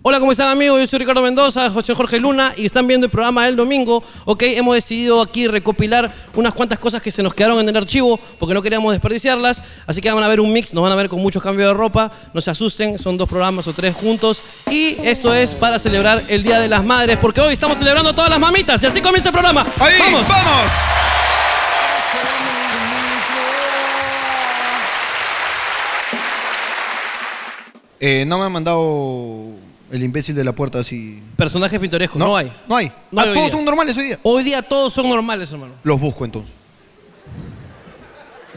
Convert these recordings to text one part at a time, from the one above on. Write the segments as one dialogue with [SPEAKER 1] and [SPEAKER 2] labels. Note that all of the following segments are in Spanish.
[SPEAKER 1] Hola, ¿cómo están amigos? Yo soy Ricardo Mendoza, José Jorge Luna y están viendo el programa del domingo. Ok, hemos decidido aquí recopilar unas cuantas cosas que se nos quedaron en el archivo porque no queríamos desperdiciarlas. Así que van a ver un mix, nos van a ver con muchos cambios de ropa. No se asusten, son dos programas o tres juntos. Y esto es para celebrar el Día de las Madres porque hoy estamos celebrando a todas las mamitas y así comienza el programa.
[SPEAKER 2] Ahí,
[SPEAKER 1] ¡Vamos!
[SPEAKER 2] ¡Vamos! Eh, no me han mandado el imbécil de la puerta así.
[SPEAKER 1] Personajes pintorescos, no, hay.
[SPEAKER 2] No hay.
[SPEAKER 1] No
[SPEAKER 2] Ah,
[SPEAKER 1] hay hoy
[SPEAKER 2] todos
[SPEAKER 1] día.
[SPEAKER 2] son normales hoy día.
[SPEAKER 1] Hoy día todos son normales, hermano.
[SPEAKER 2] Los busco entonces.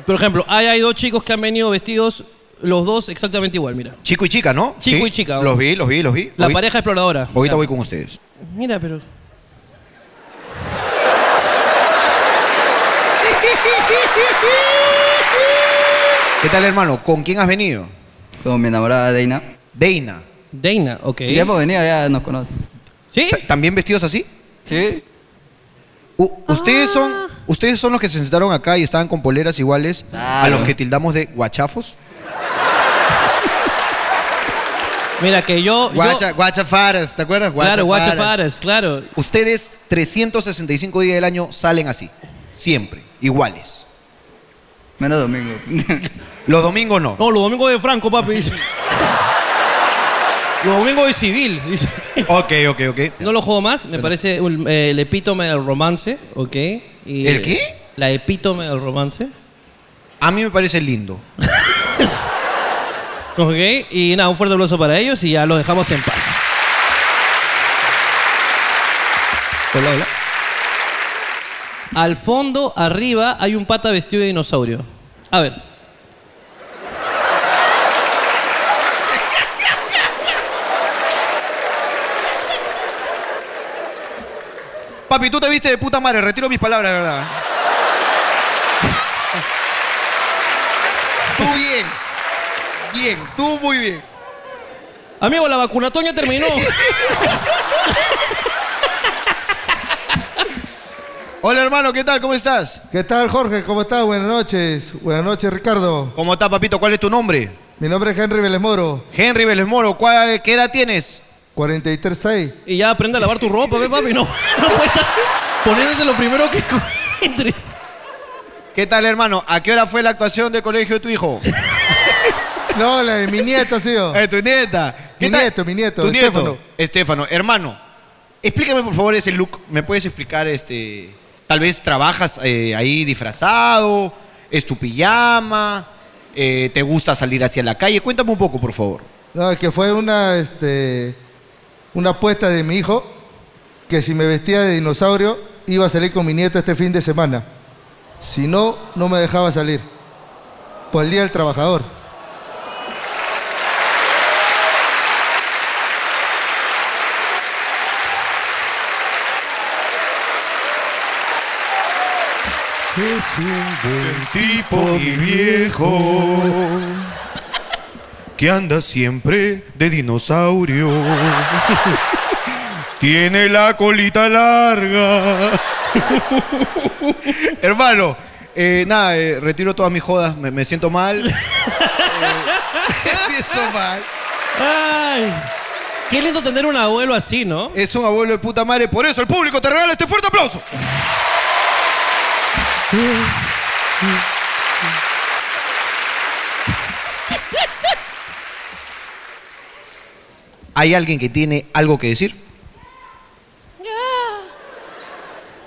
[SPEAKER 1] Por ejemplo, hay, hay dos chicos que han venido vestidos los dos exactamente igual, mira.
[SPEAKER 2] Chico y chica, ¿no?
[SPEAKER 1] Chico y chica,
[SPEAKER 2] Los
[SPEAKER 1] vamos.
[SPEAKER 2] vi, los vi, los vi.
[SPEAKER 1] La
[SPEAKER 2] Hoy-
[SPEAKER 1] pareja exploradora.
[SPEAKER 2] Ah, Ahorita
[SPEAKER 1] Mira.
[SPEAKER 2] voy con ustedes.
[SPEAKER 1] Mira, pero.
[SPEAKER 2] ¿Qué tal, hermano? ¿Con quién has venido?
[SPEAKER 3] Con mi enamorada Deina.
[SPEAKER 2] Deina.
[SPEAKER 1] Deina, ok.
[SPEAKER 3] Ya hemos venido, ya nos conoce.
[SPEAKER 1] ¿Sí?
[SPEAKER 2] Ta- ¿También vestidos así?
[SPEAKER 3] Sí,
[SPEAKER 2] U- ustedes son ustedes son los que se sentaron acá y estaban con poleras iguales a
[SPEAKER 3] Claro.
[SPEAKER 2] los que tildamos de guachafos.
[SPEAKER 1] Mira, que yo.
[SPEAKER 2] Guacha,
[SPEAKER 1] yo
[SPEAKER 2] guachafaras, ¿te acuerdas?
[SPEAKER 1] claro, Guacha
[SPEAKER 2] Guachafaras.
[SPEAKER 1] Fares, claro.
[SPEAKER 2] Ustedes 365 días del año salen así, siempre, iguales.
[SPEAKER 3] menos domingo.
[SPEAKER 2] Los domingos no.
[SPEAKER 1] No, los domingos de Franco, papi. dice. los domingos de civil. dice.
[SPEAKER 2] Ok, ok, ok.
[SPEAKER 1] No lo juego más, me parece un- eh, el epítome del romance, ok. Y-
[SPEAKER 2] ¿El qué?
[SPEAKER 1] La epítome del romance.
[SPEAKER 2] A mí me parece lindo.
[SPEAKER 1] Ok, y nada, un fuerte aplauso para ellos y ya los dejamos en paz. Hola, hola. Al fondo, arriba, hay un pata vestido de dinosaurio. A ver.
[SPEAKER 2] Papi, tú te viste de puta madre, retiro mis palabras, de verdad. tú bien. Bien, tú muy bien.
[SPEAKER 1] Amigo, la vacunatón ya terminó.
[SPEAKER 2] Hola hermano, ¿qué tal? ¿Cómo estás?
[SPEAKER 4] ¿Qué tal, Jorge? ¿Cómo estás? Buenas noches. Buenas noches, Ricardo.
[SPEAKER 2] ¿Cómo estás, papito? ¿Cuál es tu nombre?
[SPEAKER 4] Mi nombre es Henry Vélez Moro,
[SPEAKER 2] Henry Vélez Moro, ¿cuál- ¿qué edad tienes?
[SPEAKER 4] 436.
[SPEAKER 1] y ya aprende a lavar tu ropa, ve, papi. No, no puedes estar poniéndote lo primero que encuentres.
[SPEAKER 2] ¿Qué tal, hermano? ¿A qué hora fue la actuación del colegio de tu hijo?
[SPEAKER 4] No, la de mi nieto, sí. yo.
[SPEAKER 2] Eh, tu nieta.
[SPEAKER 4] Mi nieto, mi nieto,
[SPEAKER 2] Tu
[SPEAKER 4] Estefano.
[SPEAKER 2] nieto. Estefano, hermano, explícame por favor ese look. ¿Me puedes explicar este. Tal vez trabajas eh, ahí disfrazado, es tu pijama, eh, te gusta salir hacia la calle. Cuéntame un poco, por favor.
[SPEAKER 4] No, es que fue una, este, una apuesta de mi hijo que si me vestía de dinosaurio iba a salir con mi nieto este fin de semana. Si no, no me dejaba salir. Por el Día del Trabajador.
[SPEAKER 5] tipo y viejo que anda siempre de dinosaurio. Tiene la colita larga.
[SPEAKER 2] Hermano, eh, nada, eh, retiro todas mis jodas, me, me siento mal. Eh, me siento mal.
[SPEAKER 1] Ay. Qué lindo tener un abuelo así, ¿no?
[SPEAKER 2] Es un abuelo de puta madre, por eso el público te regala este fuerte aplauso. ¿Hay alguien que tiene algo que decir?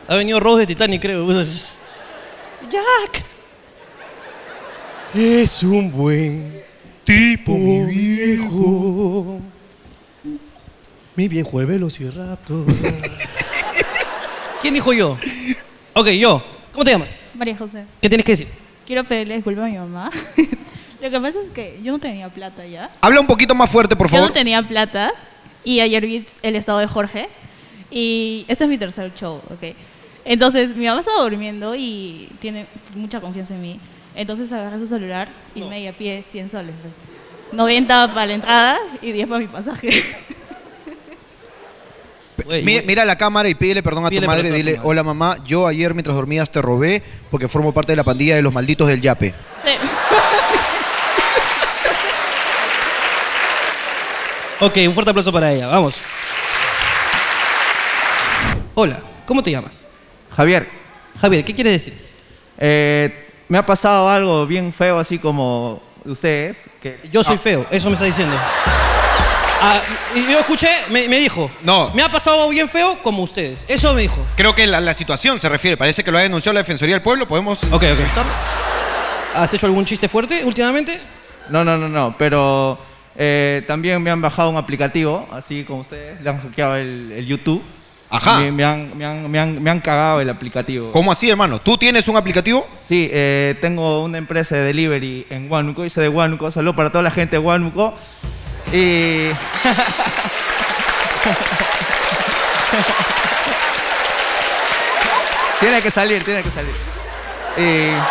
[SPEAKER 1] Ha venido Rose de Titanic, creo. Jack. Es un buen
[SPEAKER 5] Tipo mi viejo.
[SPEAKER 1] viejo. Mi viejo el velociraptor. ¿Quién dijo yo? Ok, yo. ¿Cómo te llamas?
[SPEAKER 6] María José,
[SPEAKER 1] ¿Qué tienes que decir?
[SPEAKER 6] quiero pedirle disculpas a mi mamá. Lo que pasa es que yo no tenía plata ya.
[SPEAKER 2] Habla un poquito más fuerte, por
[SPEAKER 6] Yo
[SPEAKER 2] favor.
[SPEAKER 6] no tenía plata y ayer vi el estado de Jorge y este es mi tercer show, ¿ok? Entonces mi mamá estaba durmiendo y tiene mucha confianza en mí. Entonces agarré su celular y me pie 100 soles. pues. 90 para la entrada y 10 para mi pasaje.
[SPEAKER 1] Güey,
[SPEAKER 2] Mi-
[SPEAKER 1] güey.
[SPEAKER 2] mira la cámara y pídele perdón a
[SPEAKER 1] Pídele
[SPEAKER 2] tu madre.
[SPEAKER 1] perdón a tu
[SPEAKER 2] Dile,
[SPEAKER 1] madre.
[SPEAKER 2] hola mamá, yo ayer mientras dormías te robé porque formo parte de la pandilla de los malditos del yape.
[SPEAKER 6] Sí.
[SPEAKER 1] Ok, un fuerte aplauso para ella, vamos. Hola, ¿cómo te llamas?
[SPEAKER 7] Javier,
[SPEAKER 1] Javier, ¿qué quieres decir?
[SPEAKER 7] eh, me ha pasado algo bien feo así como ustedes. Que
[SPEAKER 1] Yo soy feo, eso me está diciendo. Ah, y yo escuché, me, me dijo.
[SPEAKER 8] No.
[SPEAKER 1] Me ha pasado bien feo como ustedes. Eso me dijo.
[SPEAKER 8] Creo que la, la situación se refiere. Parece que lo ha denunciado la Defensoría del Pueblo. Podemos.
[SPEAKER 1] Ok, ok. ¿Has hecho algún chiste fuerte últimamente?
[SPEAKER 7] Ah. No, no, no, no, pero eh, también me han bajado un aplicativo, así como ustedes, le han hackeado el, el YouTube.
[SPEAKER 8] Ajá.
[SPEAKER 7] Me, me han, me, han, me han- me han cagado el aplicativo.
[SPEAKER 8] ¿Cómo así, hermano? ¿Tú tienes un aplicativo?
[SPEAKER 7] Sí, eh, tengo una empresa de delivery en Huánuco, hice de Huánuco, saludo para toda la gente de Huánuco. Y tiene que salir, tiene que salir. Y
[SPEAKER 8] Eh.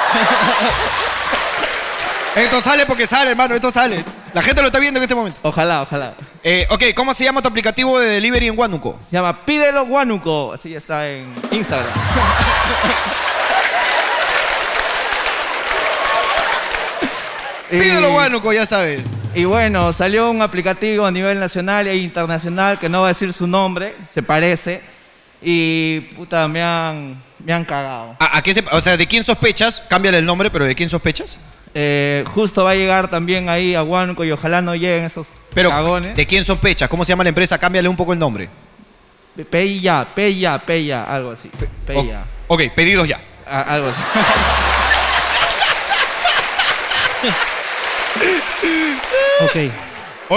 [SPEAKER 8] Esto sale porque sale, hermano. Esto sale. La gente lo está viendo en este momento.
[SPEAKER 7] ojalá, ojalá.
[SPEAKER 8] Eh, ok, ¿cómo se llama tu aplicativo de delivery en Huánuco?
[SPEAKER 7] Se llama Pídelo Huánuco, así está en Instagram. Y-
[SPEAKER 8] Pídelo Huánuco, ya sabes.
[SPEAKER 7] Y bueno, salió un aplicativo a nivel nacional e internacional que no va a decir su nombre, se parece. Y puta, me han, me han cagado.
[SPEAKER 8] ¿A, a qué se- o sea, ¿de quién sospechas? Cámbiale el nombre, pero ¿de quién sospechas?
[SPEAKER 7] Eh, justo va a llegar también ahí a Huánuco y ojalá no lleguen esos
[SPEAKER 8] Pero,
[SPEAKER 7] cagones.
[SPEAKER 8] ¿de quién sospechas? ¿Cómo se llama la empresa? Cámbiale un poco el nombre.
[SPEAKER 7] Pe- Peya, Peya, Peya, algo así. Pe- Peya,
[SPEAKER 8] O- ok, pedidos ya.
[SPEAKER 7] a- Ah, algo así.
[SPEAKER 8] Oh.
[SPEAKER 1] Ok.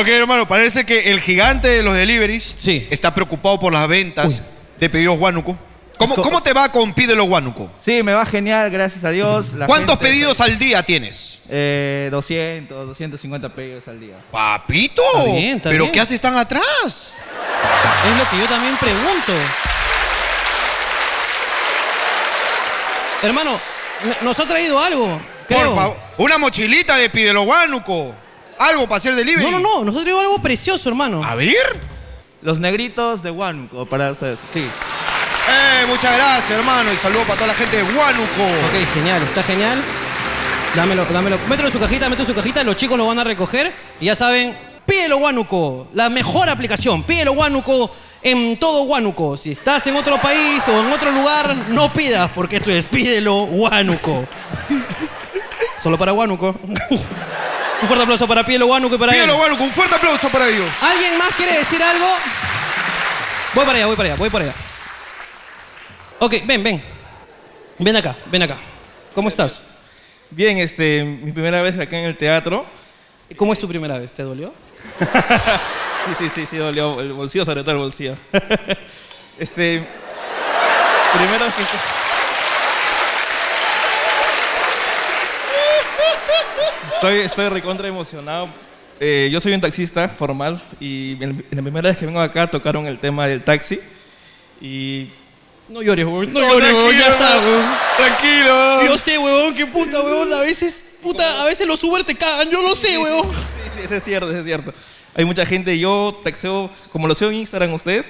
[SPEAKER 8] Ok, hermano, parece que el gigante de los deliveries
[SPEAKER 1] Sí.
[SPEAKER 8] está preocupado por las ventas de pedidos Huánuco. ¿Cómo,
[SPEAKER 7] Es co-
[SPEAKER 8] ¿Cómo te va con Pídelo Huánuco?
[SPEAKER 7] Sí, me va genial, gracias a Dios. La
[SPEAKER 8] ¿Cuántos
[SPEAKER 7] gente-
[SPEAKER 8] pedidos al día tienes?
[SPEAKER 7] Eh, 200, 250 pedidos al día.
[SPEAKER 8] Papito,
[SPEAKER 1] Está bien, está
[SPEAKER 8] ¿pero
[SPEAKER 1] bien.
[SPEAKER 8] qué haces tan atrás?
[SPEAKER 1] Es lo que yo también pregunto. Hermano, n- nos ha traído algo, creo.
[SPEAKER 8] Por favor, una mochilita de Pídelo Huánuco. Algo para hacer delivery. Ah.
[SPEAKER 1] No, no, no, nos ha traído algo precioso, hermano.
[SPEAKER 8] A ver.
[SPEAKER 7] Los negritos de Huánuco, para ustedes. Sí.
[SPEAKER 8] Eh, muchas gracias, hermano, y saludo para toda la gente de Huánuco.
[SPEAKER 1] Ok, genial, está genial. Dámelo, dámelo. Mételo en su cajita, mételo en su cajita, los chicos lo van a recoger. Y ya saben, pídelo Huánuco, la mejor aplicación. Pídelo Huánuco en todo Huánuco. Si estás en otro país o en otro lugar, no pidas, porque esto es pídelo Huánuco. Solo para Huánuco. Un fuerte aplauso para Pídelo Huánuco y para él.
[SPEAKER 8] Pídelo Huánuco, un fuerte aplauso para ellos.
[SPEAKER 1] ¿Alguien más quiere decir algo? Voy para allá, voy para allá, voy para allá. Ok, ven, ven. Ven acá, ven acá. ¿Cómo estás?
[SPEAKER 9] Bien, este, mi primera vez acá en el teatro.
[SPEAKER 1] ¿Cómo es tu primera vez? ¿Te dolió?
[SPEAKER 9] Sí, sí, sí, sí, dolió el bolsillo, sobre todo el bolsillo. este, primero que... Estoy, estoy recontra emocionado. Eh, yo soy un taxista formal y en en la primera vez que vengo acá tocaron el tema del taxi y
[SPEAKER 1] No llores, huevón. No, llores, huevón. Ya está, huevón.
[SPEAKER 5] Tranquilo.
[SPEAKER 1] Yo sé, huevón, qué puta, huevón. A veces, puta, a veces los Uber te cagan. Yo lo sé, huevón.
[SPEAKER 9] Sí, sí, eso es cierto, eso es cierto. Hay mucha gente, yo taxeo, como lo sé en Instagram ustedes,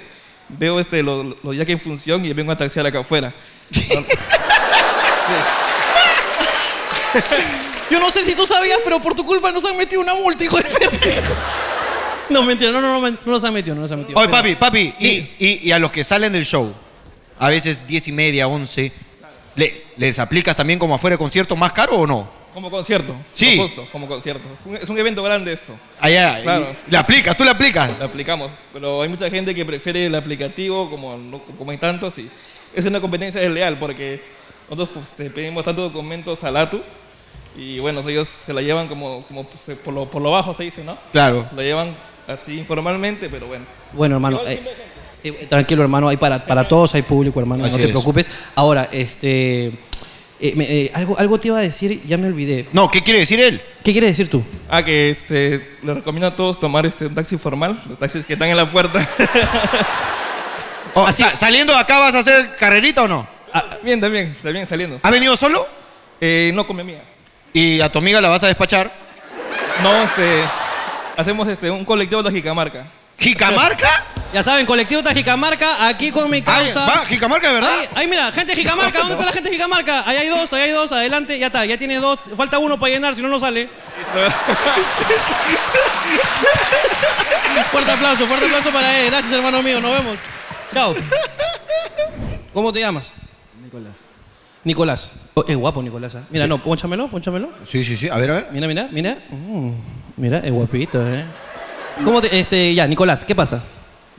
[SPEAKER 9] veo este, lo, lo ya que en función y vengo a taxear acá afuera.
[SPEAKER 1] Yo no sé si tú sabías, pero por tu culpa nos han metido una multa, hijo de perra. No, mentira, no, no, no, men- no nos han metido, no nos han metido.
[SPEAKER 8] Oye, papi, papi, y, y- y a los que salen del show, a veces 10 y media, 11, le- ¿les aplicas también como afuera de concierto más caro o no?
[SPEAKER 9] Como concierto.
[SPEAKER 8] Sí.
[SPEAKER 9] Como Justo, como concierto. Es un, es un evento grande esto.
[SPEAKER 8] Allá,
[SPEAKER 9] Claro.
[SPEAKER 8] le aplicas, tú le aplicas.
[SPEAKER 9] Lo aplicamos. Pero hay mucha gente que prefiere el aplicativo, como, no- como hay tantos, y es una competencia desleal porque nosotros pues, te pedimos tantos documentos al ATU y bueno, ellos se la llevan como, como pues, por, lo, por lo bajo se dice, ¿no?
[SPEAKER 8] Claro.
[SPEAKER 9] Se la llevan así informalmente, pero bueno.
[SPEAKER 1] Bueno, hermano, eh, eh, tranquilo, hermano, hay para, para todos hay público, hermano,
[SPEAKER 8] Así
[SPEAKER 1] no te
[SPEAKER 8] es.
[SPEAKER 1] preocupes. Ahora, este, eh, me- eh, algo, algo te iba a decir, ya me olvidé.
[SPEAKER 8] No, ¿qué quiere decir él?
[SPEAKER 1] ¿Qué quieres decir tú?
[SPEAKER 9] Ah, que este, les recomiendo a todos tomar este, un taxi formal, los taxis que están en la puerta.
[SPEAKER 8] Oh,
[SPEAKER 1] Así-
[SPEAKER 8] sa- ¿Saliendo de acá vas a hacer carrerita o no?
[SPEAKER 9] Ah, bien, también, también saliendo.
[SPEAKER 8] ¿Has venido solo?
[SPEAKER 9] Eh, no con mi amiga.
[SPEAKER 8] ¿Y a tu amiga la vas a despachar?
[SPEAKER 9] No, este, hacemos este, un colectivo de Jicamarca.
[SPEAKER 8] ¿Jicamarca?
[SPEAKER 1] Ya saben, colectivo Tajicamarca, aquí con mi
[SPEAKER 8] Ay,
[SPEAKER 1] causa.
[SPEAKER 8] va, ¿Jicamarca de verdad?
[SPEAKER 1] Ahí, ahí mira, gente de Jicamarca, ¿dónde está la gente de Jicamarca? Ahí hay dos, ahí hay dos, adelante, ya está, ya tiene dos, falta uno para llenar, si no, no sale. Fuerte aplauso, fuerte aplauso para él. Gracias, hermano mío. Nos vemos. Chao. ¿Cómo te llamas? Nicolás. Nicolás. Oh, es guapo, Nicolás. ¿eh? Mira, no, ponchamelo, ponchamelo.
[SPEAKER 2] Sí, sí, sí. A ver, a ver.
[SPEAKER 1] Mira, mira, mira. Mm, mira, es guapito, ¿eh? ¿Cómo te, este, ya, Nicolás, ¿qué pasa?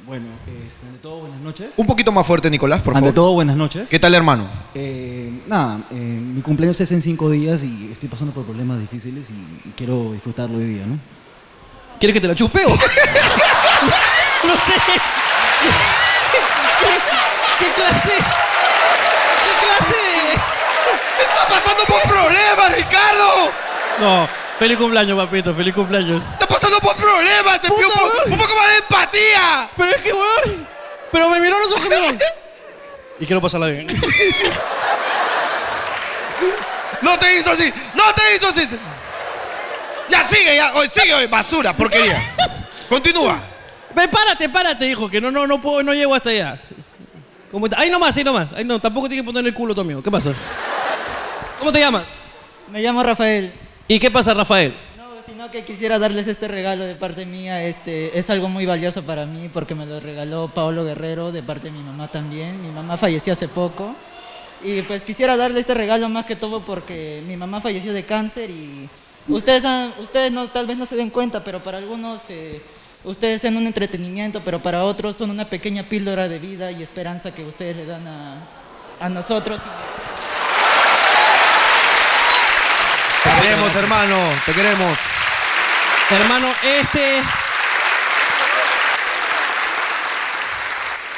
[SPEAKER 8] Bueno, este, ante todo, buenas noches.
[SPEAKER 2] Un poquito más fuerte, Nicolás, por
[SPEAKER 8] ante
[SPEAKER 2] favor.
[SPEAKER 8] todo, buenas noches.
[SPEAKER 2] ¿Qué tal, hermano?
[SPEAKER 8] Eh, nada, eh, mi cumpleaños es en cinco días y estoy pasando por problemas difíciles y quiero disfrutarlo hoy día, ¿no?
[SPEAKER 1] ¿Quieres que te la chupeo? no sé. ¿Qué, qué clase? ¿Qué clase?
[SPEAKER 2] ¡Está pasando por problemas, Ricardo!
[SPEAKER 1] No, feliz cumpleaños, papito, feliz cumpleaños.
[SPEAKER 2] ¡Está pasando por problemas! ¡Te
[SPEAKER 1] pido un po- un
[SPEAKER 2] poco más de empatía!
[SPEAKER 1] Pero es que, weón. Pero me miró los ojos, weón. Y quiero pasarla bien.
[SPEAKER 2] ¡No te hizo así! ¡No te hizo así! ¡Ya sigue, ya! Oye, sigue, oye, basura, porquería! Continúa.
[SPEAKER 1] Ve, párate, párate, hijo, que no, no, no puedo, no llego hasta allá. ¿Cómo está? Ahí nomás, ahí nomás. Ahí no, tampoco tienes que poner el culo tu amigo. ¿Qué pasa? ¿Cómo te llamas?
[SPEAKER 10] Me llamo Rafael.
[SPEAKER 1] ¿Y qué pasa, Rafael?
[SPEAKER 10] No, sino que quisiera darles este regalo de parte mía. Este es algo muy valioso para mí porque me lo regaló Paolo Guerrero de parte de mi mamá también. Mi mamá falleció hace poco y pues quisiera darle este regalo más que todo porque mi mamá falleció de cáncer y ustedes han- ustedes no tal vez no se den cuenta, pero para algunos eh, ustedes son un entretenimiento, pero para otros son una pequeña píldora de vida y esperanza que ustedes le dan a a nosotros.
[SPEAKER 2] Te queremos, hermano. Te queremos.
[SPEAKER 1] Hermano, este.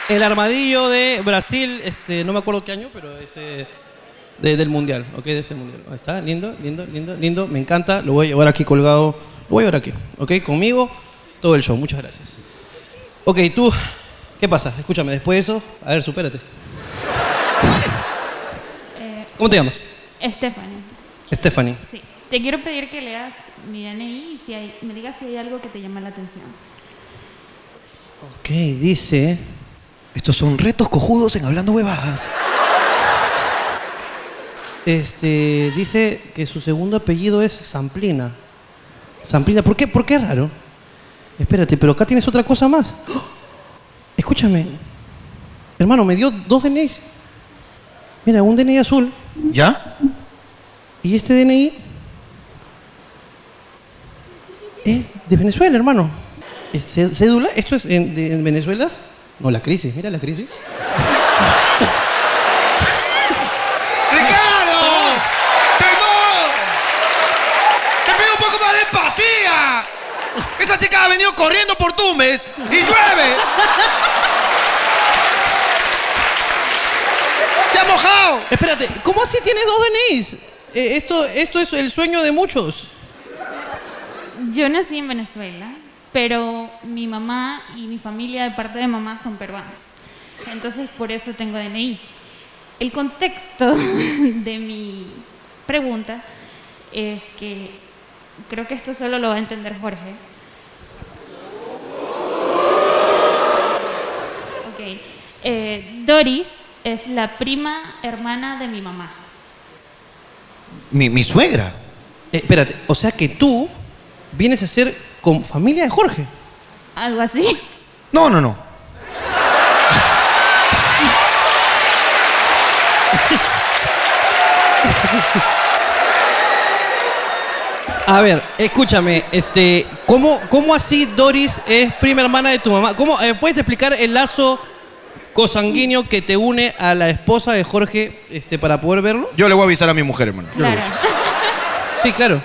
[SPEAKER 1] El armadillo de Brasil, este, no me acuerdo qué año, pero este. de- del mundial, ok, de ese mundial. Ahí está, lindo, lindo, lindo, lindo, me encanta. Lo voy a llevar aquí colgado. Lo voy a llevar aquí, ok, conmigo, todo el show, muchas gracias. Ok, tú, ¿qué pasa? Escúchame, después de eso, a ver, supérate.
[SPEAKER 11] Eh,
[SPEAKER 1] ¿Cómo te llamas?
[SPEAKER 11] Stephanie,
[SPEAKER 1] Stephanie.
[SPEAKER 11] sí. Te quiero pedir que leas mi DNI y si hay- me digas si hay algo que te llama la atención.
[SPEAKER 1] Ok, dice.
[SPEAKER 2] Estos son retos cojudos en hablando huevadas.
[SPEAKER 1] Este, dice que su segundo apellido es Samplina. Samplina, ¿por qué? ¿Por qué es raro? Espérate, pero acá tienes otra cosa más. ¡Oh! Escúchame. Hermano, me dio dos DNIs. Mira, un DNI azul
[SPEAKER 2] ¿Ya?
[SPEAKER 1] y este DNI es de Venezuela, hermano. Este, ¿Cédula? ¿Esto es en, de- en Venezuela? No, la crisis, mira la crisis.
[SPEAKER 2] ¡Ricardo! ¡Perdón! ¡Te pido un poco más de empatía! Esa chica ha venido corriendo por Tumbes y llueve. ¡Te ha mojado!
[SPEAKER 1] Espérate, ¿cómo así tienes dos DNIs? Eh, esto, esto es el sueño de muchos.
[SPEAKER 11] Yo nací en Venezuela, pero mi mamá y mi familia de parte de mamá son peruanos. Entonces por eso tengo DNI. El contexto de mi pregunta es que creo que esto solo lo va a entender Jorge. Ok. Eh, Doris es la prima hermana de mi mamá.
[SPEAKER 2] Mi, mi suegra.
[SPEAKER 1] Eh, espérate, o sea que tú vienes a ser con familia de Jorge.
[SPEAKER 11] Algo así.
[SPEAKER 2] No, no, no.
[SPEAKER 1] A ver, escúchame, este, ¿cómo, cómo así Doris es prima hermana de tu mamá? ¿Cómo, eh, ¿Puedes explicar el lazo cosanguíneo que te une a la esposa de Jorge este, para poder verlo?
[SPEAKER 2] Yo le voy a avisar a mi mujer, hermano.
[SPEAKER 11] Claro.
[SPEAKER 1] Sí, claro.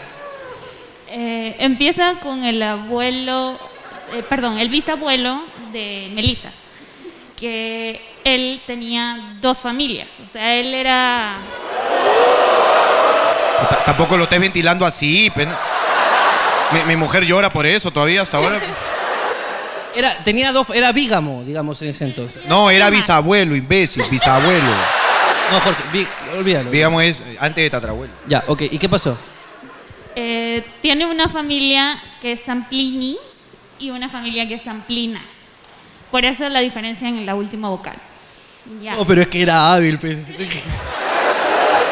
[SPEAKER 11] Eh, empieza con el abuelo, eh, perdón, el bisabuelo de Melissa, que él tenía dos familias, o sea, él era...
[SPEAKER 2] T- Tampoco lo estés ventilando así, pen. Mi, mi mujer llora por eso todavía hasta ahora.
[SPEAKER 1] Era, tenía dos, era bígamo, digamos, en ese entonces.
[SPEAKER 2] No, era bisabuelo, imbécil, bisabuelo.
[SPEAKER 1] No, Jorge, bí- olvídalo.
[SPEAKER 2] Digamos es antes de tatarabuelo.
[SPEAKER 1] Ya, ok, ¿y qué pasó?
[SPEAKER 11] eh, tiene una familia que es Samplini y una familia que es Samplina. Por eso la diferencia en la última vocal. Ya.
[SPEAKER 1] No, pero es que era hábil, pues.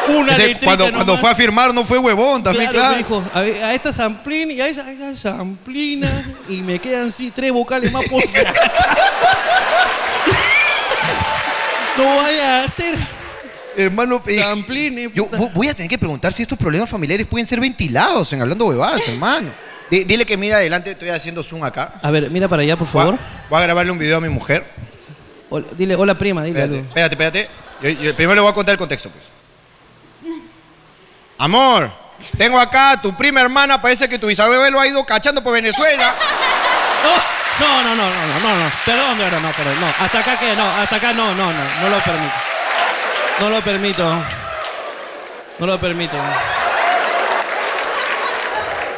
[SPEAKER 1] Una
[SPEAKER 2] Ese,
[SPEAKER 1] letrica
[SPEAKER 2] cuando, cuando
[SPEAKER 1] nomás.
[SPEAKER 2] fue a firmar no fue huevón también,
[SPEAKER 1] Claro,
[SPEAKER 2] claro.
[SPEAKER 1] me dijo, a, ve- a esta samplín y a esa, a esa samplina y me quedan sí tres vocales más por No vaya a ser.
[SPEAKER 2] Hermano, eh, yo
[SPEAKER 1] puta.
[SPEAKER 2] vo- voy a tener que preguntar si estos problemas familiares pueden ser ventilados en hablando huevadas, hermano. Di- dile que mira adelante, estoy haciendo zoom acá.
[SPEAKER 1] A ver, mira para allá, por favor.
[SPEAKER 2] Voy a grabarle un video a mi mujer.
[SPEAKER 1] Hola- dile, hola prima, dile
[SPEAKER 2] Espérate,
[SPEAKER 1] algo.
[SPEAKER 2] espérate. espérate. Yo- yo primero le voy a contar el contexto, pues. Amor, tengo acá a tu prima hermana, parece que tu bisabuelo ha ido cachando por Venezuela.
[SPEAKER 1] No, no, no, no, no, no, no. Perdón, no, no, no, perdón. No, hasta acá que no, hasta acá no, no, no, no lo permito. No lo permito. No lo permito.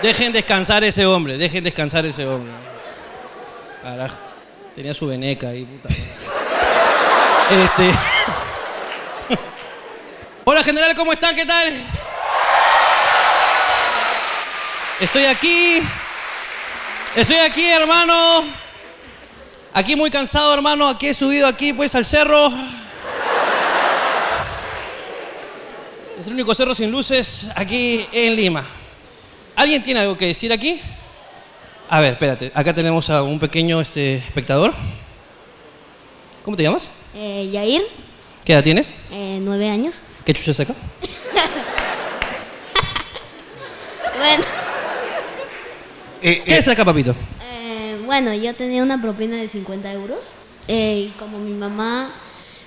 [SPEAKER 1] Dejen descansar ese hombre, dejen descansar ese hombre. Carajo. Tenía su veneca ahí, puta. Este. Hola general, ¿cómo están? ¿Qué tal? Estoy aquí. Estoy aquí, hermano. Aquí muy cansado, hermano. Aquí he subido aquí, pues, al cerro. Es el único cerro sin luces aquí en Lima. ¿Alguien tiene algo que decir aquí? A ver, espérate. Acá tenemos a un pequeño este, espectador. ¿Cómo te llamas?
[SPEAKER 12] Eh, Yair,
[SPEAKER 1] ¿Qué edad tienes?
[SPEAKER 12] eh, nueve años.
[SPEAKER 1] ¿Qué chuchas acá?
[SPEAKER 12] Bueno,
[SPEAKER 1] ¿Qué es acá, papito?
[SPEAKER 12] eh, bueno, yo tenía una propina de 50 euros. eh, y como mi mamá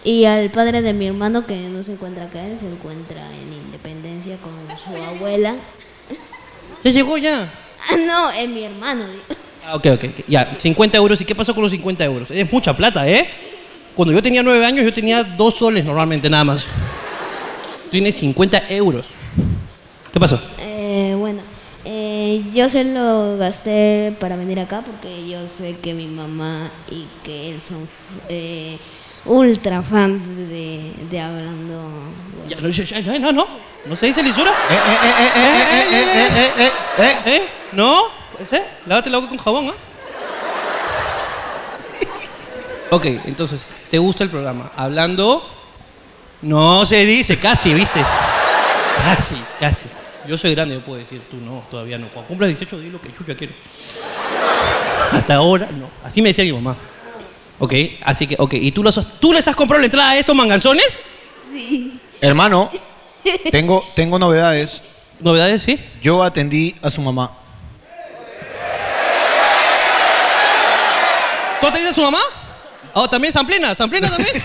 [SPEAKER 12] y al padre de mi hermano, que no se encuentra acá, él se encuentra en Independencia con su abuela.
[SPEAKER 1] ¿Ya llegó ya?
[SPEAKER 12] Ah, no, es mi hermano.
[SPEAKER 1] Ah, ok, ok. ok. Ya, 50 euros. ¿Y qué pasó con los 50 euros? Es mucha plata, ¿eh? Cuando yo tenía 9 años, yo tenía 2 soles normalmente nada más. Tú tienes 50 euros. ¿Qué pasó?
[SPEAKER 12] Eh, bueno, eh, yo se lo gasté para venir acá porque yo sé que mi mamá y que él son eh, ultra fan de, de Hablando.
[SPEAKER 1] Ya, no, ya, ya, ya, no, no. ¿No se dice lisura? ¿Eh? ¿No? ¿Pues, eh? Lávate la boca con jabón, ¿ah? Ok, entonces, ¿te gusta el programa? Hablando. No se dice, casi, ¿viste? Casi, casi. Yo soy grande, yo puedo decir, tú no, todavía no. Cuando cumplas 18, di lo que chucha quieres. Hasta ahora, no. Así me decía mi mamá. Ok, así que, ok. ¿Y tú, los has- tú les has comprado la entrada a estos manganzones?
[SPEAKER 12] Sí.
[SPEAKER 2] Hermano, tengo, tengo novedades.
[SPEAKER 1] ¿Novedades, sí?
[SPEAKER 2] Yo atendí a su mamá.
[SPEAKER 1] ¿Tú atendiste a su mamá? Oh, también Samplina, Samplina también.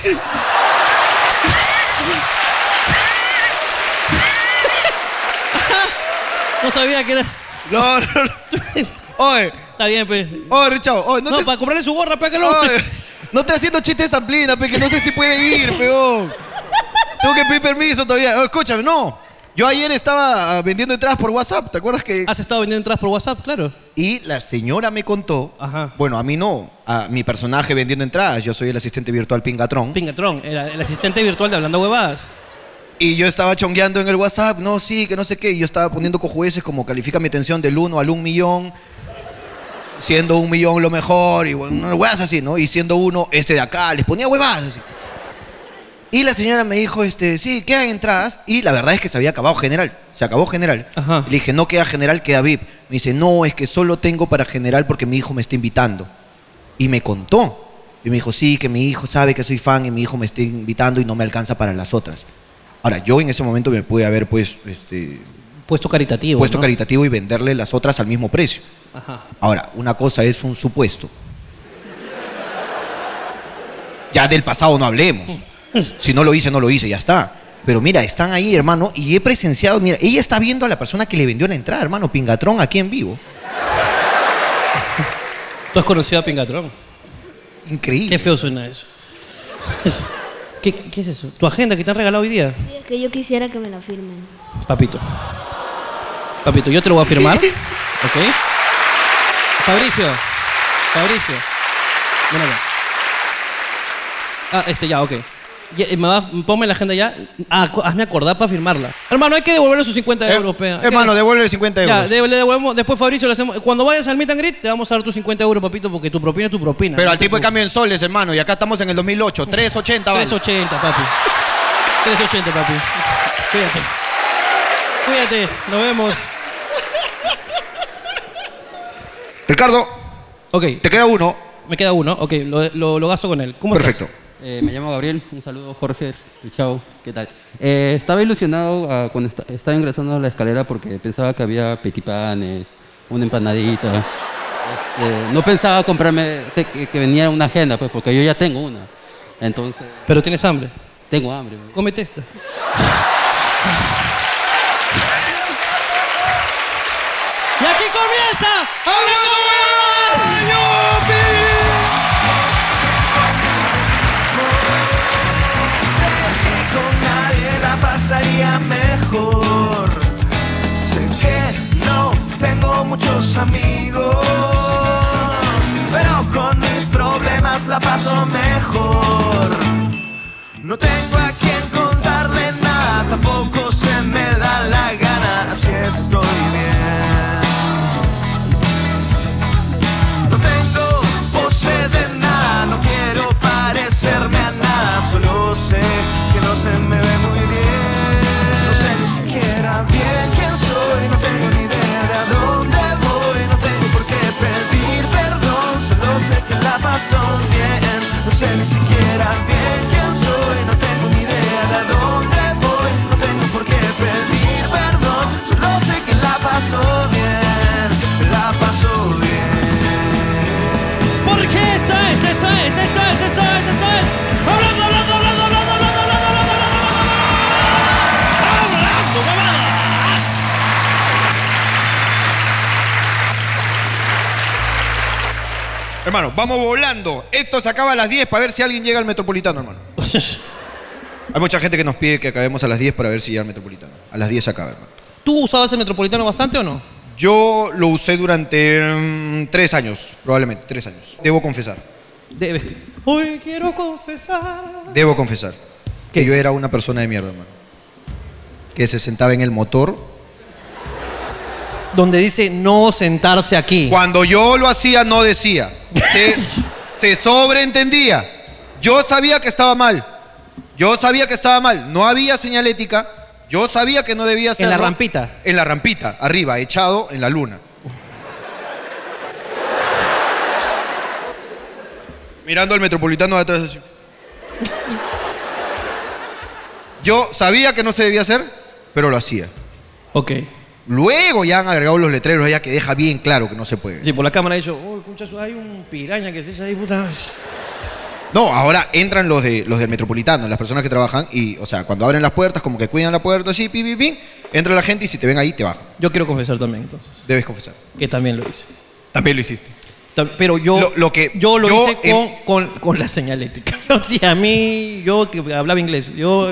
[SPEAKER 1] no sabía que era.
[SPEAKER 2] No, no, Oye.
[SPEAKER 1] Está bien, pues.
[SPEAKER 2] Oye, Richao, oye, no,
[SPEAKER 1] No,
[SPEAKER 2] te...
[SPEAKER 1] para comprarle su gorra, pégalo.
[SPEAKER 2] Oye, No te haciendo chistes de Samplina, pe, que no sé si puede ir, peón. Tengo que pedir permiso todavía. Oye, escúchame, no. Yo ayer estaba ah, vendiendo entradas por WhatsApp, ¿te acuerdas que...?
[SPEAKER 1] Has estado vendiendo entradas por WhatsApp, claro.
[SPEAKER 2] Y la señora me contó, bueno, a mí no, a mi personaje vendiendo entradas, yo soy el asistente virtual Pingatrón.
[SPEAKER 1] Pingatrón, el, el asistente virtual de Hablando Huevadas.
[SPEAKER 2] Y yo estaba chongueando en el WhatsApp, no, sí, que no sé qué. Y yo estaba poniendo cojueces como califica mi atención del 1 al 1 millón, siendo un millón lo mejor, y bueno, huevas así, ¿no? Y siendo uno, este de acá, les ponía huevadas así. Y la señora me dijo, este, sí, quedan entradas. Y la verdad es que se había acabado general. Se acabó general. Le dije, no queda general, queda VIP. Me dice, no, es que solo tengo para general porque mi hijo me está invitando. Y me contó. Y me dijo, sí, que mi hijo sabe que soy fan y mi hijo me está invitando y no me alcanza para las otras. Ahora, yo en ese momento me pude haber pues, este,
[SPEAKER 1] puesto caritativo.
[SPEAKER 2] puesto
[SPEAKER 1] ¿no?
[SPEAKER 2] caritativo y venderle las otras al mismo precio.
[SPEAKER 1] Ajá.
[SPEAKER 2] Ahora, una cosa es un supuesto. Ya del pasado no hablemos. Si no lo hice, no lo hice, ya está. Pero mira, están ahí, hermano, y he presenciado, mira, ella está viendo a la persona que le vendió la entrada, hermano, Pingatrón, aquí en vivo.
[SPEAKER 1] Tú has conocido a Pingatrón.
[SPEAKER 2] Increíble.
[SPEAKER 1] Qué feo suena eso. ¿Qué, qué es eso? ¿Tu agenda que te han regalado hoy día?
[SPEAKER 12] Sí, es que yo quisiera que me la firmen.
[SPEAKER 1] Papito. Papito, yo te lo voy a firmar. ¿Ok? Fabricio. Fabricio. Ven acá. Ah, este ya, ok. Ya, eh, me va- ponme la agenda ya. Ah, co- hazme acordar para firmarla. Hermano, hay que devolverle sus 50 euros, pe.
[SPEAKER 2] Eh, hermano, devuélvele 50
[SPEAKER 1] Ya,
[SPEAKER 2] euros.
[SPEAKER 1] de- le devolvemos. Después, Fabricio, le hacemos. Cuando vayas al meet and greet, te vamos a dar tus 50 euros, papito, porque tu propina es tu propina.
[SPEAKER 2] Pero
[SPEAKER 1] No
[SPEAKER 2] al
[SPEAKER 1] te
[SPEAKER 2] tipo de cambio en soles, hermano, y acá estamos en el 2008, 380, vale.
[SPEAKER 1] 380, papi. 380, papi. Cuídate. Cuídate. Nos vemos.
[SPEAKER 2] Ricardo.
[SPEAKER 1] Ok.
[SPEAKER 2] Te queda uno.
[SPEAKER 1] Me queda uno. Ok, lo, lo, lo gasto con él. ¿Cómo
[SPEAKER 2] Perfecto.
[SPEAKER 1] estás?
[SPEAKER 13] Eh, me llamo Gabriel, un saludo Jorge, chao, ¿qué tal? Eh, estaba ilusionado ah, cuando esta- estaba ingresando a la escalera porque pensaba que había petipanes, una empanadita. Este, no pensaba comprarme te- que, que venía una agenda, pues porque yo ya tengo una. Entonces.
[SPEAKER 1] ¿Pero tienes hambre?
[SPEAKER 13] Tengo hambre.
[SPEAKER 1] Cómete esta.
[SPEAKER 5] Y aquí comienza Hablando Huevadas.
[SPEAKER 14] Sé que con nadie la pasaría mejor. Sé que no tengo muchos amigos, pero con mis problemas la paso mejor. No tengo a quien contarle nada, tampoco se me da la gana, así estoy bien. No tengo poses de nada, no quiero parecerme a nada, solo sé que no se me ve muy bien. No sé ni siquiera bien quién soy, no tengo ni idea de a dónde voy, no tengo por qué pedir perdón, solo sé que la paso bien. No sé ni siquiera bien quién soy, no tengo ni idea de a dónde voy, no tengo por qué pedir perdón, solo sé que la paso bien, la paso bien.
[SPEAKER 1] Porque esta es, esta es, esta es, esta es, esta es. Hablando, hablando, hablando, hablando, hablando, hablando, hablando, hablando, hablando, hablando, hablando, hablando.
[SPEAKER 2] Hermano, vamos volando. Esto se acaba a las 10 para ver si alguien llega al Metropolitano, hermano. Hay mucha gente que nos pide que acabemos a las 10 para ver si llega al Metropolitano. A las 10 se acaba, hermano.
[SPEAKER 1] ¿Tú usabas el metropolitano bastante o no?
[SPEAKER 2] Yo lo usé durante mm, tres años, probablemente, tres años. Debo confesar,
[SPEAKER 1] Debes. Hoy quiero confesar.
[SPEAKER 2] debo confesar que yo era una persona de mierda, hermano. Que se sentaba en el motor.
[SPEAKER 1] Donde dice no sentarse aquí.
[SPEAKER 2] Cuando yo lo hacía, no decía. Se, se sobreentendía. Yo sabía que estaba mal. Yo sabía que estaba mal. No había señalética. Yo sabía que no debía
[SPEAKER 1] En
[SPEAKER 2] hacerlo.
[SPEAKER 1] la rampita.
[SPEAKER 2] En la rampita, arriba, echado en la luna. Mirando al metropolitano de atrás así. Yo sabía que no se debía hacer, pero lo hacía.
[SPEAKER 1] Ok.
[SPEAKER 2] Luego ya han agregado los letreros ya que deja bien claro que no se puede.
[SPEAKER 1] Sí, por la cámara he dicho, uy, escucha, hay un piraña que se echa ahí, puta.
[SPEAKER 2] No, ahora entran los de los del metropolitano, las personas que trabajan y, o sea, cuando abren las puertas, como que cuidan la puerta, así, pi, pi, pi, entra la gente y si te ven ahí, te bajan.
[SPEAKER 1] Yo quiero confesar también, entonces.
[SPEAKER 2] Debes confesar.
[SPEAKER 1] Que también lo hice.
[SPEAKER 2] También lo hiciste.
[SPEAKER 1] Pero yo
[SPEAKER 2] Lo- lo que-
[SPEAKER 1] yo lo
[SPEAKER 2] yo,
[SPEAKER 1] hice con,
[SPEAKER 2] em-
[SPEAKER 1] con- con la señalética. O sea, a mí, yo que hablaba inglés, yo,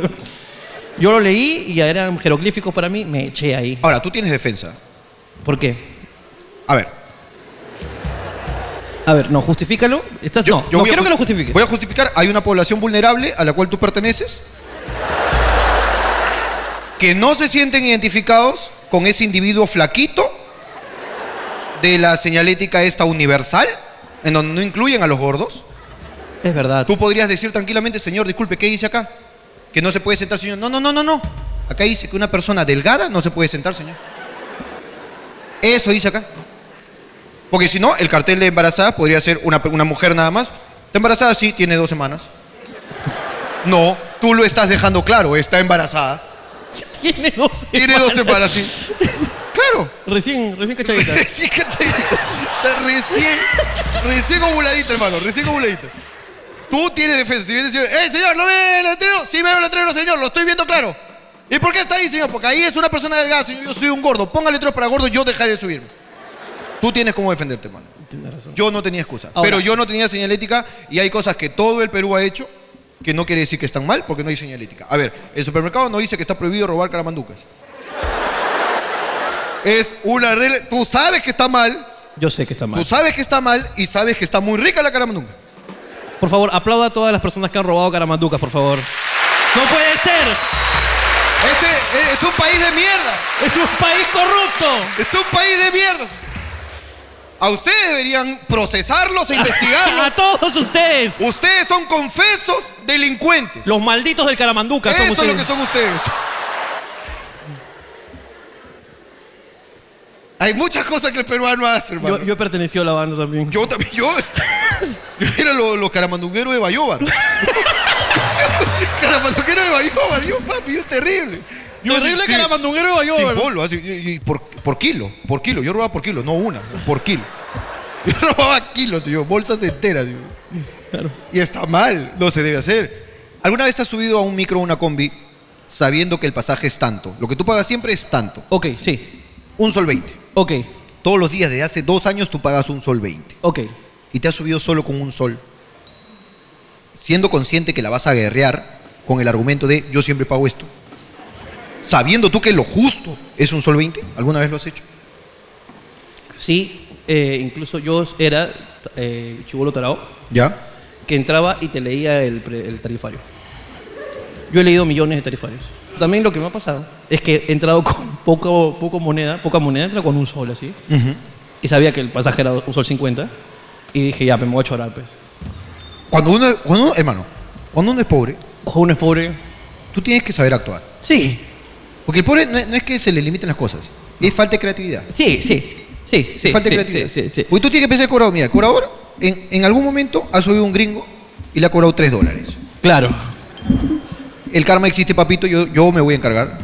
[SPEAKER 1] yo lo leí y ya eran jeroglíficos para mí, me eché ahí.
[SPEAKER 2] Ahora, tú tienes defensa.
[SPEAKER 1] ¿Por qué?
[SPEAKER 2] A ver.
[SPEAKER 1] A ver, no, justifícalo. Estás, no,
[SPEAKER 2] Yo
[SPEAKER 1] no
[SPEAKER 2] voy a
[SPEAKER 1] quiero que
[SPEAKER 2] ju-
[SPEAKER 1] lo justifiques.
[SPEAKER 2] Voy a justificar. Hay una población vulnerable a la cual tú perteneces que no se sienten identificados con ese individuo flaquito de la señalética esta universal, en donde no incluyen a los gordos.
[SPEAKER 1] Es verdad.
[SPEAKER 2] Tú podrías decir tranquilamente, señor, disculpe, ¿qué dice acá? Que no se puede sentar, señor. No, no, no, no, no. Acá dice que una persona delgada no se puede sentar, señor. Eso dice acá. Porque si no, el cartel de embarazada podría ser una, una mujer nada más. ¿Está embarazada? Sí, tiene dos semanas. No, tú lo estás dejando claro, está embarazada.
[SPEAKER 1] Tiene dos semanas.
[SPEAKER 2] Tiene dos semanas, sí. Claro.
[SPEAKER 1] Recién, recién cachadita.
[SPEAKER 2] recién cachadita. Está recién, recién ovuladita, hermano, recién ovuladita. Tú tienes defensa. Si vienes y dices, ¡eh, señor, no ve el letrero! Sí veo el letrero, señor, lo estoy viendo claro. ¿Y por qué está ahí, señor? Porque ahí es una persona delgada, señor, yo soy un gordo. Ponga letreros para gordo, yo dejaré de subirme. Tú tienes cómo defenderte, hermano. Yo no tenía excusa.
[SPEAKER 1] Ahora-
[SPEAKER 2] pero yo no tenía señalética y hay cosas que todo el Perú ha hecho que no quiere decir que están mal porque no hay señalética. A ver, el supermercado no dice que está prohibido robar caramanducas. Es una regla. Tú sabes que está mal,
[SPEAKER 1] Yo sé que está mal.
[SPEAKER 2] tú sabes que está mal y sabes que está muy rica la caramanduca.
[SPEAKER 1] Por favor, aplauda a todas las personas que han robado caramanducas, por favor. ¡No puede ser!
[SPEAKER 2] Este es un país de mierda.
[SPEAKER 1] Es un país corrupto.
[SPEAKER 2] Es un país de mierda. A ustedes deberían procesarlos e investigarlos.
[SPEAKER 1] A todos ustedes.
[SPEAKER 2] Ustedes son confesos delincuentes.
[SPEAKER 1] Los malditos del caramanduca
[SPEAKER 2] Eso
[SPEAKER 1] son
[SPEAKER 2] es lo
[SPEAKER 1] ustedes.
[SPEAKER 2] que son ustedes. Hay muchas cosas que el peruano hace, hermano.
[SPEAKER 1] Yo, yo pertenecí a la banda también.
[SPEAKER 2] Yo también, yo. Yo era lo- los caramandungueros de Bayobar. caramandungueros de Bayobar, yo, papi, yo terrible. Yo,
[SPEAKER 5] Terrible caramandunguero de Bayobar.
[SPEAKER 2] Sin bolo, así, y- y por, por kilo, por kilo. Yo robaba por kilo, no una, por kilo. Yo robaba kilos, yo, bolsas enteras, yo. Y está mal, no se debe hacer. ¿Alguna vez te has subido a un micro o una combi sabiendo que el pasaje es tanto? Lo que tú pagas siempre es tanto.
[SPEAKER 1] Ok, sí.
[SPEAKER 2] Un sol 20.
[SPEAKER 1] Ok.
[SPEAKER 2] Todos los días desde hace dos años tú pagas un sol 20.
[SPEAKER 1] Ok.
[SPEAKER 2] Y te has subido solo con un sol. Siendo consciente que la vas a guerrear con el argumento de yo siempre pago esto. Sabiendo tú que lo justo es un sol 20, ¿alguna vez lo has hecho?
[SPEAKER 1] Sí, eh, incluso yo era eh, chivolo tarao.
[SPEAKER 2] ¿Ya?
[SPEAKER 1] Que entraba y te leía el, pre- el tarifario. Yo he leído millones de tarifarios. También lo que me ha pasado es que he entrado con poco, poco moneda, poca moneda, entra con un sol así. Y sabía que el pasaje era un sol 50. Y dije, ya, me voy a chorar, pues.
[SPEAKER 2] Cuando uno, cuando uno- hermano, cuando uno es pobre.
[SPEAKER 1] Cuando uno es pobre.
[SPEAKER 2] Tú tienes que saber actuar.
[SPEAKER 1] Sí.
[SPEAKER 2] Porque el pobre no, es- no es que se le limiten las cosas. Es falta de creatividad.
[SPEAKER 1] Sí, sí. Sí, sí.
[SPEAKER 2] Es falta
[SPEAKER 1] sí,
[SPEAKER 2] de creatividad.
[SPEAKER 1] sí, sí, sí.
[SPEAKER 2] Porque tú tienes que pensar el cobrador. Mira, el cobrador en, en algún momento ha subido un gringo y le ha cobrado 3 dólares.
[SPEAKER 1] Claro.
[SPEAKER 2] El karma existe, papito. Yo, yo me voy a encargar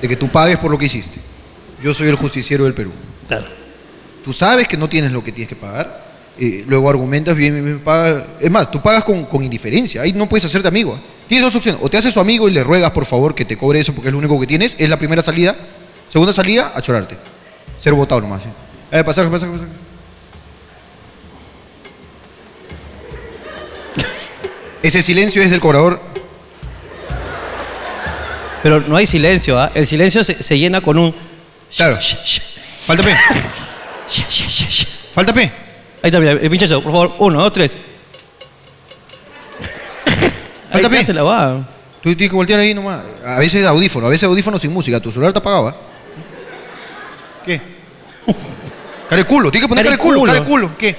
[SPEAKER 2] de que tú pagues por lo que hiciste. Yo soy el justiciero del Perú.
[SPEAKER 1] Claro.
[SPEAKER 2] Tú sabes que no tienes lo que tienes que pagar. eh, luego argumentas bien, bien, bien, paga. Es más, tú pagas con, con indiferencia. Ahí no puedes hacerte amigo. Tienes dos opciones. O te haces su amigo y le ruegas, por favor, que te cobre eso porque es lo único que tienes. Es la primera salida. Segunda salida, a chorarte. Ser votado nomás. ¿sí? Eh, pasaje, pasaje, pasaje. Ese silencio es del cobrador.
[SPEAKER 1] Pero no hay silencio, ¿ah? El silencio se, se llena con un. Claro.
[SPEAKER 2] Falta P. Falta P.
[SPEAKER 1] Ahí está, mira, eh, pinchazo, por favor. Uno, dos, tres.
[SPEAKER 2] Falta P. Tú tienes que voltear ahí nomás. A veces audífono, a veces audífono sin música. Tu celular ¿ah? te apagaba. ¿Qué? Cara de culo, tienes que poner cara de culo, cara de culo. ¿Qué?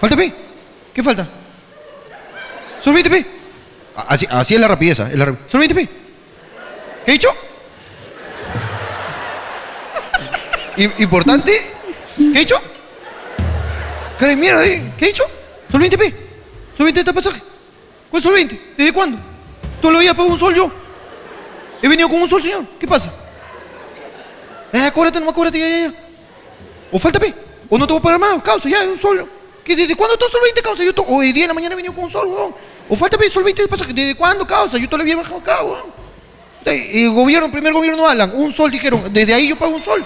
[SPEAKER 2] ¿Falta P? ¿Qué falta? Solo 20 P. A- Así, así es la rapidez. ah, Es la rap- Solo 20 P. ¿Qué he dicho? I- Importante. ¿Qué he dicho? Cara de mierda, ¿eh? ¿Qué he dicho? Solo 20 P. Solo 20 de este pasaje. ¿Cuál sol 20? ¿Desde cuándo? Todo lo días pago un sol yo. He venido con un sol, señor. ¿Qué pasa? Eh, cóbrate, nomás cóbrate, ya, ya, ya. O falta P. O no te voy a pagar más, causa, ya, un sol. ¿Qué, ¿Desde cuándo todo sol 20, causa? Yo to- hoy día en la mañana he venido con un sol, weón. O falta P, sol 20 de pasaje. ¿Desde cuándo, causa? Yo todavía había bajado acá, weón. Eh, eh, gobierno, primer gobierno, Alan. Un sol, dijeron. Desde ahí yo pago un sol.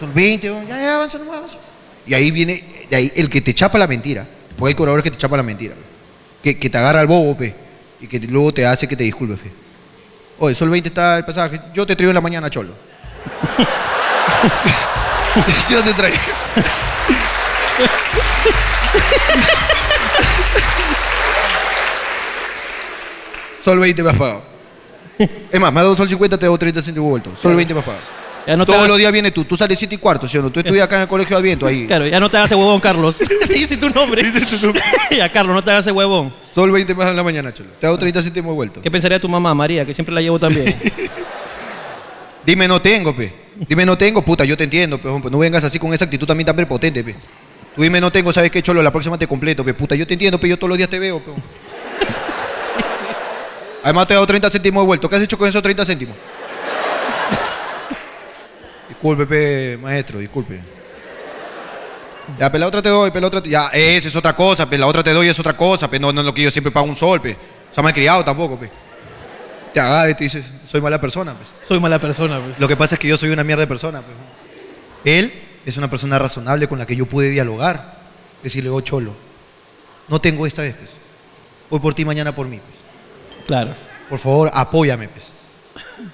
[SPEAKER 2] Sol 20, weón. Ya, ya, avanza nomás, avanza. Y ahí viene, de ahí, el que te chapa la mentira. Porque hay cobradores que te chapan la mentira. Que, que te agarra el bobo, pe. Y que te- luego te hace que te disculpes, pe. Oye, sol 20 está el pasaje. Yo te traigo en la mañana, cholo. Yo te traigo. Sol 20 me has pagado. Es más, me has dado sol 50, te debo 30 centavos vueltos. Sol 20 me has pagado.
[SPEAKER 1] Ya no te
[SPEAKER 2] Todos
[SPEAKER 1] hagas-
[SPEAKER 2] los días vienes tú. Tú sales 7 y cuarto, ¿sí o no? Tú estudias acá en el colegio de Adviento, ahí.
[SPEAKER 1] Claro, ya no te hagas el huevón, Carlos. Dice tu nombre. ya, Carlos, no te hagas el huevón.
[SPEAKER 2] Sol 20 más en la mañana, chulo. Te hago 30 céntimos vuelto.
[SPEAKER 1] ¿Qué pensaría tu mamá, María, que siempre la llevo también?
[SPEAKER 2] Dime no tengo, pe. Dime no tengo, puta, yo te entiendo, pe. No vengas así con esa actitud también tan prepotente, pe. Tú dime no tengo, ¿sabes qué, cholo? La próxima te completo, pe. Puta, yo te entiendo, pe. Yo todos los días te veo, pe. Además te he dado 30 céntimos de vuelto. ¿Qué has hecho con esos 30 céntimos? Disculpe, pe, maestro, disculpe. Ya, pe, la otra te doy, pe, la otra te... Ya, esa es otra cosa, pe. La otra te doy es otra cosa, pe. No, no es lo que yo siempre pago un sol, pe. O sea, malcriado tampoco, pe. Te agarra y te dices, soy mala persona, pe.
[SPEAKER 1] Soy mala persona, pues.
[SPEAKER 2] Lo que pasa es que yo soy una mierda de persona. pues. Él es una persona razonable con la que yo pude dialogar. Decirle, oh, cholo, no tengo esta vez. Pues. Hoy por ti, mañana por mí. pues.
[SPEAKER 1] Claro.
[SPEAKER 2] Por favor, apóyame. Pues.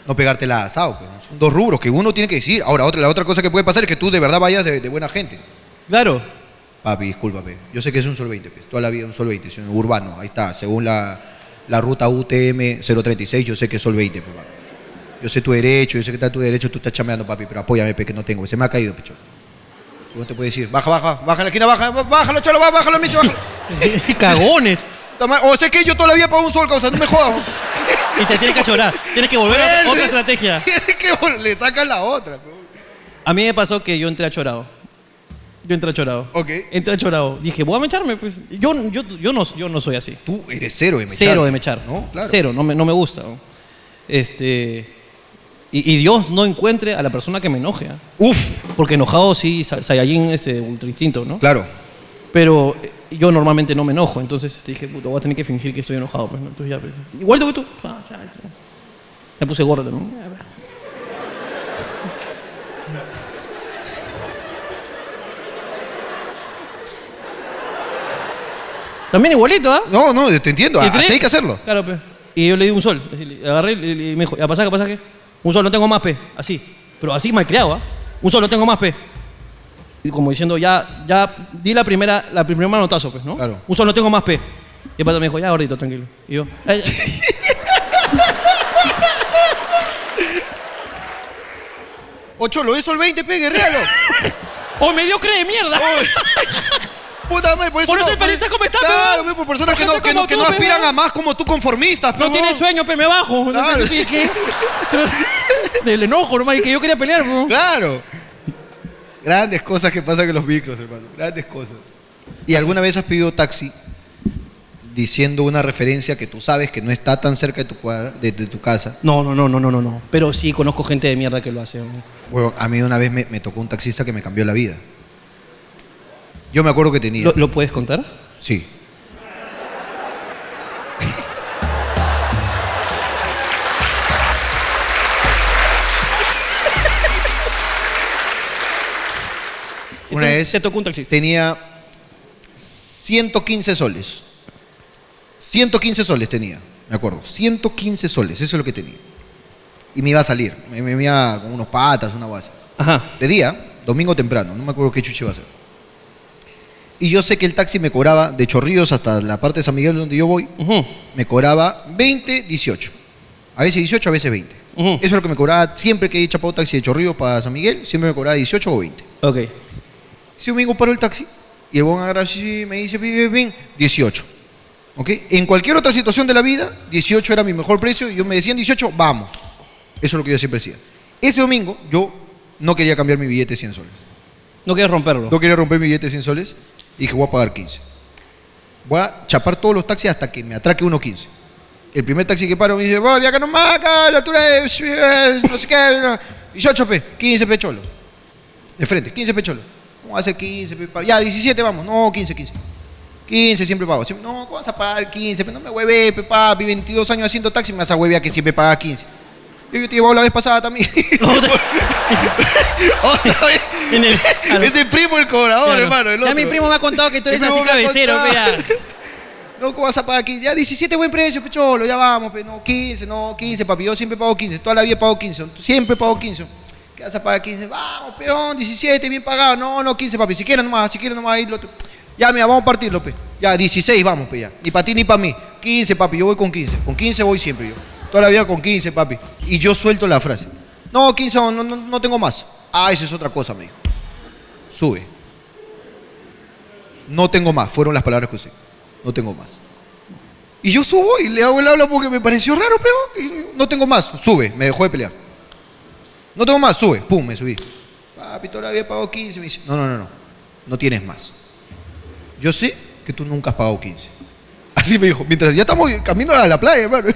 [SPEAKER 2] No pegarte la asado. pues. Son dos rubros que uno tiene que decir. Ahora, otra, la otra cosa que puede pasar es que tú de verdad vayas de, de buena gente.
[SPEAKER 1] Claro.
[SPEAKER 2] Papi, discúlpame. Yo sé que es un sol 20, pues. toda la vida un sol 20, señor, urbano. Ahí está, según la, la ruta UTM 036, yo sé que es sol 20, pues, papi. Yo sé tu derecho, yo sé que está tu derecho, tú estás chameando, papi, pero apóyame, pe, que no tengo. Se me ha caído, pues, pecho. Tú no te puedes decir, baja, baja, baja en la esquina, baja, ba- bájalo, cholo, ba- bájalo, micho, bájalo.
[SPEAKER 1] Cagones.
[SPEAKER 2] Toma- O sé que yo toda la vida pago un sol, causa, no me jodas.
[SPEAKER 1] Y te tienes que chorar. Tienes que volver a otra estrategia.
[SPEAKER 2] Tienes que vol- le sacas la otra. pe.
[SPEAKER 1] A mí me pasó que yo entré achorado. Yo entré achorado. Ok. Entré achorado. Dije, voy a mecharme, pues. Yo, yo, yo, no, yo no soy así. Tú
[SPEAKER 2] eres cero de mechar.
[SPEAKER 1] Cero de mechar.
[SPEAKER 2] ¿No? Claro.
[SPEAKER 1] Cero, no me, no me gusta. ¿no? Este... Y, y Dios no encuentre a la persona que me enoje. ¿ah? Uf. Porque enojado sí, Sa- Saiyajin es eh, ultra instinto, ¿no?
[SPEAKER 2] Claro.
[SPEAKER 1] Pero eh, yo normalmente no me enojo, entonces este, dije, puta, voy a tener que fingir que estoy enojado. Pues, ¿no? Entonces ya, pues, igual que tú. Ah, ya, ya. Me puse gordo, ¿no? También igualito, ¿ah?
[SPEAKER 2] No, no, yo te entiendo.
[SPEAKER 1] ¿Y
[SPEAKER 2] a-
[SPEAKER 1] crees?
[SPEAKER 2] Así hay que hacerlo.
[SPEAKER 1] Claro, pe. Y yo le di un sol. Así, le agarré y le- y me dijo, ¿a pasaje, pasaje? Un sol, no tengo más, pe. Así. Pero así malcriado, ¿ah? Un sol, no tengo más, pe. Y como diciendo, ya, ya, di la primera, la primera manotazo, pues, ¿no? Claro. Un sol, no tengo más, pe. Y el pata me dijo, ya, gordito, tranquilo. Y yo, "Eh, "Ay".
[SPEAKER 2] O Cholo, eso el 20, pegue, realo.
[SPEAKER 1] ¡Oh, me dio cree, mierda!
[SPEAKER 2] Puta madre, por eso.
[SPEAKER 1] Por eso
[SPEAKER 2] no,
[SPEAKER 1] el panita como está,
[SPEAKER 2] Claro,
[SPEAKER 1] pe,
[SPEAKER 2] pe, por personas
[SPEAKER 1] por
[SPEAKER 2] que no,
[SPEAKER 1] gente
[SPEAKER 2] que no-
[SPEAKER 1] como
[SPEAKER 2] que
[SPEAKER 1] tú,
[SPEAKER 2] no
[SPEAKER 1] pe,
[SPEAKER 2] aspiran
[SPEAKER 1] weón.
[SPEAKER 2] a más como tú conformistas,
[SPEAKER 1] No tiene sueño, pe, me bajo.
[SPEAKER 2] Claro.
[SPEAKER 1] ¿Qué- qué? Pero- Del enojo, nomás, y que yo quería pelear, ¿no?
[SPEAKER 2] Claro. Grandes cosas que pasan en los micros, hermano. Grandes cosas. ¿Y alguna vez has pedido taxi diciendo una referencia que tú sabes que no está tan cerca de tu cuadra, de, de tu casa?
[SPEAKER 1] No, no, no, no, no, no, no. Pero sí conozco gente de mierda que lo hace. ¿no?
[SPEAKER 2] Huevón, a mí una vez me, me tocó un taxista que me cambió la vida. Yo me acuerdo que tenía.
[SPEAKER 1] ¿Lo, lo puedes contar?
[SPEAKER 2] Sí. Una vez tenía 115 soles. 115 soles tenía, me acuerdo. 115 soles, eso es lo que tenía. Y me iba a salir, me, me- me iba con unos patas, una base. De día, domingo temprano, no me acuerdo qué chuche iba a ser. Y yo sé que el taxi me cobraba de Chorrillos hasta la parte de San Miguel donde yo voy, me cobraba 20, 18. A veces 18, a veces 20. Eso es lo que me cobraba siempre que he chapado taxi de Chorrillos para San Miguel, siempre me cobraba 18 o 20.
[SPEAKER 1] Ok.
[SPEAKER 2] Si un domingo paro el taxi y el buen agarra así y me dice, pim, pim, pim, 18. ¿Ok? En cualquier otra situación de la vida, 18 era mi mejor precio y yo me decían 18, vamos. Eso es lo que yo siempre decía. Ese domingo yo no quería cambiar mi billete de 100 soles.
[SPEAKER 1] No quería romperlo.
[SPEAKER 2] No quería romper mi billete de 100 soles y dije, voy a pagar 15. Voy a chapar todos los taxis hasta que me atraque uno 15. El primer taxi que paro me dice, voy acá nomás, acá, la altura de... eh, no sé qué, no". 18 pe, 15 pe cholo. De frente, 15 pe cholo. ¿Cómo hace 15 pe? pago? Ya, 17 vamos. No, 15, 15. 15 siempre pago. Siempre, no, ¿cómo vas a pagar 15? pe? No me hueve, pe, papi. 22 años haciendo taxi, me vas a huevear que siempre pagas 15. Yo, yo te he llevado la vez pasada también. Otra vez. Es el primo el cobrador,
[SPEAKER 1] Claro.
[SPEAKER 2] hermano. el
[SPEAKER 1] Ya
[SPEAKER 2] otro.
[SPEAKER 1] mi primo me ha contado que tú eres
[SPEAKER 2] Mi primo
[SPEAKER 1] así
[SPEAKER 2] me ha
[SPEAKER 1] cabecero,
[SPEAKER 2] contado.
[SPEAKER 1] pe,
[SPEAKER 2] No, ¿cómo vas a pagar 15? Ya 17 buen precio, pecholo, ya vamos, pe. No, 15, no, 15, papi. Yo siempre pago 15. Toda la vida pago 15. Siempre pago 15. ¿Qué vas a pagar 15? Vamos, peón, 17, bien pagado. No, no, 15, papi. Si quieres nomás, si quieres nomás ahí lo otro. Ya, mira, vamos a partirlo, pe. Ya, 16 vamos, pe, ya. Ni para ti ni para mí. 15, papi, yo voy con 15. Con 15 voy siempre yo. Toda la vida con 15, papi. Y yo suelto la frase. No, 15, no, no, no tengo más. Ah, esa es otra cosa, me dijo. Sube. No tengo más, fueron las palabras que usé. No tengo más. Y yo subo y le hago el habla porque me pareció raro, pero no tengo más. Sube, me dejó de pelear. No tengo más, sube. Pum, me subí. Papi, todavía pagó 15. Me dice, no, no, no, no. No tienes más. Yo sé que tú nunca has pagado 15. Así me dijo, mientras ya estamos camino a la playa, hermano.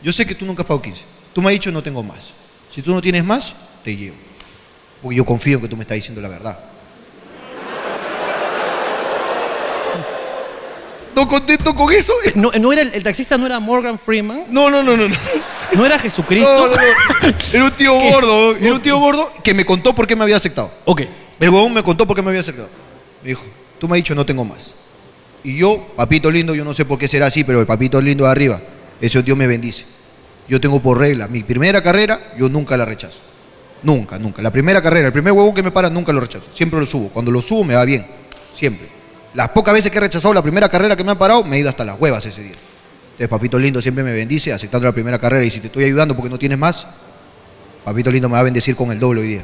[SPEAKER 2] Yo sé que tú nunca has pagado 15. Tú me has dicho no tengo más. Si tú no tienes más, te llevo. Porque yo confío en que tú me estás diciendo la verdad. No contento con eso.
[SPEAKER 1] Eh, No, no era el, el taxista no era Morgan Freeman.
[SPEAKER 2] No, no, no, no.
[SPEAKER 1] No, era Jesucristo.
[SPEAKER 2] No, no, no. Era un tío gordo, era un tío gordo que me contó por qué me había aceptado.
[SPEAKER 1] Ok.
[SPEAKER 2] El huevón me contó por qué me había aceptado. Me dijo, tú me has dicho no tengo más. Y yo, papito lindo, yo no sé por qué será así, pero el papito lindo de arriba, eso Dios me bendice. Yo tengo por regla, mi primera carrera, yo nunca la rechazo. Nunca, nunca. La primera carrera, el primer huevón que me para, nunca lo rechazo. Siempre lo subo. Cuando lo subo me va bien. Siempre. Las pocas veces que he rechazado la primera carrera que me han parado, me he ido hasta las huevas ese día. Entonces, papito lindo siempre me bendice aceptando la primera carrera. Y si te estoy ayudando porque no tienes más, papito lindo me va a bendecir con el doble hoy día.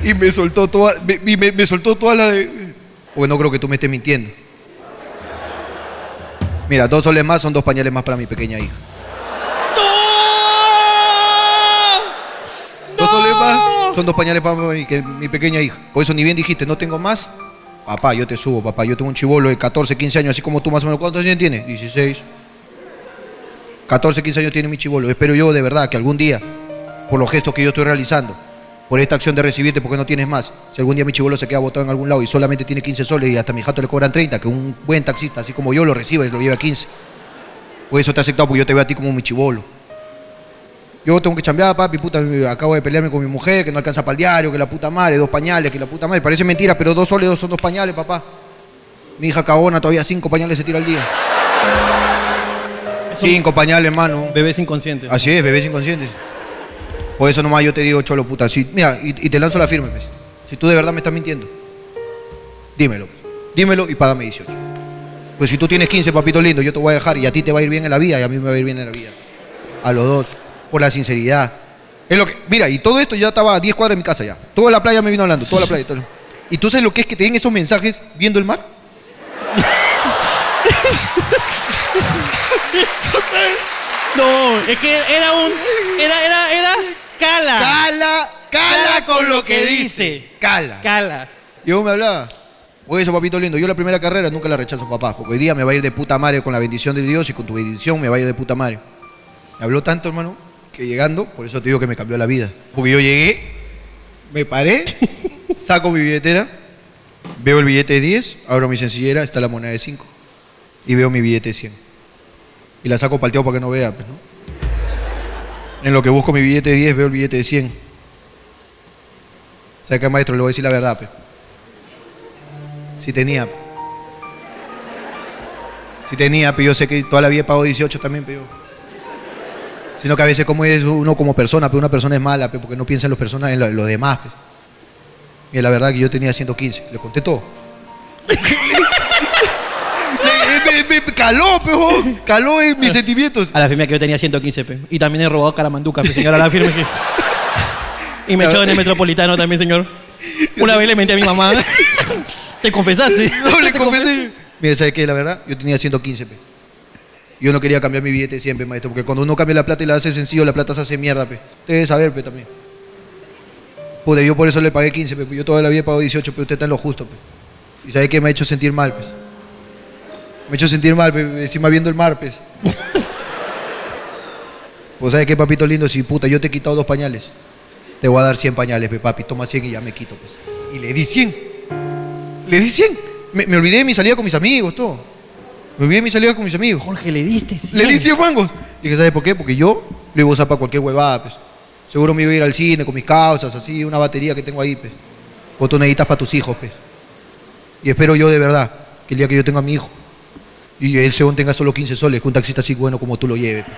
[SPEAKER 2] y me soltó toda, me, y me- me soltó toda la de. Porque no creo que tú me estés mintiendo. Mira, dos soles más son dos pañales más para mi pequeña hija.
[SPEAKER 5] ¡No!
[SPEAKER 2] son dos pañales para mi, que mi pequeña hija. Por eso ni bien dijiste, no tengo más. Papá, yo te subo, papá. Yo tengo un chivolo de 14, 15 años, así como tú más o menos. ¿Cuántos años tiene? 16. 14, 15 años tiene mi chivolo. Espero yo de verdad que algún día, por los gestos que yo estoy realizando, por esta acción de recibirte porque no tienes más, si algún día mi chivolo se queda botado en algún lado y solamente tiene 15 soles y hasta a mi jato le cobran 30, que un buen taxista, así como yo, lo reciba y lo lleve a 15. Por eso te he aceptado porque yo te veo a ti como mi chivolo. Yo tengo que chambear, papi, puta, acabo de pelearme con mi mujer, que no alcanza para el diario, que la puta madre, dos pañales, que la puta madre. Parece mentira, pero dos soles dos son dos pañales, papá. Mi hija cabona, todavía cinco pañales se tira al día. Cinco pañales, hermano.
[SPEAKER 1] Bebés inconscientes.
[SPEAKER 2] Así es, bebés inconscientes. Por eso nomás yo te digo, cholo, puta. Si, mira, y, y te lanzo la firme, pues. Si tú de verdad me estás mintiendo, dímelo. pues. Dímelo y págame 18. Pues si tú tienes 15, papito lindo, yo te voy a dejar y a ti te va a ir bien en la vida y a mí me va a ir bien en la vida. A los dos, por la sinceridad. Es lo que, mira, y todo esto yo estaba a 10 cuadras de mi casa ya. Toda la playa me vino hablando, toda la playa. todo. ¿Y tú sabes lo que es que te den esos mensajes viendo el mar?
[SPEAKER 1] No, es que era un. Era, era, era. Cala.
[SPEAKER 2] Cala, cala con lo que dice. Cala.
[SPEAKER 1] Cala.
[SPEAKER 2] Y vos me hablaba. Por eso, papito lindo, yo la primera carrera nunca la rechazo, papá, porque hoy día me va a ir de puta madre con la bendición de Dios y con tu bendición me va a ir de puta madre. Me habló tanto, hermano, que llegando, por eso te digo que me cambió la vida. Porque yo llegué, me paré, saco mi billetera, veo el billete de 10, abro mi sencillera, está la moneda de 5. Y veo mi billete de 100. Y la saco palteado para que no vea, pues, ¿no? En lo que busco mi billete de 10, veo el billete de 100. ¿Sabe qué, maestro? Le voy a decir la verdad, pues. Si tenía. pe. Si tenía, pero yo sé que toda la vida he pagado 18 también, pero Sino que a veces como es uno como persona, pero una persona es mala, pe, porque no piensa en los personas, en lo- los demás. pe. Y la verdad que yo tenía 115, le conté todo. me, me- me caló, pero caló en mis sentimientos.
[SPEAKER 1] A la firme que yo tenía 115, pe. Y también he robado caramanduca, pe, señor, a la firme. Y me echó en el metropolitano también, señor. Una vez le mentí a mi mamá. Te confesaste.
[SPEAKER 2] No, le confesé. Mira, ¿sabes qué? La verdad, yo tenía 115 pe. Yo no quería cambiar mi billete siempre, maestro, porque cuando uno cambia la plata y la hace sencillo, la plata se hace mierda, pe. Usted debe saber, pe, también. Pude, yo por eso le pagué 15, pe. pues Yo toda la vida he pagado 18, pero usted está en lo justo, pe. ¿Y sabe qué? Me ha hecho sentir mal, pe. Me ha hecho sentir mal, pe. Encima viendo el mar, pe. Pues, ¿sabes qué, papito lindo? Si, puta, yo te he quitado dos pañales. Te voy a dar 100 pañales, pe, papi. Toma 100 y ya me quito, pues. Y le di 100. Le di 100. Me, me olvidé de mi salida con mis amigos, todo. Me olvidé de mi salida con mis amigos.
[SPEAKER 1] Jorge, le diste 100.
[SPEAKER 2] Le di 100 mangos. Dije, ¿sabes por qué? Porque yo lo iba a usar para cualquier huevada, pues. Seguro me iba a ir al cine con mis causas, así, una batería que tengo ahí, pues. Botonaditas para tus hijos, pues. Y espero yo de verdad que el día que yo tenga a mi hijo y él según tenga solo 15 soles, que un taxista así bueno como tú lo lleve. pues.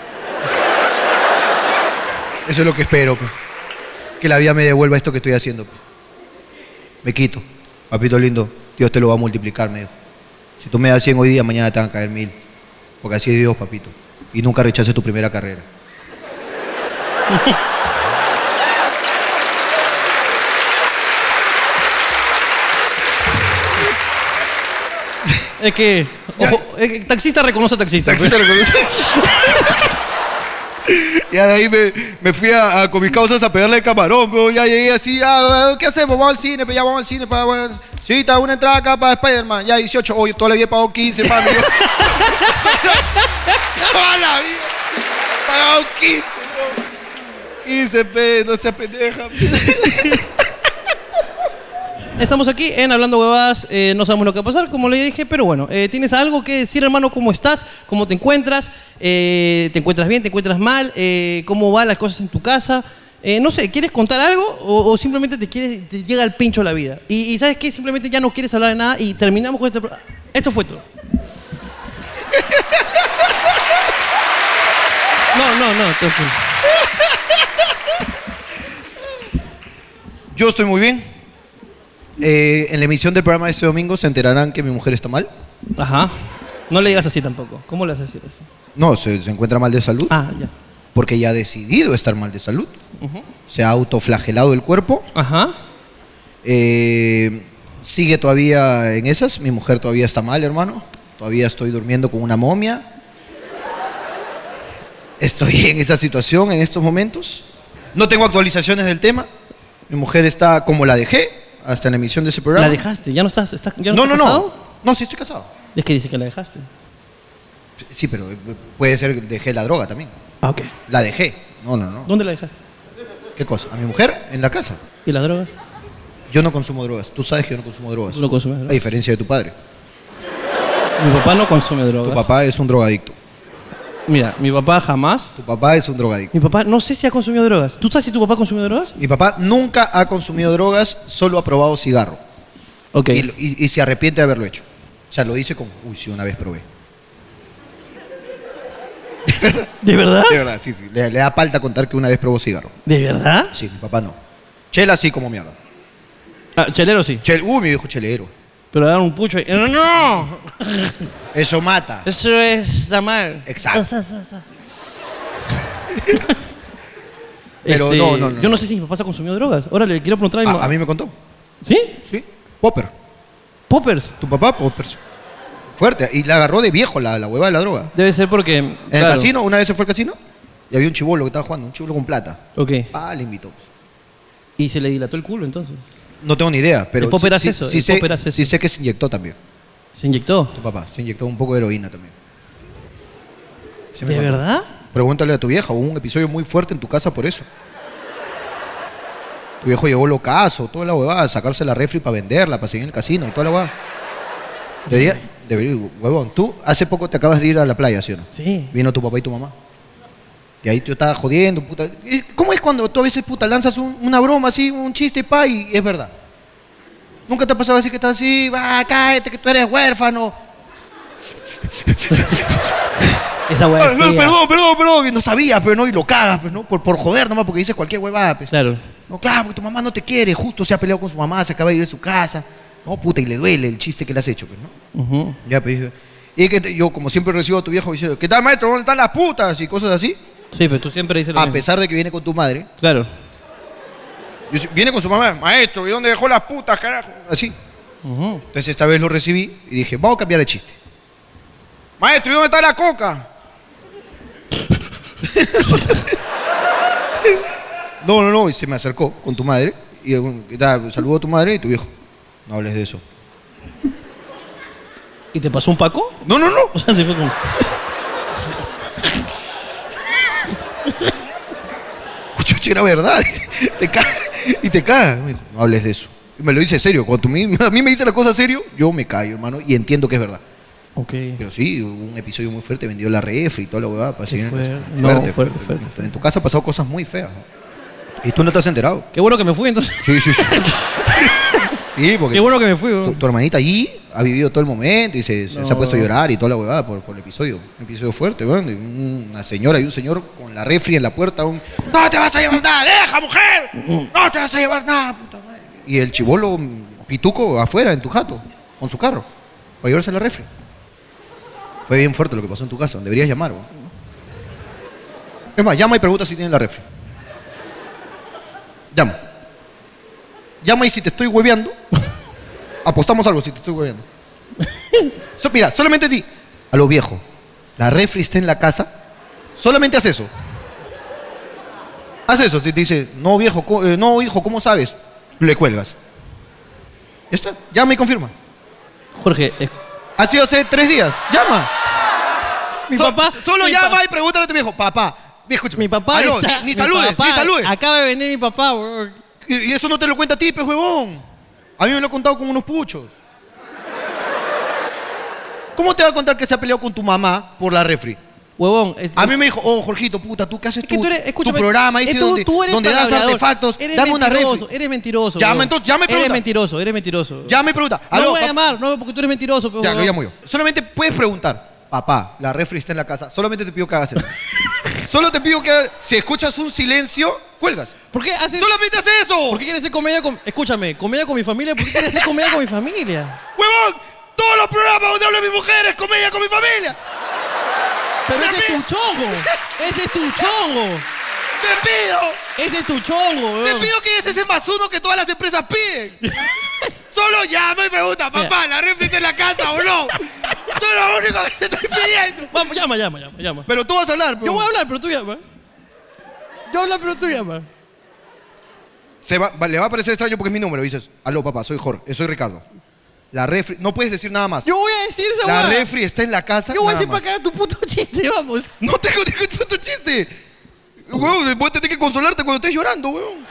[SPEAKER 2] Eso es lo que espero, pues. Que la vida me devuelva esto que estoy haciendo, pues. Me quito. Papito lindo, Dios te lo va a multiplicar, me dijo. Si tú me das 100 hoy día, mañana te van a caer 1000. Porque así es Dios, papito. Y nunca rechaces tu primera carrera.
[SPEAKER 1] Es que. ojo, es que taxista reconoce a taxista.
[SPEAKER 2] Taxista
[SPEAKER 1] pe.
[SPEAKER 2] reconoce. Ya de ahí me, me fui a, a- con mis causas a pegarle el camarón, pero ya llegué así, ah, ¿qué hacemos? Vamos al cine, pues ya vamos al cine. Para, Sí, está una entrada acá para Spider-Man, ya 18, hoy todavía he pagado 15, mami. Toda la vida. he Pagado 15, bro. 15, pe, no seas pendeja.
[SPEAKER 1] Estamos aquí en Hablando Huevadas, eh, no sabemos lo que va a pasar, como le dije, pero bueno, eh, ¿tienes algo que decir, hermano? ¿Cómo estás? ¿Cómo te encuentras? Eh, ¿Te encuentras bien? ¿Te encuentras mal? Eh, ¿Cómo van las cosas en tu casa? Eh, no sé, ¿quieres contar algo o, o simplemente te, quieres, te llega al pincho la vida? Y, y ¿sabes qué? Simplemente ya no quieres hablar de nada y terminamos con este... pro- Esto fue todo. No, no, no. esto fue-
[SPEAKER 2] Yo estoy muy bien. Eh, en la emisión del programa de este domingo se enterarán que mi mujer está mal.
[SPEAKER 1] Ajá. No le digas así tampoco. ¿Cómo le haces eso?
[SPEAKER 2] No, se, se encuentra mal de salud.
[SPEAKER 1] Ah, ya.
[SPEAKER 2] Porque ya ha decidido estar mal de salud.
[SPEAKER 1] Ujú.
[SPEAKER 2] Se ha autoflagelado el cuerpo.
[SPEAKER 1] Ajá.
[SPEAKER 2] Eh, sigue todavía en esas. Mi mujer todavía está mal, hermano. Todavía estoy durmiendo con una momia. Estoy en esa situación en estos momentos. No tengo actualizaciones del tema. Mi mujer está como la dejé hasta en la emisión de ese programa.
[SPEAKER 1] ¿La dejaste? ¿Ya no estás, estás- ya
[SPEAKER 2] no,
[SPEAKER 1] no,
[SPEAKER 2] no,
[SPEAKER 1] estás
[SPEAKER 2] no.
[SPEAKER 1] casado?
[SPEAKER 2] No, sí estoy casado.
[SPEAKER 1] Es que dice que la dejaste.
[SPEAKER 2] Sí, pero eh, puede ser que dejé la droga también.
[SPEAKER 1] Ah, ok.
[SPEAKER 2] La dejé. No, no, no.
[SPEAKER 1] ¿Dónde la dejaste?
[SPEAKER 2] ¿Qué cosa? ¿A mi mujer? ¿En la casa?
[SPEAKER 1] ¿Y las drogas?
[SPEAKER 2] Yo no consumo drogas. Tú sabes que yo no consumo drogas.
[SPEAKER 1] No consumes drogas.
[SPEAKER 2] A diferencia de tu padre.
[SPEAKER 1] Mi papá no consume drogas.
[SPEAKER 2] Tu papá es un drogadicto.
[SPEAKER 1] Mira, mi papá jamás.
[SPEAKER 2] Tu papá es un drogadicto.
[SPEAKER 1] Mi papá no sé si ha consumido drogas. ¿Tú sabes si tu papá consumió drogas?
[SPEAKER 2] Mi papá nunca ha consumido drogas, solo ha probado cigarro.
[SPEAKER 1] Ok.
[SPEAKER 2] Y, lo- y- y se arrepiente de haberlo hecho. O sea, lo dice con, uy, sí, una vez probé.
[SPEAKER 1] ¿De verdad?
[SPEAKER 2] De verdad, sí, sí. Le, le da falta contar que una vez probó cigarro.
[SPEAKER 1] ¿De verdad?
[SPEAKER 2] Sí, mi papá no. Chela sí como mierda.
[SPEAKER 1] Ah, chelero sí.
[SPEAKER 2] Chel, uh, mi viejo chelero.
[SPEAKER 1] Pero le dan un pucho y... ¡No, no!
[SPEAKER 2] Eso mata.
[SPEAKER 1] Eso está mal.
[SPEAKER 2] Exacto. Pero
[SPEAKER 1] Este,
[SPEAKER 2] no, no, no,
[SPEAKER 1] Yo no
[SPEAKER 2] no.
[SPEAKER 1] sé si mi papá se ha consumido drogas. Ahora le quiero preguntar a mi
[SPEAKER 2] A-
[SPEAKER 1] mamá.
[SPEAKER 2] a mí me contó.
[SPEAKER 1] ¿Sí?
[SPEAKER 2] Sí. Popper.
[SPEAKER 1] Poppers.
[SPEAKER 2] Tu papá, Poppers. Fuerte. Y la agarró de viejo la, la huevada de la droga.
[SPEAKER 1] Debe ser porque... En
[SPEAKER 2] En el casino, una vez se fue al casino y había un chivolo que estaba jugando, un chivolo con plata.
[SPEAKER 1] Ok.
[SPEAKER 2] Ah, le invitó.
[SPEAKER 1] Y se le dilató el culo entonces.
[SPEAKER 2] No tengo ni idea, pero.
[SPEAKER 1] El Popper
[SPEAKER 2] sí-
[SPEAKER 1] hace
[SPEAKER 2] sí-
[SPEAKER 1] eso,
[SPEAKER 2] Sí,
[SPEAKER 1] el
[SPEAKER 2] sé,
[SPEAKER 1] Popper hace
[SPEAKER 2] sí sé que se inyectó también.
[SPEAKER 1] ¿Se inyectó?
[SPEAKER 2] Tu papá, se inyectó un poco de heroína también. Sí me
[SPEAKER 1] ¿De
[SPEAKER 2] contó.
[SPEAKER 1] verdad?
[SPEAKER 2] Pregúntale a tu vieja, hubo un episodio muy fuerte en tu casa por eso. Tu viejo llevó locazo, toda la huevada, sacarse la refri para venderla, para seguir en el casino y toda la huevada. Debería, debería, huevón, tú hace poco te acabas de ir a la playa, ¿sí o no?
[SPEAKER 1] Sí.
[SPEAKER 2] Vino tu papá y tu mamá. Y ahí tú estabas jodiendo, puta. ¿Y ¿Cómo es cuando tú a veces, puta, lanzas un- una broma así, un chiste, pa, y es verdad? Nunca te ha pasado así que estás así, va, cállate, que tú eres huérfano.
[SPEAKER 1] Esa hueá
[SPEAKER 2] Ah,
[SPEAKER 1] es
[SPEAKER 2] no,
[SPEAKER 1] fea.
[SPEAKER 2] perdón, perdón, perdón, y no sabía, pero no, y lo cagas, pues, ¿no? Por, por joder nomás, porque dices cualquier huevada, pues.
[SPEAKER 1] Claro.
[SPEAKER 2] No, claro, porque tu mamá no te quiere, justo se ha peleado con su mamá, se acaba de ir de su casa. No, puta, y le duele el chiste que le has hecho, pues, ¿no?
[SPEAKER 1] Ujú.
[SPEAKER 2] Ya, pues, dije, y es que te- yo, como siempre, recibo a tu viejo diciendo, ¿qué tal, maestro? ¿Dónde están las putas? Y cosas así.
[SPEAKER 1] Sí, pero tú siempre dices lo
[SPEAKER 2] A
[SPEAKER 1] mismo.
[SPEAKER 2] pesar de que viene con tu madre.
[SPEAKER 1] Claro.
[SPEAKER 2] Yo si- viene con su mamá, maestro, ¿y dónde dejó las putas, Ah, carajo? Así. Entonces esta vez lo recibí y dije, vamos a cambiar el chiste. Maestro, ¿y dónde está la coca? no, no, no, y se me acercó con tu madre. Y un- y da, saludó a tu madre y tu viejo. No hables de eso.
[SPEAKER 1] ¿Y te pasó un paco?
[SPEAKER 2] No, no, no.
[SPEAKER 1] O sea, se fue como...
[SPEAKER 2] Chucha, era verdad. te caga. Y te caga. Me dijo, no hables de eso. Y me lo dice serio. Cuando tú mi- a mí me dice la cosa serio, yo me callo, hermano, y entiendo que es verdad.
[SPEAKER 1] Ok.
[SPEAKER 2] Pero sí, hubo un episodio muy fuerte, vendió la refri y toda la huevada. Para seguir en el
[SPEAKER 1] fuerte.
[SPEAKER 2] casino.
[SPEAKER 1] No, fuerte, fuerte,
[SPEAKER 2] En tu casa ha pasado cosas muy feas. ¿no? Y tú no te has enterado.
[SPEAKER 1] Qué bueno que me fui entonces.
[SPEAKER 2] Sí, sí, sí. Sí, porque
[SPEAKER 1] Qué bueno que me fui.
[SPEAKER 2] tu,
[SPEAKER 1] weón.
[SPEAKER 2] tu hermanita allí ha vivido todo el momento y se, se- se
[SPEAKER 1] No.
[SPEAKER 2] ha puesto a llorar y toda la huevada por, por el episodio. Un episodio fuerte, weón. Y Una señora y un señor con la refri en la puerta. un- ¡No te vas a llevar nada! ¡Deja, mujer! ¡No te vas a llevar nada! puta madre! Y el chivolo mm, pituco afuera en tu jato, con su carro, para llevarse la refri. Fue bien fuerte lo que pasó en tu casa. Deberías llamar, weón. Es más, llama y pregunta si tienen la refri. Llama. Llama y si te estoy hueveando, apostamos algo si te estoy hueveando. So- mira, solamente di a lo viejo. La refri está en la casa. Solamente haz eso. Haz eso. Si te dice, no viejo, co- eh, no hijo, ¿cómo sabes? Le cuelgas. Ya está. Llama y confirma.
[SPEAKER 1] Jorge, eh, es-
[SPEAKER 2] Ha sido hace tres días. Llama. Mi
[SPEAKER 1] papá-
[SPEAKER 2] Solo
[SPEAKER 1] mi
[SPEAKER 2] llama
[SPEAKER 1] pa-
[SPEAKER 2] y pregúntale a tu viejo, papá. Viejo, escúchame.
[SPEAKER 1] Mi papá
[SPEAKER 2] Aló,
[SPEAKER 1] está-
[SPEAKER 2] ni
[SPEAKER 1] mi
[SPEAKER 2] saludes,
[SPEAKER 1] papá-
[SPEAKER 2] ni saludes.
[SPEAKER 1] Acaba de venir mi papá, weón.
[SPEAKER 2] Y, y eso no te lo cuenta a ti, pe huevón. A mí me lo ha contado con unos puchos. ¿Cómo te va a contar que se ha peleado con tu mamá por la refri?
[SPEAKER 1] Huevón.
[SPEAKER 2] A mí me dijo, oh, Jorgito, puta, ¿tú qué haces
[SPEAKER 1] que
[SPEAKER 2] tú?
[SPEAKER 1] tú eres, escúchame,
[SPEAKER 2] tu programa dice
[SPEAKER 1] eh, tú,
[SPEAKER 2] donde,
[SPEAKER 1] tú eres
[SPEAKER 2] donde das
[SPEAKER 1] palabreador,
[SPEAKER 2] artefactos.
[SPEAKER 1] Eres
[SPEAKER 2] Dame una
[SPEAKER 1] mentiroso,
[SPEAKER 2] refri.
[SPEAKER 1] Eres mentiroso.
[SPEAKER 2] Llama,
[SPEAKER 1] huevón.
[SPEAKER 2] entonces, llama y
[SPEAKER 1] Eres
[SPEAKER 2] pregunta.
[SPEAKER 1] mentiroso, eres mentiroso.
[SPEAKER 2] Ya me pregunta.
[SPEAKER 1] No
[SPEAKER 2] aló,
[SPEAKER 1] voy a
[SPEAKER 2] pap-
[SPEAKER 1] llamar, no, porque tú eres mentiroso. pe,
[SPEAKER 2] Ya, lo
[SPEAKER 1] huevón.
[SPEAKER 2] llamo yo. Solamente puedes preguntar, papá, la refri está en la casa. Solamente te pido que hagas eso. Solo te pido que hagas- si escuchas un silencio, cuelgas.
[SPEAKER 1] ¿Por qué haces,
[SPEAKER 2] ¡Solamente haces eso!
[SPEAKER 1] ¿Por qué quieres hacer comedia con... Escúchame, comedia con mi familia, ¿por qué quieres hacer comedia con mi familia?
[SPEAKER 2] ¡Huevón! Todos los programas donde hablan mis mujeres, comedia con mi familia.
[SPEAKER 1] Pero ese es tu chongo, ese es tu chongo,
[SPEAKER 2] ¡Te pido!
[SPEAKER 1] ese es tu chongo,
[SPEAKER 2] Te
[SPEAKER 1] huevón.
[SPEAKER 2] pido que es ese más uno que todas las empresas piden. Solo llama y pregunta, papá, ¿la refri está en la casa o no? Eso es lo único que te estoy pidiendo.
[SPEAKER 1] Vamos, llama, llama, llama, llama.
[SPEAKER 2] Pero tú vas a hablar. pues.
[SPEAKER 1] Yo voy a hablar, pero tú llama. Yo hablo, pero tú llama.
[SPEAKER 2] te va- va- le va a parecer extraño porque es mi número. Y dices, aló, papá, soy Jorge, soy Ricardo. La refri, no puedes decir nada más.
[SPEAKER 5] Yo voy a decir esa
[SPEAKER 2] La
[SPEAKER 5] huevada.
[SPEAKER 2] refri está en la casa.
[SPEAKER 5] Yo voy a
[SPEAKER 2] nada
[SPEAKER 5] decir para
[SPEAKER 2] más.
[SPEAKER 5] acá tu puto chiste, vamos.
[SPEAKER 2] No tengo ningún puto chiste. Huevón, voy a tener que consolarte cuando estés llorando, huevón.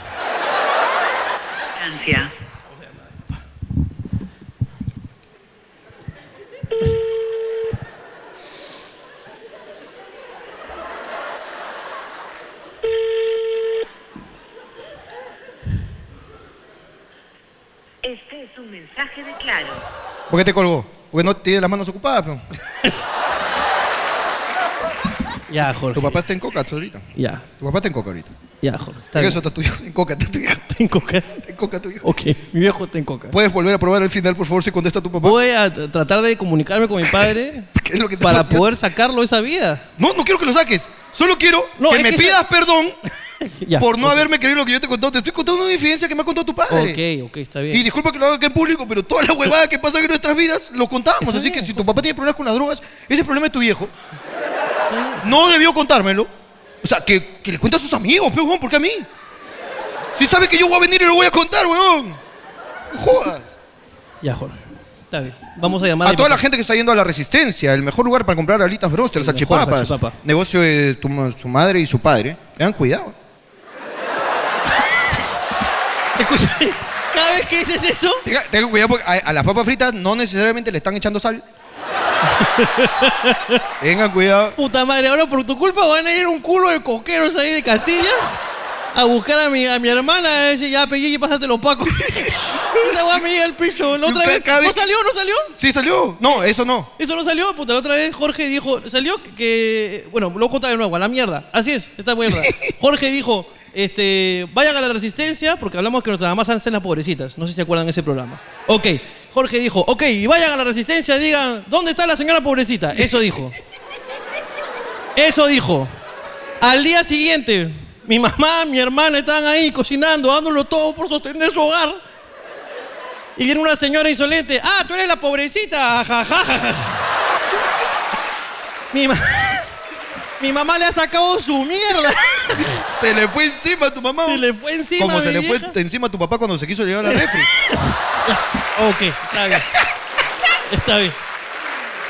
[SPEAKER 15] Este es un mensaje de Claro.
[SPEAKER 2] ¿Por qué te colgó? Porque no tiene las manos ocupadas, peón.
[SPEAKER 1] Ya, Jorge.
[SPEAKER 2] Tu papá está en coca ahorita.
[SPEAKER 1] Ya.
[SPEAKER 2] Tu papá está en coca ahorita.
[SPEAKER 1] Ya, Jorge.
[SPEAKER 2] Porque eso está tuyo. En coca está tu hijo.
[SPEAKER 1] en coca.
[SPEAKER 2] En coca tu hijo.
[SPEAKER 1] Ok, mi viejo está en coca.
[SPEAKER 2] ¿Puedes volver a probar el final, por favor, si contesta tu papá?
[SPEAKER 1] Voy a t- tratar de comunicarme con mi padre para poder sacarlo de esa vida.
[SPEAKER 2] No, no quiero que lo saques. Solo quiero
[SPEAKER 1] No,
[SPEAKER 2] que
[SPEAKER 1] es
[SPEAKER 2] me
[SPEAKER 1] que
[SPEAKER 2] pidas perdón
[SPEAKER 1] Ya,
[SPEAKER 2] por no
[SPEAKER 1] ok.
[SPEAKER 2] haberme creído lo que yo te he contado. Te estoy contando una diferencia que me ha contado tu padre.
[SPEAKER 1] Ok, ok, está bien.
[SPEAKER 2] Y disculpa que lo haga acá en público, pero toda la huevada que pasa en nuestras vidas lo contamos. Así que si tu papá tiene problemas con las drogas, ese problema es tu viejo. No debió contármelo. O sea, que, que le cuente a sus amigos, pero, weón, ¿por qué a mí? Si sabe que yo voy a venir y lo voy a contar, weón. Joda.
[SPEAKER 1] Ya, Jorge. Está bien. Vamos a llamar
[SPEAKER 2] A
[SPEAKER 1] mi
[SPEAKER 2] toda la
[SPEAKER 1] papá.
[SPEAKER 2] gente que está yendo a la Resistencia, el mejor lugar para comprar alitas broster,
[SPEAKER 1] mejor
[SPEAKER 2] salchipapas.
[SPEAKER 1] salchipapa.
[SPEAKER 2] Negocio de tu, ma- su madre y su padre. Tengan cuidado.
[SPEAKER 1] Escucha, cada vez que dices eso.
[SPEAKER 2] Tengan cuidado porque a, a las papas fritas no necesariamente le están echando sal. Tengan cuidado.
[SPEAKER 1] Puta madre, ahora por tu culpa van a ir un culo de coqueros ahí de Castilla a buscar a mi, a mi hermana. A decir, ya, Pellici, pásatelo, Paco. Esa weá me llega el picho. La otra
[SPEAKER 2] Cada-
[SPEAKER 1] vez.
[SPEAKER 2] cada
[SPEAKER 1] ¿No
[SPEAKER 2] vez-
[SPEAKER 1] salió? ¿No salió?
[SPEAKER 2] Sí, salió. No, eso no.
[SPEAKER 1] Eso no salió, puta. La otra vez Jorge dijo, salió que- que. Bueno, lo contar de nuevo, a la mierda. Así es, esta mierda. Jorge dijo, este, vayan a la resistencia, porque hablamos que nuestras mamás hacen las pobrecitas. No sé si se acuerdan de ese programa. Ok. Jorge dijo, ok, y vayan a la resistencia, digan, ¿dónde está la señora pobrecita? Eso dijo. Eso dijo. Al día siguiente, mi mamá, mi hermana estaban ahí cocinando, dándolo todo por sostener su hogar. Y viene una señora insolente. Ah, tú eres la pobrecita. Ja, ja, ja, ja. Mi, ma- mi mamá le ha sacado su mierda.
[SPEAKER 2] Se le fue encima a tu mamá.
[SPEAKER 1] Se le fue encima.
[SPEAKER 2] Como
[SPEAKER 1] mi
[SPEAKER 2] se le fue
[SPEAKER 1] vieja.
[SPEAKER 2] encima a tu papá cuando se quiso llevar a la refri.
[SPEAKER 1] ok, está bien. Está bien.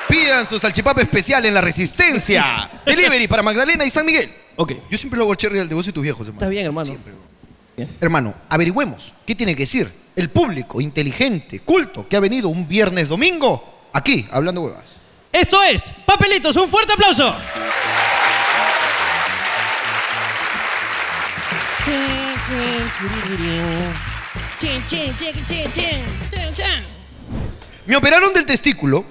[SPEAKER 2] Pidan su salchipapa especial en la Resistencia. Delivery para Magdalena y San Miguel.
[SPEAKER 1] Ok.
[SPEAKER 2] Yo siempre lo hago cherry al negocio de tus viejos, hermano.
[SPEAKER 1] Está bien, hermano.
[SPEAKER 2] Hermano, averigüemos qué tiene que decir el público inteligente, culto, que ha venido un viernes domingo aquí hablando huevas.
[SPEAKER 1] Esto es Papelitos. Un fuerte aplauso.
[SPEAKER 2] Me operaron del testículo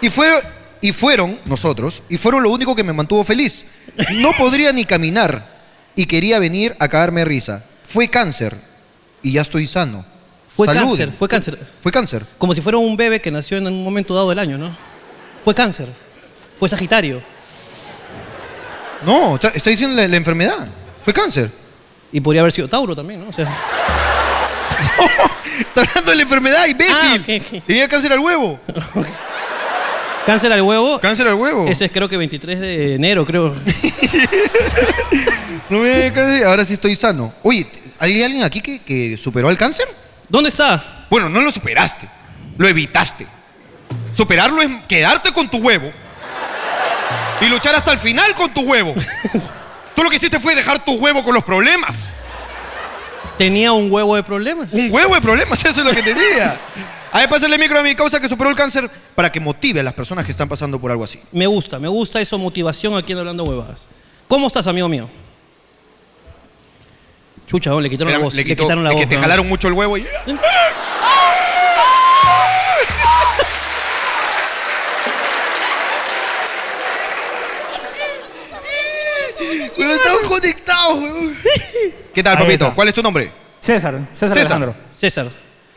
[SPEAKER 2] y fueron, y fueron nosotros, y fueron lo único que me mantuvo feliz. No podría ni caminar y quería venir a cagarme de risa. Fue cáncer y ya estoy sano.
[SPEAKER 1] Fue
[SPEAKER 2] Saluden.
[SPEAKER 1] cáncer, fue cáncer.
[SPEAKER 2] Fue cáncer.
[SPEAKER 1] Como si fuera un bebé que nació en un momento dado del año, ¿no? Fue cáncer. Fue Sagitario.
[SPEAKER 2] No, está, está diciendo la, la enfermedad. Fue cáncer.
[SPEAKER 1] Y podría haber sido Tauro también, ¿no? O sea.
[SPEAKER 2] Está hablando de la enfermedad, imbécil.
[SPEAKER 1] Ah,
[SPEAKER 2] Tenía cáncer al huevo.
[SPEAKER 1] Cáncer al huevo.
[SPEAKER 2] Cáncer al huevo.
[SPEAKER 1] Ese es creo que 23 de enero, creo.
[SPEAKER 2] No me hagas cáncer, ahora sí estoy sano. Oye, ¿hay alguien aquí que, que superó el cáncer?
[SPEAKER 1] ¿Dónde está?
[SPEAKER 2] Bueno, no lo superaste. Lo evitaste. Superarlo es quedarte con tu huevo y luchar hasta el final con tu huevo. Tú lo que hiciste fue dejar tu huevo con los problemas.
[SPEAKER 1] Tenía un huevo de problemas.
[SPEAKER 2] Un huevo de problemas, eso es lo que tenía. A ver, pásale el micro a mi causa que superó el cáncer para que motive a las personas que están pasando por algo así.
[SPEAKER 1] Me gusta, me gusta eso, motivación aquí en Hablando Huevadas. ¿Cómo estás, amigo mío? Chucha, oh, le quitaron la
[SPEAKER 2] Espérame,
[SPEAKER 1] voz.
[SPEAKER 2] le
[SPEAKER 1] Le,
[SPEAKER 2] quitó-
[SPEAKER 1] quitaron la
[SPEAKER 2] es
[SPEAKER 1] voz.
[SPEAKER 2] que te
[SPEAKER 1] ¿no?
[SPEAKER 2] jalaron mucho el huevo y- Pero estamos conectados, weón. ¿Qué tal,
[SPEAKER 16] Ahí
[SPEAKER 2] papito?
[SPEAKER 16] está.
[SPEAKER 2] ¿Cuál es tu nombre?
[SPEAKER 16] César, César, Alejandro.
[SPEAKER 1] César.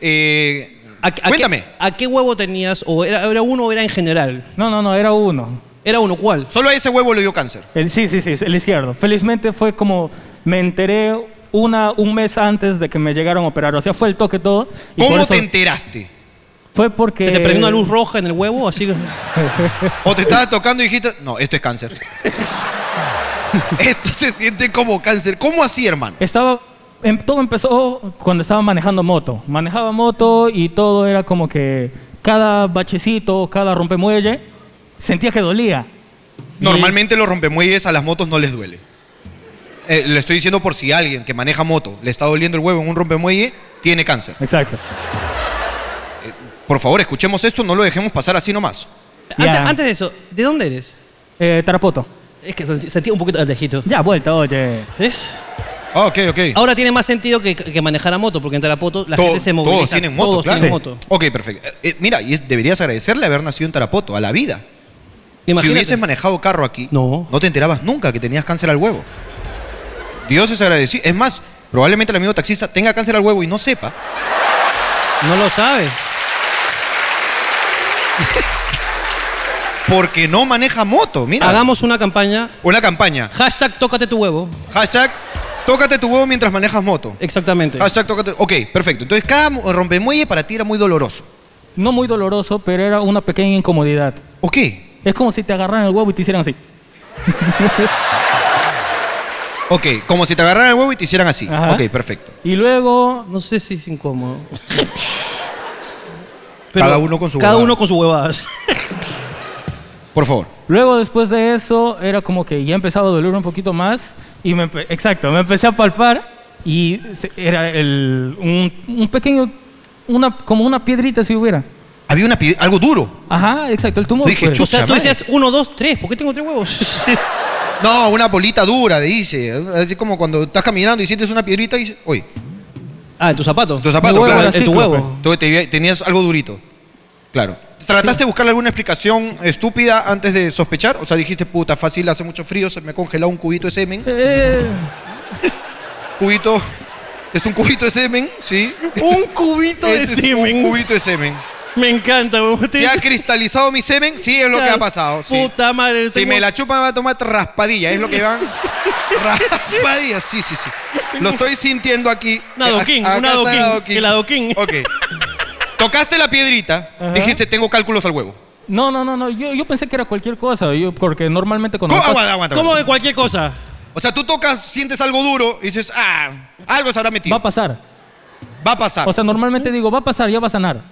[SPEAKER 2] Eh, cuéntame.
[SPEAKER 1] ¿A qué huevo tenías? ¿O era, era uno o era en general?
[SPEAKER 16] No, no, no, era uno.
[SPEAKER 1] ¿Era uno cuál?
[SPEAKER 2] Solo a ese huevo le dio cáncer.
[SPEAKER 16] El, sí, sí, sí, el izquierdo. Felizmente fue como me enteré una, un mes antes de que me llegaron a operar. O sea, fue el toque todo. y por
[SPEAKER 2] ¿Cómo
[SPEAKER 16] eso
[SPEAKER 2] te enteraste?
[SPEAKER 16] Fue porque...
[SPEAKER 1] ¿Se te prendió una luz roja en el huevo? Así que-
[SPEAKER 2] ¿O te estabas tocando y dijiste, no, esto es cáncer? esto se siente como cáncer. ¿Cómo así, hermano?
[SPEAKER 16] Estaba em- todo empezó cuando estaba manejando moto. Manejaba moto y todo era como que cada bachecito, cada rompemuelle, sentía que dolía.
[SPEAKER 2] Normalmente los rompemuelles a las motos no les duele. Eh, le estoy diciendo por si alguien que maneja moto le está doliendo el huevo en un rompemuelle, tiene cáncer. Eh,
[SPEAKER 16] Exacto.
[SPEAKER 2] por favor, escuchemos esto, no lo dejemos pasar así nomás.
[SPEAKER 1] Antes, antes de eso, ¿de dónde eres?
[SPEAKER 16] Eh, Tarapoto.
[SPEAKER 1] Es que sentí- sentí un poquito al lejito.
[SPEAKER 16] Ya, vuelta, oye.
[SPEAKER 1] ¿Ves?
[SPEAKER 2] Ah, ok, ok.
[SPEAKER 1] Ahora tiene más sentido que, que manejar a moto, porque en Tarapoto la
[SPEAKER 2] Todo-
[SPEAKER 1] gente se moviliza.
[SPEAKER 2] Todos tienen moto,
[SPEAKER 1] Todos
[SPEAKER 2] claro.
[SPEAKER 1] tienen moto.
[SPEAKER 2] Ok, perfecto. Eh, eh, mira, y es- deberías agradecerle haber nacido en Tarapoto, a la vida.
[SPEAKER 1] Imagínate.
[SPEAKER 2] Si hubieses manejado carro aquí, no. te enterabas nunca que tenías cáncer al huevo. Dios es agradecido. Es más, probablemente el amigo taxista tenga cáncer al huevo y no sepa.
[SPEAKER 1] No lo sabe.
[SPEAKER 2] Porque no maneja moto, mira.
[SPEAKER 1] Hagamos una campaña.
[SPEAKER 2] Una campaña.
[SPEAKER 1] Hashtag tócate tu huevo.
[SPEAKER 2] Hashtag tócate tu huevo mientras manejas moto.
[SPEAKER 1] Exactamente.
[SPEAKER 2] Hashtag tócate. Ok, perfecto. Entonces cada mo- rompemuelle para ti era muy doloroso.
[SPEAKER 16] No muy doloroso, pero era una pequeña incomodidad.
[SPEAKER 2] ¿O qué?
[SPEAKER 16] Es como si te agarraran el huevo y te hicieran así.
[SPEAKER 2] Ok, como si te agarraran el huevo y te hicieran así.
[SPEAKER 16] Ajá.
[SPEAKER 2] Ok, perfecto.
[SPEAKER 16] Y luego.
[SPEAKER 1] No sé si es incómodo.
[SPEAKER 2] cada uno con su
[SPEAKER 1] Cada
[SPEAKER 2] huevada.
[SPEAKER 1] uno con sus huevadas.
[SPEAKER 2] Por favor.
[SPEAKER 16] Luego, después de eso, era como que ya empezaba a doler un poquito más. Y me empe- exacto, me empecé a palpar y se- era el- un, un pequeño. Una, como una piedrita, si hubiera.
[SPEAKER 2] Había una piedra, algo duro.
[SPEAKER 16] Ajá, exacto, el tumor. pues.
[SPEAKER 1] o sea, tú decías uno, dos, tres. ¿Por qué tengo tres huevos?
[SPEAKER 2] No, una bolita dura, dice. Así como cuando estás caminando y sientes una piedrita y dices, oye.
[SPEAKER 1] Ah, en tu zapato.
[SPEAKER 2] Tu zapato,
[SPEAKER 1] Mi huevo
[SPEAKER 2] claro.
[SPEAKER 1] era En tu cíclope. huevo.
[SPEAKER 2] Tú te- tenías algo durito. Claro. ¿Trataste de buscarle alguna explicación estúpida antes de sospechar? O sea, dijiste, puta, fácil, hace mucho frío, se me ha congelado un cubito de semen.
[SPEAKER 1] Eh.
[SPEAKER 2] cubito. Es un cubito de semen, sí.
[SPEAKER 1] Un cubito de
[SPEAKER 2] Este es
[SPEAKER 1] semen.
[SPEAKER 2] Un cubito de semen.
[SPEAKER 1] Me encanta, huevo.
[SPEAKER 2] ¿Se ha cristalizado mi semen? Sí, es lo que
[SPEAKER 1] Claro.
[SPEAKER 2] ha pasado. sí.
[SPEAKER 1] Puta madre.
[SPEAKER 2] Si me la chupa me va a tomar raspadilla, es lo que van. raspadilla, sí, sí, sí. Lo estoy sintiendo aquí.
[SPEAKER 1] Una
[SPEAKER 2] Ac-
[SPEAKER 1] doquín,
[SPEAKER 2] acá
[SPEAKER 1] una
[SPEAKER 2] está
[SPEAKER 1] doquín, el adoquín.
[SPEAKER 2] Ok. Tocaste la piedrita, dijiste, tengo cálculos al huevo.
[SPEAKER 16] No, no, no, no. Yo, yo pensé que era cualquier cosa. Yo, porque normalmente cuando.
[SPEAKER 2] ¿Cómo?
[SPEAKER 16] me pasa-
[SPEAKER 2] Aguanta, aguanta, ¿Cómo
[SPEAKER 1] de cualquier cosa?
[SPEAKER 2] O sea, tú tocas, sientes algo duro y dices, ah, algo se habrá metido.
[SPEAKER 16] Va a pasar.
[SPEAKER 2] Va a pasar.
[SPEAKER 16] O sea, normalmente digo, va a pasar, ya va a sanar.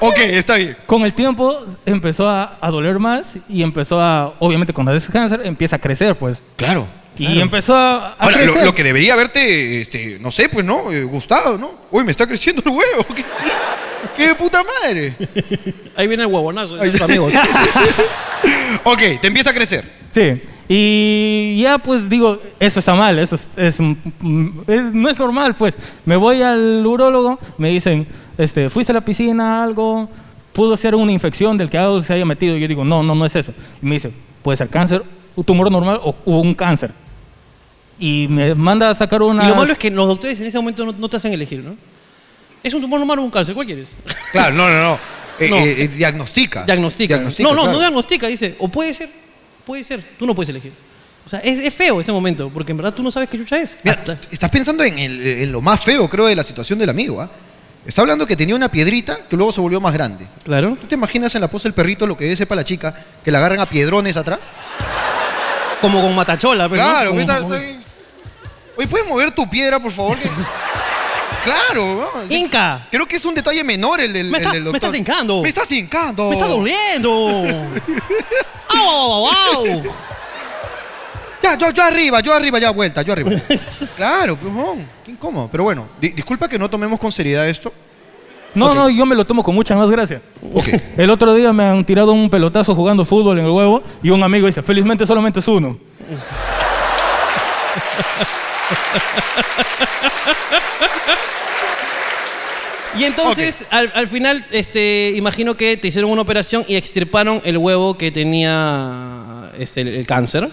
[SPEAKER 2] ok, está bien.
[SPEAKER 16] Con el tiempo empezó a, a doler más y empezó a, obviamente cuando es cáncer, empieza a crecer, pues.
[SPEAKER 2] Claro.
[SPEAKER 16] Y empezó a, a
[SPEAKER 2] Ahora, lo,
[SPEAKER 16] crecer.
[SPEAKER 2] lo que debería haberte, este, no sé, pues, ¿no? Eh, gustado, ¿no? Uy, me está creciendo el huevo. ¿Qué, qué puta madre?
[SPEAKER 1] Ahí viene el huevonazo.
[SPEAKER 2] Ay,
[SPEAKER 1] los amigos.
[SPEAKER 2] ok, te empieza a crecer.
[SPEAKER 16] Sí. Y ya, pues digo, eso está mal, eso es, es- mm, es- no es normal, pues. Me voy al urólogo, me dicen, este, ¿fuiste a la piscina, algo? ¿Pudo ser una infección del que algo se haya metido? Yo digo, no, no, no es eso. Y me dice, puede ser cáncer, un tumor normal o, o un cáncer. Y me manda a sacar una...
[SPEAKER 1] Y lo malo es que los doctores en ese momento no, no te hacen elegir, ¿no? Es un tumor normal o un cáncer, ¿cuál quieres?
[SPEAKER 2] Claro, no, no, no. Eh,
[SPEAKER 1] No.
[SPEAKER 2] eh, eh, diagnostica.
[SPEAKER 1] Diagnostica.
[SPEAKER 2] Diagnostica,
[SPEAKER 1] no, no,
[SPEAKER 2] claro.
[SPEAKER 1] no diagnostica, dice. O puede ser, puede ser. Tú no puedes elegir. O sea, es, es feo ese momento, porque en verdad tú no sabes qué chucha es.
[SPEAKER 2] Mira, t- estás pensando en, el- en lo más feo, creo, de la situación del amigo. ¿ah? Está hablando que tenía una piedrita que luego se volvió más grande.
[SPEAKER 1] Claro.
[SPEAKER 2] ¿Tú te imaginas en la pose del perrito lo que sepa la chica? Que la agarran a piedrones atrás.
[SPEAKER 1] Como con matachola, pero.
[SPEAKER 2] Claro,
[SPEAKER 1] ¿no?
[SPEAKER 2] ¿qué tal?
[SPEAKER 1] Como-
[SPEAKER 2] Estoy- Oye, ¿puedes mover tu piedra, por favor? Que- claro. ¿no?
[SPEAKER 1] Inca.
[SPEAKER 2] Creo que es un detalle menor el del,
[SPEAKER 1] Me,
[SPEAKER 2] el
[SPEAKER 1] está-
[SPEAKER 2] del
[SPEAKER 1] me
[SPEAKER 2] doctor.
[SPEAKER 1] estás hincando.
[SPEAKER 2] Me estás hincando.
[SPEAKER 1] Me está doliendo. ¡Au, au, au, au!
[SPEAKER 2] Ya, yo, yo arriba, yo arriba, ya vuelta, yo arriba. claro, pues, oh, qué incómodo. Pero bueno, di- disculpa que no tomemos con seriedad esto.
[SPEAKER 16] No, no, yo me lo tomo con mucha más gracia.
[SPEAKER 2] Ok.
[SPEAKER 16] El otro día me han tirado un pelotazo jugando fútbol en el huevo y un amigo dice, felizmente solamente es uno.
[SPEAKER 1] Y entonces, al, al final, este, imagino que te hicieron una operación y extirparon el huevo que tenía este, el, el cáncer.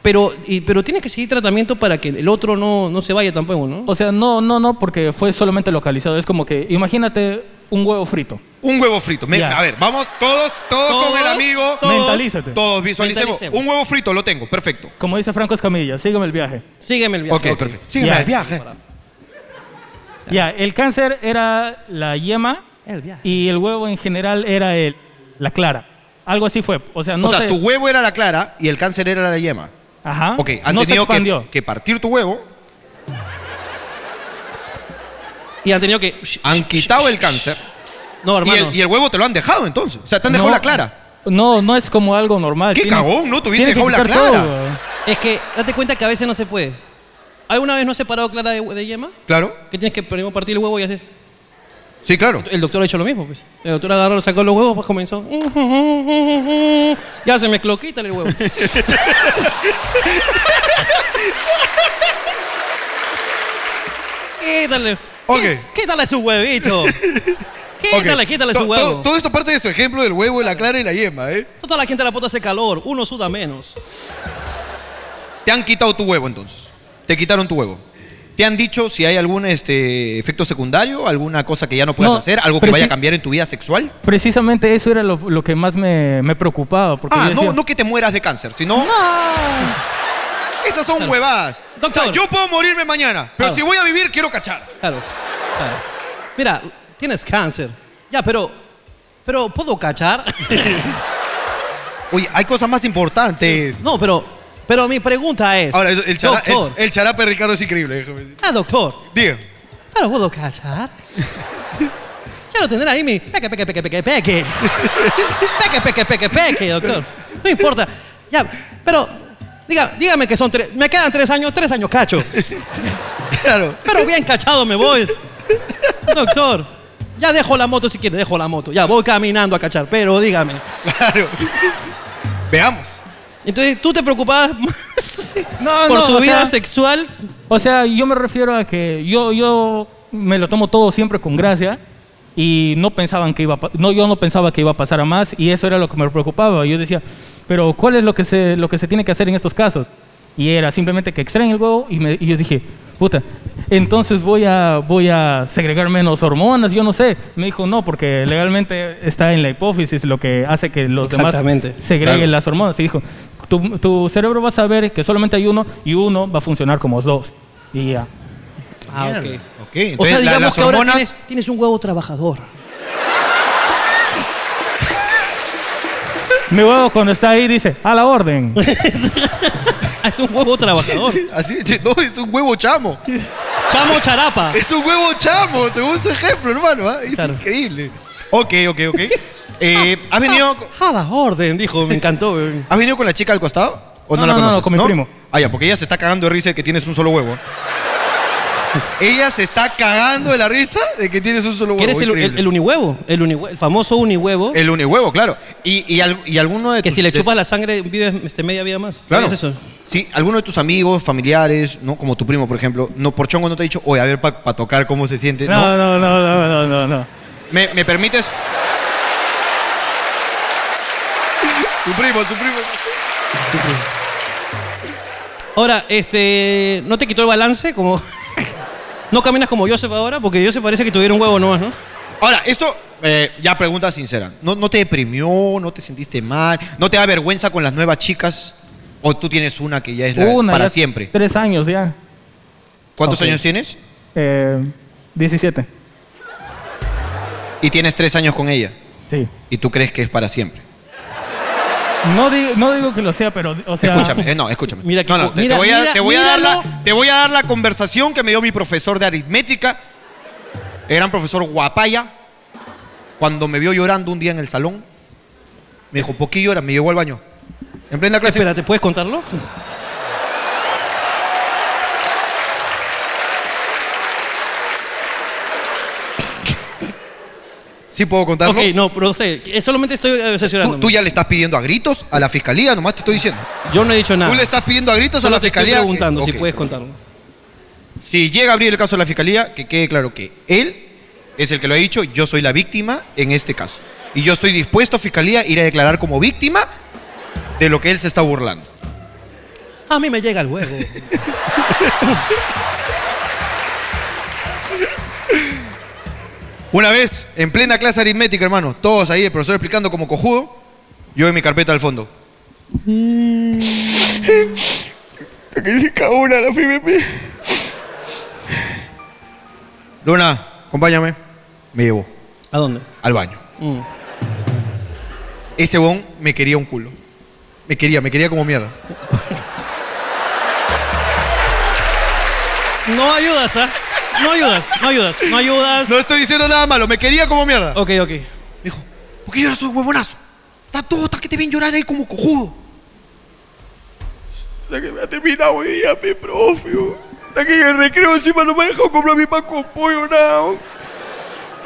[SPEAKER 1] Pero, y- pero tienes que seguir tratamiento para que el otro no, no se vaya tampoco, ¿no?
[SPEAKER 16] O sea, no, no, no, porque fue solamente localizado. Es como que, imagínate un huevo frito.
[SPEAKER 2] Un huevo frito. Me-
[SPEAKER 16] Ya.
[SPEAKER 2] a ver, vamos todos, todos,
[SPEAKER 16] Todos,
[SPEAKER 2] con el amigo.
[SPEAKER 16] todos. Mentalízate.
[SPEAKER 2] Todos visualicemos.
[SPEAKER 16] Mentalicemos.
[SPEAKER 2] Un huevo frito, lo tengo, perfecto.
[SPEAKER 16] Como dice Franco Escamilla, sígueme el viaje.
[SPEAKER 1] Sígueme el
[SPEAKER 2] Ok, perfecto. Sígueme
[SPEAKER 16] Ya.
[SPEAKER 2] al viaje.
[SPEAKER 16] Ya, el cáncer era la yema
[SPEAKER 1] El viaje.
[SPEAKER 16] y el huevo en general era el, la clara. Algo así fue. O sea, no
[SPEAKER 2] o sea,
[SPEAKER 16] se-
[SPEAKER 2] tu huevo era la clara y el cáncer era la yema.
[SPEAKER 16] Ajá.
[SPEAKER 2] Ok, han
[SPEAKER 16] no se
[SPEAKER 2] tenido
[SPEAKER 16] expandió.
[SPEAKER 2] que, que partir tu huevo
[SPEAKER 1] Y han tenido que.
[SPEAKER 8] Han quitado el cáncer.
[SPEAKER 1] No,
[SPEAKER 8] hermano. Y el, y el huevo te lo han dejado entonces. O sea, te han dejado
[SPEAKER 16] No.
[SPEAKER 8] la clara.
[SPEAKER 16] No, no es como algo normal.
[SPEAKER 8] Qué
[SPEAKER 16] Tiene-
[SPEAKER 8] cagón, ¿no? Te hubiese
[SPEAKER 16] tiene que
[SPEAKER 8] dejado la
[SPEAKER 16] quitar
[SPEAKER 8] clara.
[SPEAKER 16] todo.
[SPEAKER 1] Es que date cuenta que a veces no se puede. ¿Alguna vez no has separado clara de, de yema?
[SPEAKER 8] Claro.
[SPEAKER 1] Que tienes que primero partir el huevo y haces.
[SPEAKER 8] Sí, claro.
[SPEAKER 1] El doctor ha hecho lo mismo. Pues. El doctor agarró, sacó los huevos, pues comenzó. Ya se mezcló, quítale el huevo. quítale. Quí- Quítale su huevito. Quítale,
[SPEAKER 8] Ok.
[SPEAKER 1] quítale
[SPEAKER 8] To-
[SPEAKER 1] su
[SPEAKER 8] to-
[SPEAKER 1] huevo.
[SPEAKER 8] Todo, esto parte de su ejemplo del huevo, la clara y la yema, ¿eh?
[SPEAKER 1] Toda la gente de la puta hace calor, uno suda menos.
[SPEAKER 8] Te han quitado tu huevo entonces. Te quitaron tu huevo. ¿Te han dicho si hay algún este, efecto secundario, alguna cosa que ya no puedas
[SPEAKER 16] No,
[SPEAKER 8] hacer, algo que
[SPEAKER 16] pero
[SPEAKER 8] vaya a
[SPEAKER 16] sí-
[SPEAKER 8] cambiar en tu vida sexual?
[SPEAKER 16] Precisamente eso era lo, lo que más me, me preocupaba. Porque
[SPEAKER 8] Ah,
[SPEAKER 16] yo
[SPEAKER 8] no,
[SPEAKER 16] decía-
[SPEAKER 8] no que te mueras de cáncer, sino. Esas son
[SPEAKER 16] Claro.
[SPEAKER 8] huevadas. O sea, yo puedo morirme mañana, pero
[SPEAKER 1] Claro.
[SPEAKER 8] si voy a vivir, quiero cachar.
[SPEAKER 1] Ah. Claro, claro. Mira, tienes cáncer. Ya, pero. Pero, ¿puedo cachar?
[SPEAKER 8] Oye, hay cosas más importantes.
[SPEAKER 1] No, pero. Pero mi pregunta es.
[SPEAKER 8] Ahora, el, chara-
[SPEAKER 1] Doctor.
[SPEAKER 8] el- el charape Ricardo es increíble. déjame decir.
[SPEAKER 1] Ah, doctor.
[SPEAKER 8] Diga.
[SPEAKER 1] Claro, puedo cachar. Quiero tener ahí mi peque, peque, peque, peque, peque. Peque, peque, peque, peque, doctor. No importa. Ya, pero diga- dígame que son tres. Me quedan tres años, tres años cacho.
[SPEAKER 8] Claro.
[SPEAKER 1] Pero bien cachado me voy. Doctor, ya dejo la moto si quiere, dejo la moto. Ya voy caminando a cachar, pero dígame.
[SPEAKER 8] Claro. Veamos.
[SPEAKER 1] Entonces, ¿tú te preocupabas más
[SPEAKER 16] "Ah, No,
[SPEAKER 1] por
[SPEAKER 16] no,
[SPEAKER 1] tu
[SPEAKER 16] o
[SPEAKER 1] vida
[SPEAKER 16] sea-
[SPEAKER 1] sexual?
[SPEAKER 16] O sea, yo me refiero a que yo, yo me lo tomo todo siempre con gracia y no pensaban que iba a pa- no yo no pensaba que iba a pasar a más y eso era lo que me preocupaba. Yo decía, pero ¿cuál es lo que se lo que se tiene que hacer en estos casos? Y era simplemente que extraen el huevo y, me- y yo dije, puta, entonces voy a voy a segregar menos hormonas, yo no sé. Me dijo, "No, porque legalmente está en la hipófisis lo que hace que los demás
[SPEAKER 1] Exactamente.
[SPEAKER 16] segreguen
[SPEAKER 1] Claro.
[SPEAKER 16] las hormonas." Y dijo, tu, tu cerebro va a saber que solamente hay uno y uno va a funcionar como dos. Y ya.
[SPEAKER 1] Ah, ok.
[SPEAKER 16] Mierda.
[SPEAKER 8] Ok,
[SPEAKER 1] o sea,
[SPEAKER 16] entonces, la-
[SPEAKER 1] digamos
[SPEAKER 16] las
[SPEAKER 1] que ahora
[SPEAKER 16] hormonas-
[SPEAKER 1] tienes, tienes un huevo trabajador.
[SPEAKER 16] Mi huevo cuando está ahí dice, a la orden.
[SPEAKER 1] es un huevo trabajador.
[SPEAKER 8] Así, no, es un huevo chamo.
[SPEAKER 1] Chamo charapa.
[SPEAKER 8] Es un huevo chamo, según su ejemplo, hermano. ¿ah? Es increíble. Ok, ok, ok. Eh, ¿Has venido...?
[SPEAKER 1] A la Ah, orden, dijo, me encantó.
[SPEAKER 8] ¿Has venido con la chica al costado? ¿O no,
[SPEAKER 16] No,
[SPEAKER 8] la
[SPEAKER 16] no, no,
[SPEAKER 8] conoces?
[SPEAKER 16] con mi primo.
[SPEAKER 8] Ah, ya, porque ella se está cagando de risa de que tienes un solo huevo. ella se está cagando de la risa de que tienes un solo huevo.
[SPEAKER 1] ¿Quieres el,
[SPEAKER 8] increíble.
[SPEAKER 1] el- el unihuevo? El, unihue- el famoso unihuevo.
[SPEAKER 8] El unihuevo, claro. Y, y, al- y alguno de
[SPEAKER 1] Que
[SPEAKER 8] tus-
[SPEAKER 1] si le
[SPEAKER 8] de-
[SPEAKER 1] chupas la sangre vives este, media vida más.
[SPEAKER 8] Claro.
[SPEAKER 1] ¿Sabías eso?
[SPEAKER 8] Sí, alguno de tus amigos, familiares, ¿no? Como tu primo, por ejemplo. No, por chongo no te ha dicho, oye, a ver, para tocar cómo se siente.
[SPEAKER 16] No, no, no, no, no, no. no.
[SPEAKER 8] ¿Me, me permites? Su primo, su primo.
[SPEAKER 1] Ahora, este, ¿no te quitó el balance? Como no caminas como Joseph ahora, porque Joseph parece que tuviera un huevo nomás, ¿no?
[SPEAKER 8] Ahora, esto, eh, ya pregunta sincera. ¿No, ¿No te deprimió? ¿No te sentiste mal? ¿No te da vergüenza con las nuevas chicas? ¿O tú tienes una que ya es la,
[SPEAKER 16] Una,
[SPEAKER 8] para
[SPEAKER 16] ya
[SPEAKER 8] siempre?
[SPEAKER 16] Tres años ya.
[SPEAKER 8] ¿Cuántos
[SPEAKER 16] Ok.
[SPEAKER 8] años tienes?
[SPEAKER 16] Eh, 17.
[SPEAKER 8] Y tienes tres años con ella.
[SPEAKER 16] Sí.
[SPEAKER 8] ¿Y tú crees que es para siempre?
[SPEAKER 16] No, di- no digo que lo sea, pero, o sea...
[SPEAKER 8] escúchame, eh, no, escúchame. No, no, te- te,
[SPEAKER 16] mira,
[SPEAKER 8] voy a,
[SPEAKER 16] mira,
[SPEAKER 8] te voy a dar
[SPEAKER 16] míralo.
[SPEAKER 8] la, te voy a dar la conversación que me dio mi profesor de aritmética, el gran profesor Guapaya, cuando me vio llorando un día en el salón. Me dijo, ¿por qué lloras? Me llevó al baño. En plena clase.
[SPEAKER 1] Espérate, ¿puedes contarlo?
[SPEAKER 8] Sí puedo contarlo.
[SPEAKER 1] Ok, no, pero sé, eh, solamente estoy obsesionando.
[SPEAKER 8] Tú ya le estás pidiendo a gritos a la fiscalía, nomás te estoy diciendo.
[SPEAKER 1] Yo no he dicho nada.
[SPEAKER 8] Tú le estás pidiendo a gritos a
[SPEAKER 1] Solo
[SPEAKER 8] la
[SPEAKER 1] te estoy
[SPEAKER 8] fiscalía. que-
[SPEAKER 1] preguntando si
[SPEAKER 8] Ok.
[SPEAKER 1] puedes contarlo.
[SPEAKER 8] Si llega a abrir el caso de la fiscalía, que quede claro que él es el que lo ha dicho, yo soy la víctima en este caso. Y yo estoy dispuesto, fiscalía, a ir a declarar como víctima de lo que él se está burlando.
[SPEAKER 1] A mí me llega el huevo.
[SPEAKER 8] Una vez, en plena clase de aritmética, hermano, todos ahí, el profesor explicando como cojudo, yo en mi carpeta al fondo.
[SPEAKER 1] Mm.
[SPEAKER 8] Que se una la FMP. Luna, acompáñame. Me llevó.
[SPEAKER 1] ¿A dónde?
[SPEAKER 8] Al baño.
[SPEAKER 1] Mm.
[SPEAKER 8] Ese bon me quería un culo. Me quería, me quería como mierda.
[SPEAKER 1] No ayudas, ¿ah? no ayudas, no ayudas, no ayudas.
[SPEAKER 2] No estoy diciendo nada malo, me quería como mierda.
[SPEAKER 1] Ok, ok.
[SPEAKER 2] Dijo, ¿por qué lloras, soy huevonazo? Está todo, está que te ven llorar ahí como cojudo.
[SPEAKER 5] La que me ha terminado hoy día, pe, profe. weón. La que en el recreo encima no me ha dejado comprar mi pan con pollo, nada. weón.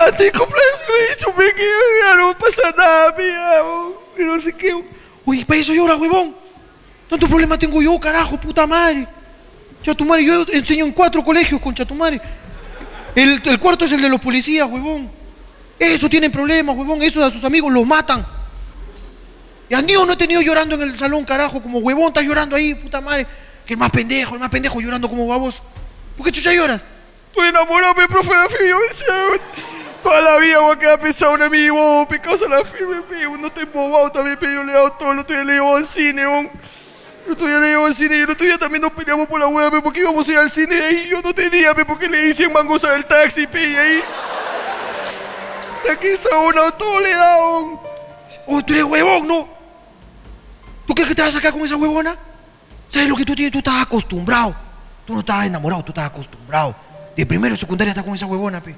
[SPEAKER 5] A ti comprar me he dicho, me quedo, no pasa nada, pe, ya, weón. Y no sé qué. weón. Uy, para eso llora, huevón. Tanto problema tengo yo, carajo, puta madre. Chatumare, yo enseño en cuatro colegios con Chatumare. El, el cuarto es el de los policías, huevón. Eso tienen problemas, huevón. Eso a sus amigos los matan. Y a Nio no he tenido llorando en el salón, carajo, como huevón, estás llorando ahí, puta madre. Que el más pendejo, el más pendejo llorando como babos. ¿Por qué chucha lloras? Estoy enamorado, mi profe, la firme. Yo decía, toda la vida voy a quedar pensado en mí, bobo, me causa la firme, pe. No estoy bobado también, pe. Yo le he dado todo, lo estoy le llevo al cine, bon. Yo todavía le llevo al cine y el otro día también nos peleamos por la hueá, pe, porque íbamos a ir al cine y ahí yo no tenía, pe, porque le hice en mangosa del taxi, pe, y ahí. De aquí esa una, todo le he dado. Oh, tú eres huevón, ¿no? ¿Tú crees que te vas a sacar con esa huevona? ¿Sabes lo que tú tienes? Tú estás acostumbrado. Tú no estabas enamorado, tú estás acostumbrado. De primero de secundaria estás con esa huevona, pe.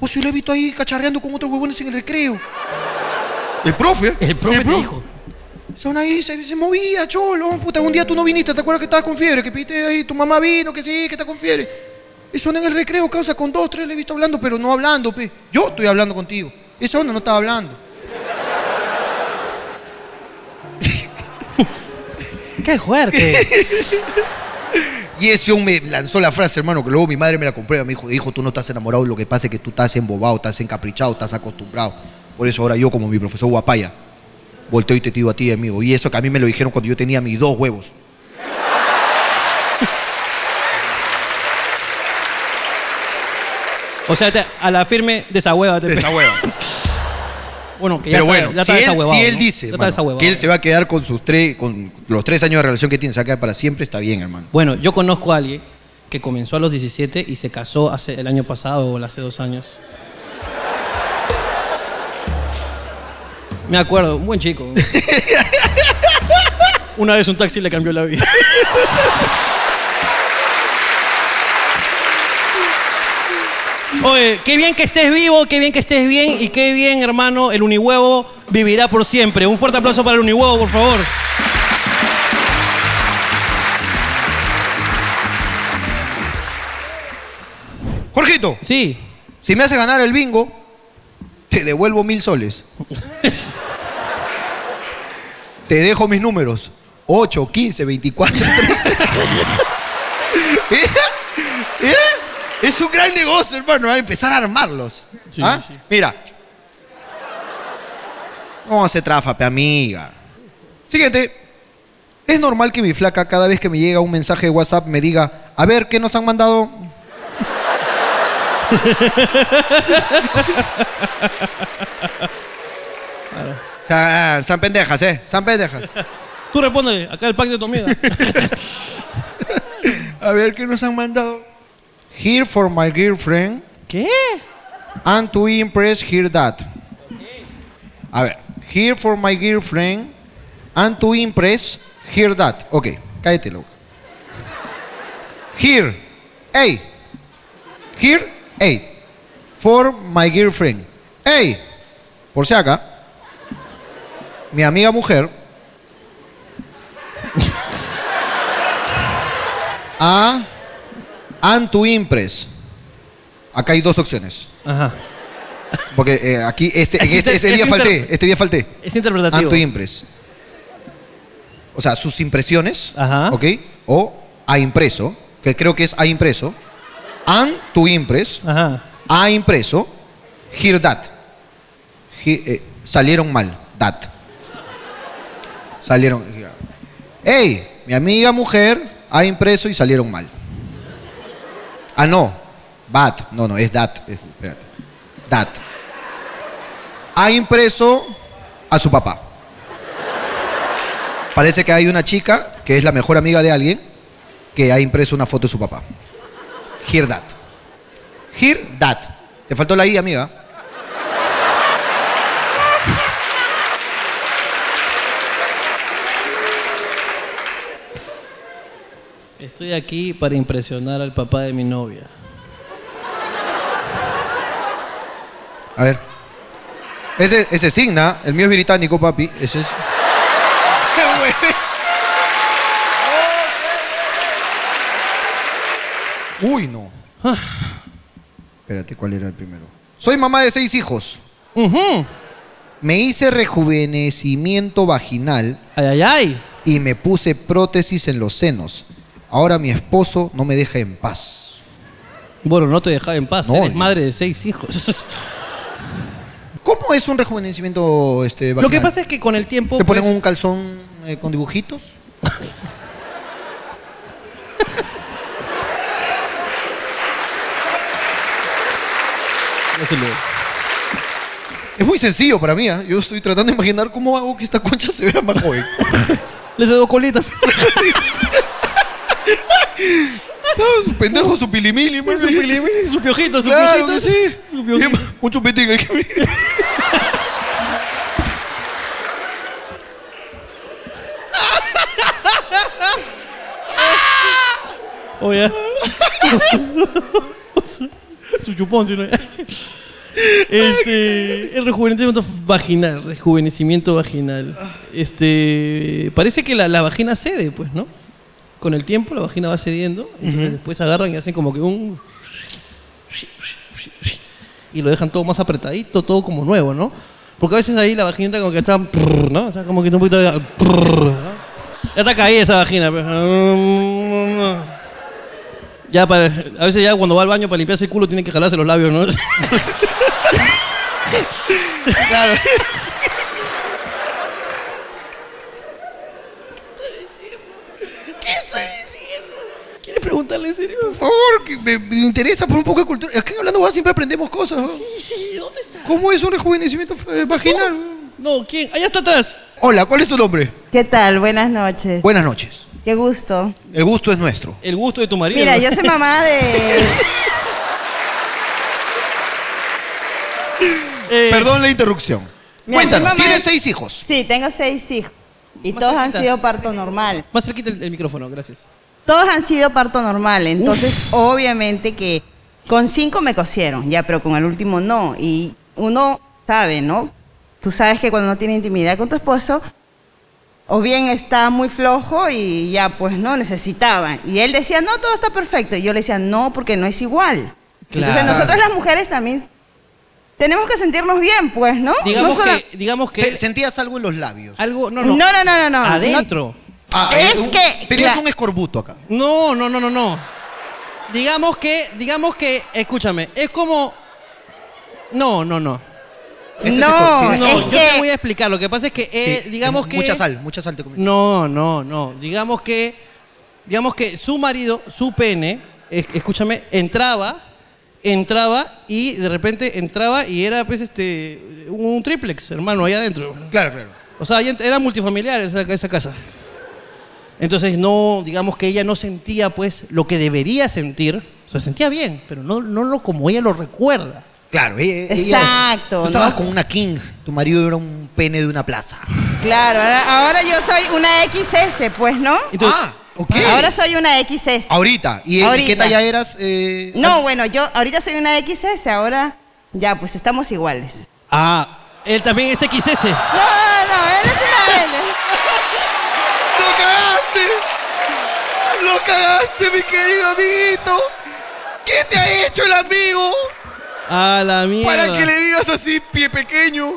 [SPEAKER 5] O si lo he visto ahí cacharreando con otros huevones en el recreo. El profe.
[SPEAKER 1] El profe te dijo.
[SPEAKER 5] Son ahí, se, se movía, cholo. Puta, un día tú no viniste, ¿te acuerdas que estabas con fiebre? Que pidiste ahí, tu mamá vino, que sí, que está con fiebre. Y son en el recreo, causa, con dos, tres le he visto hablando, pero no hablando, pe. Yo estoy hablando contigo. Esa onda no estaba hablando.
[SPEAKER 1] ¡Qué fuerte!
[SPEAKER 2] Y ese hombre me lanzó la frase, hermano, que luego mi madre me la comprueba. Me dijo, hijo, tú no estás enamorado, lo que pasa es que tú estás embobado, estás encaprichado, estás acostumbrado. Por eso ahora yo, como mi profesor Guapaya, volteo y te digo a ti, amigo. Y eso que a mí me lo dijeron cuando yo tenía mis dos huevos.
[SPEAKER 1] O sea, te- a la firme, desahuévate. pe. Bueno, que ya
[SPEAKER 2] Pero
[SPEAKER 1] está-
[SPEAKER 2] bueno,
[SPEAKER 1] ya está
[SPEAKER 2] si, él,
[SPEAKER 1] desahuevado,
[SPEAKER 2] si él
[SPEAKER 1] ¿no?
[SPEAKER 2] dice
[SPEAKER 1] Ya está
[SPEAKER 2] hermano,
[SPEAKER 1] desahuevado.
[SPEAKER 2] que él se va a quedar con sus tres, con los tres años de relación que tiene, se va a quedar para siempre, está bien, hermano.
[SPEAKER 1] Bueno, yo conozco a alguien que comenzó a los 17 y se casó hace el año pasado o hace dos años. Me acuerdo, un buen chico. Una vez un taxi le cambió la vida. Oye, qué bien que estés vivo, qué bien que estés bien y qué bien, hermano, el unihuevo vivirá por siempre. Un fuerte aplauso para el unihuevo, por favor.
[SPEAKER 2] Jorgito.
[SPEAKER 1] Sí.
[SPEAKER 2] Si me hace ganar el bingo, te devuelvo mil soles. te dejo mis números. 8, 15, 24, 30. ¿Eh? ¿Eh? Es un gran negocio, hermano. Hay que empezar a armarlos. ¿Ah? Mira. No se trafa, pe amiga. Siguiente. Es normal que mi flaca cada vez que me llega un mensaje de WhatsApp me diga, a ver, ¿qué nos han mandado? San, san pendejas, ¿eh? San pendejas.
[SPEAKER 1] Tú respóndele, acá el pack de tu amiga.
[SPEAKER 2] A ver, ¿qué nos han mandado? Here for my girlfriend. ¿Qué? And to impress her dad. A ver. Here for my girlfriend. And to impress her dad. Ok, cállate, loco. Here. Hey. Here. Hey. For my girlfriend. Hey. Por si acá. Mi amiga mujer. a Ah, and to impress. Acá hay dos opciones.
[SPEAKER 1] Ajá.
[SPEAKER 2] Porque eh, aquí, este, en
[SPEAKER 1] Es
[SPEAKER 2] este,
[SPEAKER 1] inter-
[SPEAKER 2] este
[SPEAKER 1] es
[SPEAKER 2] día
[SPEAKER 1] inter-
[SPEAKER 2] falté, este día falté.
[SPEAKER 1] Es interpretativo.
[SPEAKER 2] And to impress. O sea, sus impresiones, ¿ok? O a impreso, que creo que es a impreso. And to impress, a impreso, here that. He- eh, salieron mal, that. Salieron. Hey, mi amiga mujer ha impreso y salieron mal. Ah, no. Bad. No, no, es that. Es- espérate. That. Ha impreso a su papá. Parece que hay una chica que es la mejor amiga de alguien que ha impreso una foto de su papá. Here that. Here that. Te faltó la I, amiga.
[SPEAKER 1] Estoy aquí para impresionar al papá de mi novia.
[SPEAKER 2] A ver. Ese, ese signa, el mío es británico, papi. Ese es. Uy, no. Espérate, ¿cuál era el primero? Soy mamá de seis hijos. Me hice rejuvenecimiento vaginal. Ay, ay, ay. Y me puse prótesis en los senos. Ahora mi esposo no me deja en paz.
[SPEAKER 1] Bueno, no te dejaba en paz.
[SPEAKER 2] No,
[SPEAKER 1] Eres
[SPEAKER 2] yo-
[SPEAKER 1] madre de seis hijos.
[SPEAKER 2] ¿Cómo es un rejuvenecimiento este, vaginal?
[SPEAKER 1] Lo que pasa es que con el tiempo.
[SPEAKER 2] ¿Te ponen
[SPEAKER 1] pues,
[SPEAKER 2] un calzón eh, con dibujitos? Es muy sencillo para mí. ¿ah? Yo estoy tratando de imaginar cómo hago que esta concha se vea más joven.
[SPEAKER 1] Les doy colitas.
[SPEAKER 2] su pendejo, su pilimili. Su pilimili,
[SPEAKER 1] su piojito,
[SPEAKER 14] su piojito,
[SPEAKER 2] Sí. Un chupetín aquí.
[SPEAKER 1] Oye. Su chupón, si no. Este, el rejuvenecimiento vaginal, rejuvenecimiento vaginal. Este, parece que la, la vagina cede, pues, ¿no? Con el tiempo la vagina va cediendo, entonces después agarran y hacen como que un y lo dejan todo más apretadito, todo como nuevo, ¿no? Porque a veces ahí la vagina como que está, prrr, ¿no? Está como que un poquito de prrr, ¿no? Ya está caída esa vagina. pues. Ya para, a veces ya cuando va al baño para limpiarse el culo tiene que jalarse los labios, ¿no? claro.
[SPEAKER 14] ¿Qué estoy diciendo?
[SPEAKER 2] ¿Quieres preguntarle en serio? Por favor, que me, me interesa por un poco de cultura. Es que hablando va siempre aprendemos cosas. ¿no?
[SPEAKER 14] Sí, ¿dónde está?
[SPEAKER 2] ¿Cómo es un rejuvenecimiento eh, vaginal?
[SPEAKER 1] No, ¿quién? Allá está atrás.
[SPEAKER 2] Hola, ¿cuál es tu nombre?
[SPEAKER 17] ¿Qué tal? Buenas noches.
[SPEAKER 2] Buenas noches.
[SPEAKER 17] Qué gusto.
[SPEAKER 2] El gusto es nuestro.
[SPEAKER 1] El gusto de tu marido.
[SPEAKER 17] Mira, yo soy mamá de...
[SPEAKER 1] eh.
[SPEAKER 2] Perdón la interrupción.
[SPEAKER 17] Mira, soy
[SPEAKER 2] Cuéntanos,
[SPEAKER 17] mamá
[SPEAKER 2] tienes
[SPEAKER 17] de-
[SPEAKER 2] seis hijos.
[SPEAKER 17] Sí, tengo seis hijos. Y
[SPEAKER 1] Más
[SPEAKER 17] todos han
[SPEAKER 1] cerquita.
[SPEAKER 17] sido parto normal.
[SPEAKER 1] Más cerquita el, el micrófono, gracias.
[SPEAKER 17] Todos han sido parto normal. Entonces, obviamente que con cinco me cosieron, ya, pero con el último no. Y uno sabe, ¿no? Tú sabes que cuando no tiene intimidad con tu esposo, o bien está muy flojo y ya, pues no, necesitaba. Y él decía, no, todo está perfecto. Y yo le decía, no, porque no es igual. Entonces,
[SPEAKER 1] Claro.
[SPEAKER 17] nosotras las mujeres también tenemos que sentirnos bien, pues, ¿no?
[SPEAKER 1] Digamos
[SPEAKER 17] No solo-
[SPEAKER 1] que, digamos que
[SPEAKER 2] sentías algo en los labios.
[SPEAKER 1] Algo, no,
[SPEAKER 17] No,
[SPEAKER 1] no.
[SPEAKER 17] no, no, no, no.
[SPEAKER 1] Adentro.
[SPEAKER 17] Ah, Es eh, un- que- tenías la- un
[SPEAKER 2] escorbuto acá.
[SPEAKER 1] No, no, no, no, no. Digamos que, digamos que, escúchame, es como No, no, no.
[SPEAKER 17] Este No, se co- sí,
[SPEAKER 1] no,
[SPEAKER 17] es
[SPEAKER 1] yo
[SPEAKER 17] que-
[SPEAKER 1] te voy a explicar. Lo que pasa es que, eh,
[SPEAKER 2] Sí,
[SPEAKER 1] digamos
[SPEAKER 2] mu-
[SPEAKER 1] que.
[SPEAKER 2] mucha sal, mucha sal te comiste.
[SPEAKER 1] No, no, no. Digamos que. Digamos que su marido, su pene, es- escúchame, entraba, entraba y de repente entraba y era, pues, este. Un triplex, hermano, ahí adentro.
[SPEAKER 2] Claro, claro.
[SPEAKER 1] O sea, ahí ent- era multifamiliar esa, esa casa. Entonces, no, digamos que ella no sentía, pues, lo que debería sentir. O sea, sentía bien, pero no, no lo como ella lo recuerda.
[SPEAKER 2] Claro, ella- ella-
[SPEAKER 17] Exacto,
[SPEAKER 2] Tú estabas
[SPEAKER 17] ¿no?
[SPEAKER 2] con una king. Tu marido era un pene de una plaza.
[SPEAKER 17] Claro, ahora, ahora yo soy una XS, pues, ¿no?
[SPEAKER 2] ah, ok.
[SPEAKER 17] Ahora soy una XS.
[SPEAKER 2] Ahorita. ¿Y eh,
[SPEAKER 17] Ahorita.
[SPEAKER 2] qué talla eras? eh,
[SPEAKER 17] No, bueno, yo ahorita soy una XS, ahora ya, pues estamos iguales.
[SPEAKER 1] Ah, él también es XS.
[SPEAKER 17] No, no, no, él es una L.
[SPEAKER 2] ¡Lo cagaste! ¡Lo cagaste, mi querido amiguito! ¿Qué te ha hecho el amigo
[SPEAKER 1] A la mierda.
[SPEAKER 2] para que le digas así, pie pequeño?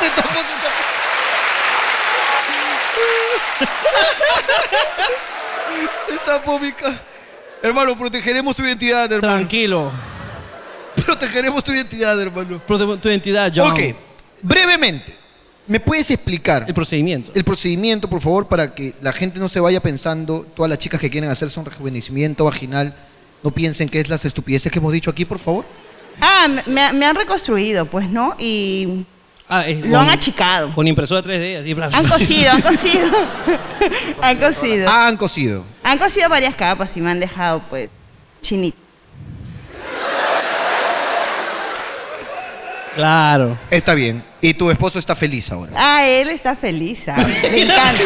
[SPEAKER 2] Se tapó, se tapó. Se tapó mi ca- Hermano, protegeremos tu identidad, hermano.
[SPEAKER 1] Tranquilo.
[SPEAKER 2] Protegeremos tu identidad, hermano.
[SPEAKER 1] Tu identidad, John.
[SPEAKER 2] Ok, brevemente, ¿me puedes explicar? El
[SPEAKER 1] procedimiento.
[SPEAKER 2] El procedimiento, por favor, para que la gente no se vaya pensando, todas las chicas que quieren hacerse un rejuvenecimiento vaginal, no piensen que es las estupideces que hemos dicho aquí, por favor.
[SPEAKER 17] Ah, me- me, me han reconstruido, pues, ¿no? Y
[SPEAKER 1] Ah, es
[SPEAKER 17] lo han
[SPEAKER 1] con-
[SPEAKER 17] achicado.
[SPEAKER 1] Con impresora 3D. así, bla, bla,
[SPEAKER 17] Han
[SPEAKER 1] bla.
[SPEAKER 17] cosido, han cosido. han cosido.
[SPEAKER 2] Han cosido.
[SPEAKER 17] Han cosido varias capas y me han dejado, pues, chinito.
[SPEAKER 1] Claro.
[SPEAKER 2] Está bien. Y tu esposo está feliz ahora.
[SPEAKER 17] Ah, él está feliz, ¿sabes? Le encanta.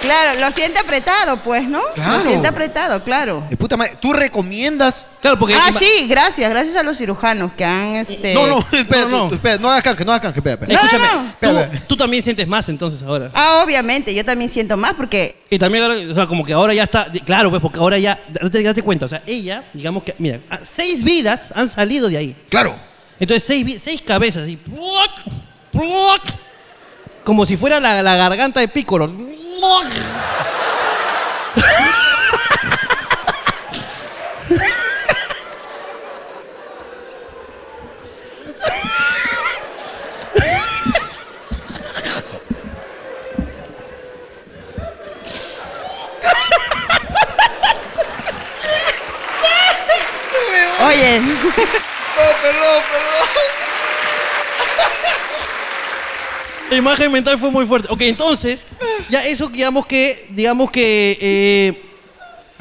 [SPEAKER 17] Claro, lo siente apretado, pues, ¿no?
[SPEAKER 2] Claro.
[SPEAKER 17] Lo siente apretado, claro.
[SPEAKER 2] De puta madre, ¿tú recomiendas?
[SPEAKER 1] Claro,
[SPEAKER 17] ah, sí, gracias, gracias a los cirujanos que han,
[SPEAKER 1] Eh,
[SPEAKER 17] este...
[SPEAKER 2] No, no, espera, no, espera, no hagas canje, no hagas canje, espera, espera.
[SPEAKER 17] Escúchame, No, no,
[SPEAKER 1] Tú, tú también sientes más entonces ahora.
[SPEAKER 17] Ah, obviamente, yo también siento más porque...
[SPEAKER 1] Y también, ahora, o sea, como que ahora ya está, claro, pues porque ahora ya, date, date cuenta, o sea, ella, digamos que, mira, a- seis vidas han salido de ahí.
[SPEAKER 2] Claro.
[SPEAKER 1] Entonces, seis, vi- seis cabezas, y ¡pluac! ¡pluac! como si fuera la, la garganta de Piccolo.
[SPEAKER 17] Oye.
[SPEAKER 14] No, perdón, perdón.
[SPEAKER 1] La imagen mental fue muy fuerte. Ok, entonces, ya eso digamos que, digamos que eh,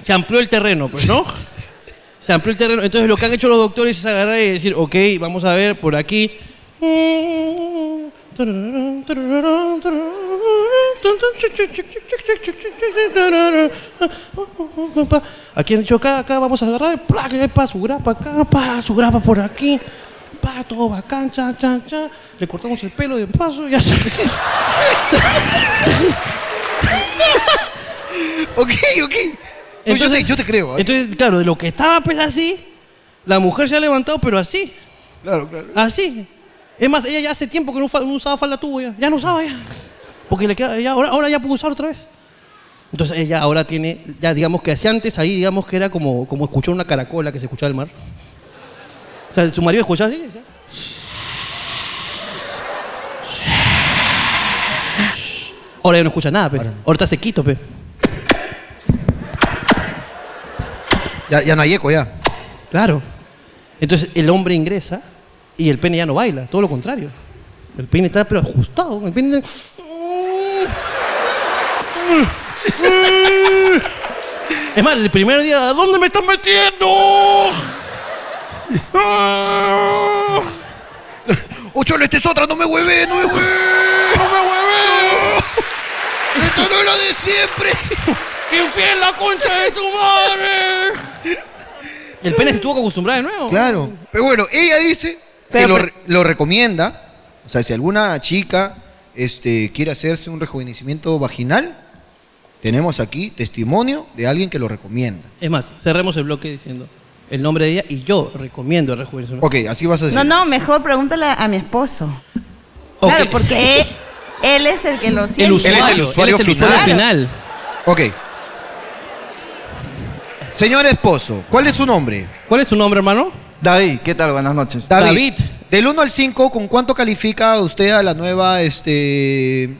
[SPEAKER 1] se amplió el terreno, pues, ¿no? Se amplió el terreno. Entonces lo que han hecho los doctores es agarrar y decir, ok, vamos a ver por aquí. Aquí han dicho acá, acá vamos a agarrar, ¡plac! Eh, pa, su grapa acá, pa, su grapa por aquí, pa, todo bacán, cha, cha, cha. Le cortamos el pelo de paso y ya se...
[SPEAKER 2] ok, ok.
[SPEAKER 1] Entonces,
[SPEAKER 2] yo, te, yo te creo. ¿eh?
[SPEAKER 1] Entonces, claro, de lo que estaba pues así, la mujer se ha levantado, pero así.
[SPEAKER 2] Claro, claro.
[SPEAKER 1] Así. Ah, Es más, ella ya hace tiempo que no, fa- no usaba falda tubo, ya, ya no usaba ya. Porque le queda, ya, ahora, ahora ya pudo usar otra vez. Entonces ella ahora tiene, ya digamos que hace antes ahí, digamos que era como, como escuchar una caracola que se escuchaba el mar. O sea, su marido escuchaba así. decía, Ahora ya no escucha nada, pe. Ahora está sequito, pe.
[SPEAKER 2] Ya, ya no hay eco, ya.
[SPEAKER 1] Claro. Entonces el hombre ingresa y el pene ya no baila, todo lo contrario. El pene está pero ajustado. El pene está- Es más, el primer día, ¿a dónde me estás metiendo?
[SPEAKER 2] ¡Oh, cholo, ¡Ah! esta es otra! ¡No me hueve! ¡No me hueve! ¡No me hueve! ¡Esta no es la de siempre!
[SPEAKER 1] ¡Infiel la concha de tu madre! Y el pene se tuvo que acostumbrar de nuevo.
[SPEAKER 2] Claro. Pero bueno, ella dice que
[SPEAKER 1] Pero-
[SPEAKER 2] lo, re- lo recomienda. O sea, si alguna chica este, quiere hacerse un rejuvenecimiento vaginal, tenemos aquí testimonio de alguien que lo recomienda.
[SPEAKER 1] Es más, cerremos el bloque diciendo el nombre de ella y yo recomiendo el rejuvenecimiento.
[SPEAKER 2] Ok, así vas a
[SPEAKER 17] No, no, mejor pregúntale a mi esposo. Claro, porque él, él es el que lo siente.
[SPEAKER 1] usuario, él es el usuario final.
[SPEAKER 2] Ok. Señor esposo, ¿cuál es su nombre?
[SPEAKER 1] ¿Cuál es su nombre, hermano?
[SPEAKER 2] David, ¿qué tal? Buenas noches. David. Del 1 al 5, ¿con cuánto califica usted a la nueva, este...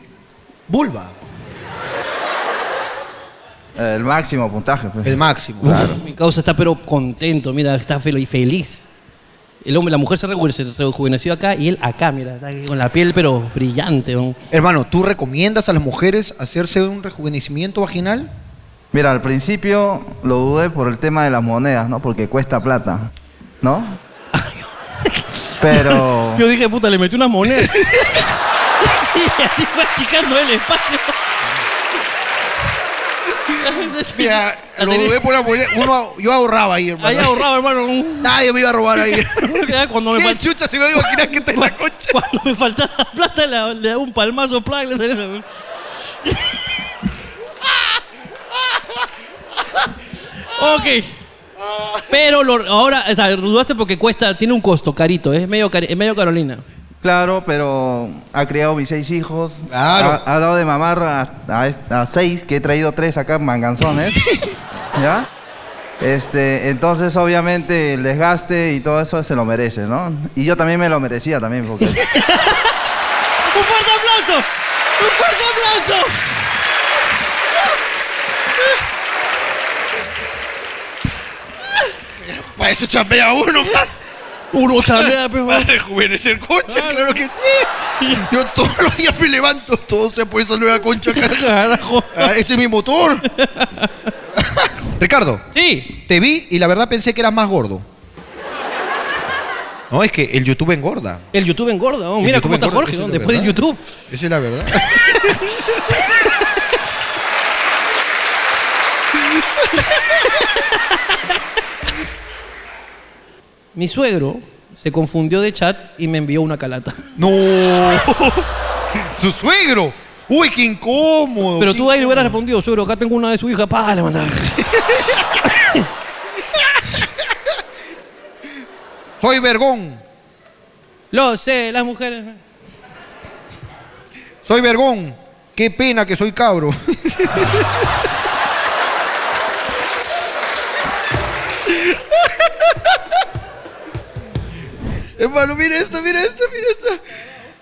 [SPEAKER 2] vulva?
[SPEAKER 18] El máximo puntaje. pues.
[SPEAKER 2] El máximo.
[SPEAKER 1] Mi causa está pero contento, mira, está fel- y feliz. El hombre, la mujer se reju- se rejuveneció acá y él acá, mira, está aquí con la piel pero brillante. ¿no?
[SPEAKER 2] Hermano, ¿tú recomiendas a las mujeres hacerse un rejuvenecimiento vaginal?
[SPEAKER 18] Mira, al principio lo dudé por el tema de las monedas, ¿no? Porque cuesta plata, ¿no? Pero...
[SPEAKER 1] Yo dije, puta, le metí una moneda. y así fue achicando el espacio.
[SPEAKER 2] Mira, lo dudé por la moneda. Uno, yo ahorraba ahí, hermano.
[SPEAKER 1] Ahí ahorraba, hermano.
[SPEAKER 2] Nadie me iba a robar ahí.
[SPEAKER 1] Cuando me
[SPEAKER 2] ¿Qué
[SPEAKER 1] fal-
[SPEAKER 2] chucha se me iba a imaginar que está en la concha?
[SPEAKER 1] Cuando me faltaba plata, Ah, le, le daba un palmazo, plac, le salía la- Ok. Pero lo- ahora, o sea, dudaste porque cuesta, tiene un costo carito, es medio, cari- es medio Carolina.
[SPEAKER 18] Claro, pero ha criado mis seis hijos.
[SPEAKER 1] Claro.
[SPEAKER 18] Ha, ha dado de mamar a, a est- a seis, que he traído tres acá manganzones. ¿Ya? Este, entonces, obviamente, el desgaste y todo eso se lo merece, ¿no? Y yo también me lo merecía también, porque...
[SPEAKER 14] ¡Un fuerte aplauso! ¡Un fuerte aplauso!
[SPEAKER 2] Para eso chambea uno, man.
[SPEAKER 1] Uno chambea,
[SPEAKER 2] pero. Para rejuvenecer concha, claro que sí. Yo todos los días me levanto, todo sea por esa nueva concha,
[SPEAKER 1] carajo.
[SPEAKER 2] Ah, ese es mi motor. Ricardo.
[SPEAKER 1] Sí.
[SPEAKER 2] Te vi y la verdad pensé que eras más gordo. No, es que el YouTube engorda.
[SPEAKER 1] El YouTube engorda, ¿no?
[SPEAKER 2] El
[SPEAKER 1] mira
[SPEAKER 2] YouTube
[SPEAKER 1] cómo está
[SPEAKER 2] engorda,
[SPEAKER 1] Jorge,
[SPEAKER 2] eso
[SPEAKER 1] ¿no?
[SPEAKER 2] es la
[SPEAKER 1] después de
[SPEAKER 2] verdad.
[SPEAKER 1] YouTube.
[SPEAKER 2] Esa es la verdad.
[SPEAKER 1] Mi suegro se confundió de chat y me envió una calata.
[SPEAKER 2] ¡No! ¡Su suegro! ¡Uy, qué incómodo!
[SPEAKER 1] Pero tú ahí le hubieras respondido, suegro, acá tengo una de su hija, pa, le mandaba.
[SPEAKER 2] Soy vergón.
[SPEAKER 1] Lo sé, las mujeres.
[SPEAKER 2] Soy vergón. Qué pena que soy cabro.
[SPEAKER 14] Hermano, mira esto, mira esto, mira esto.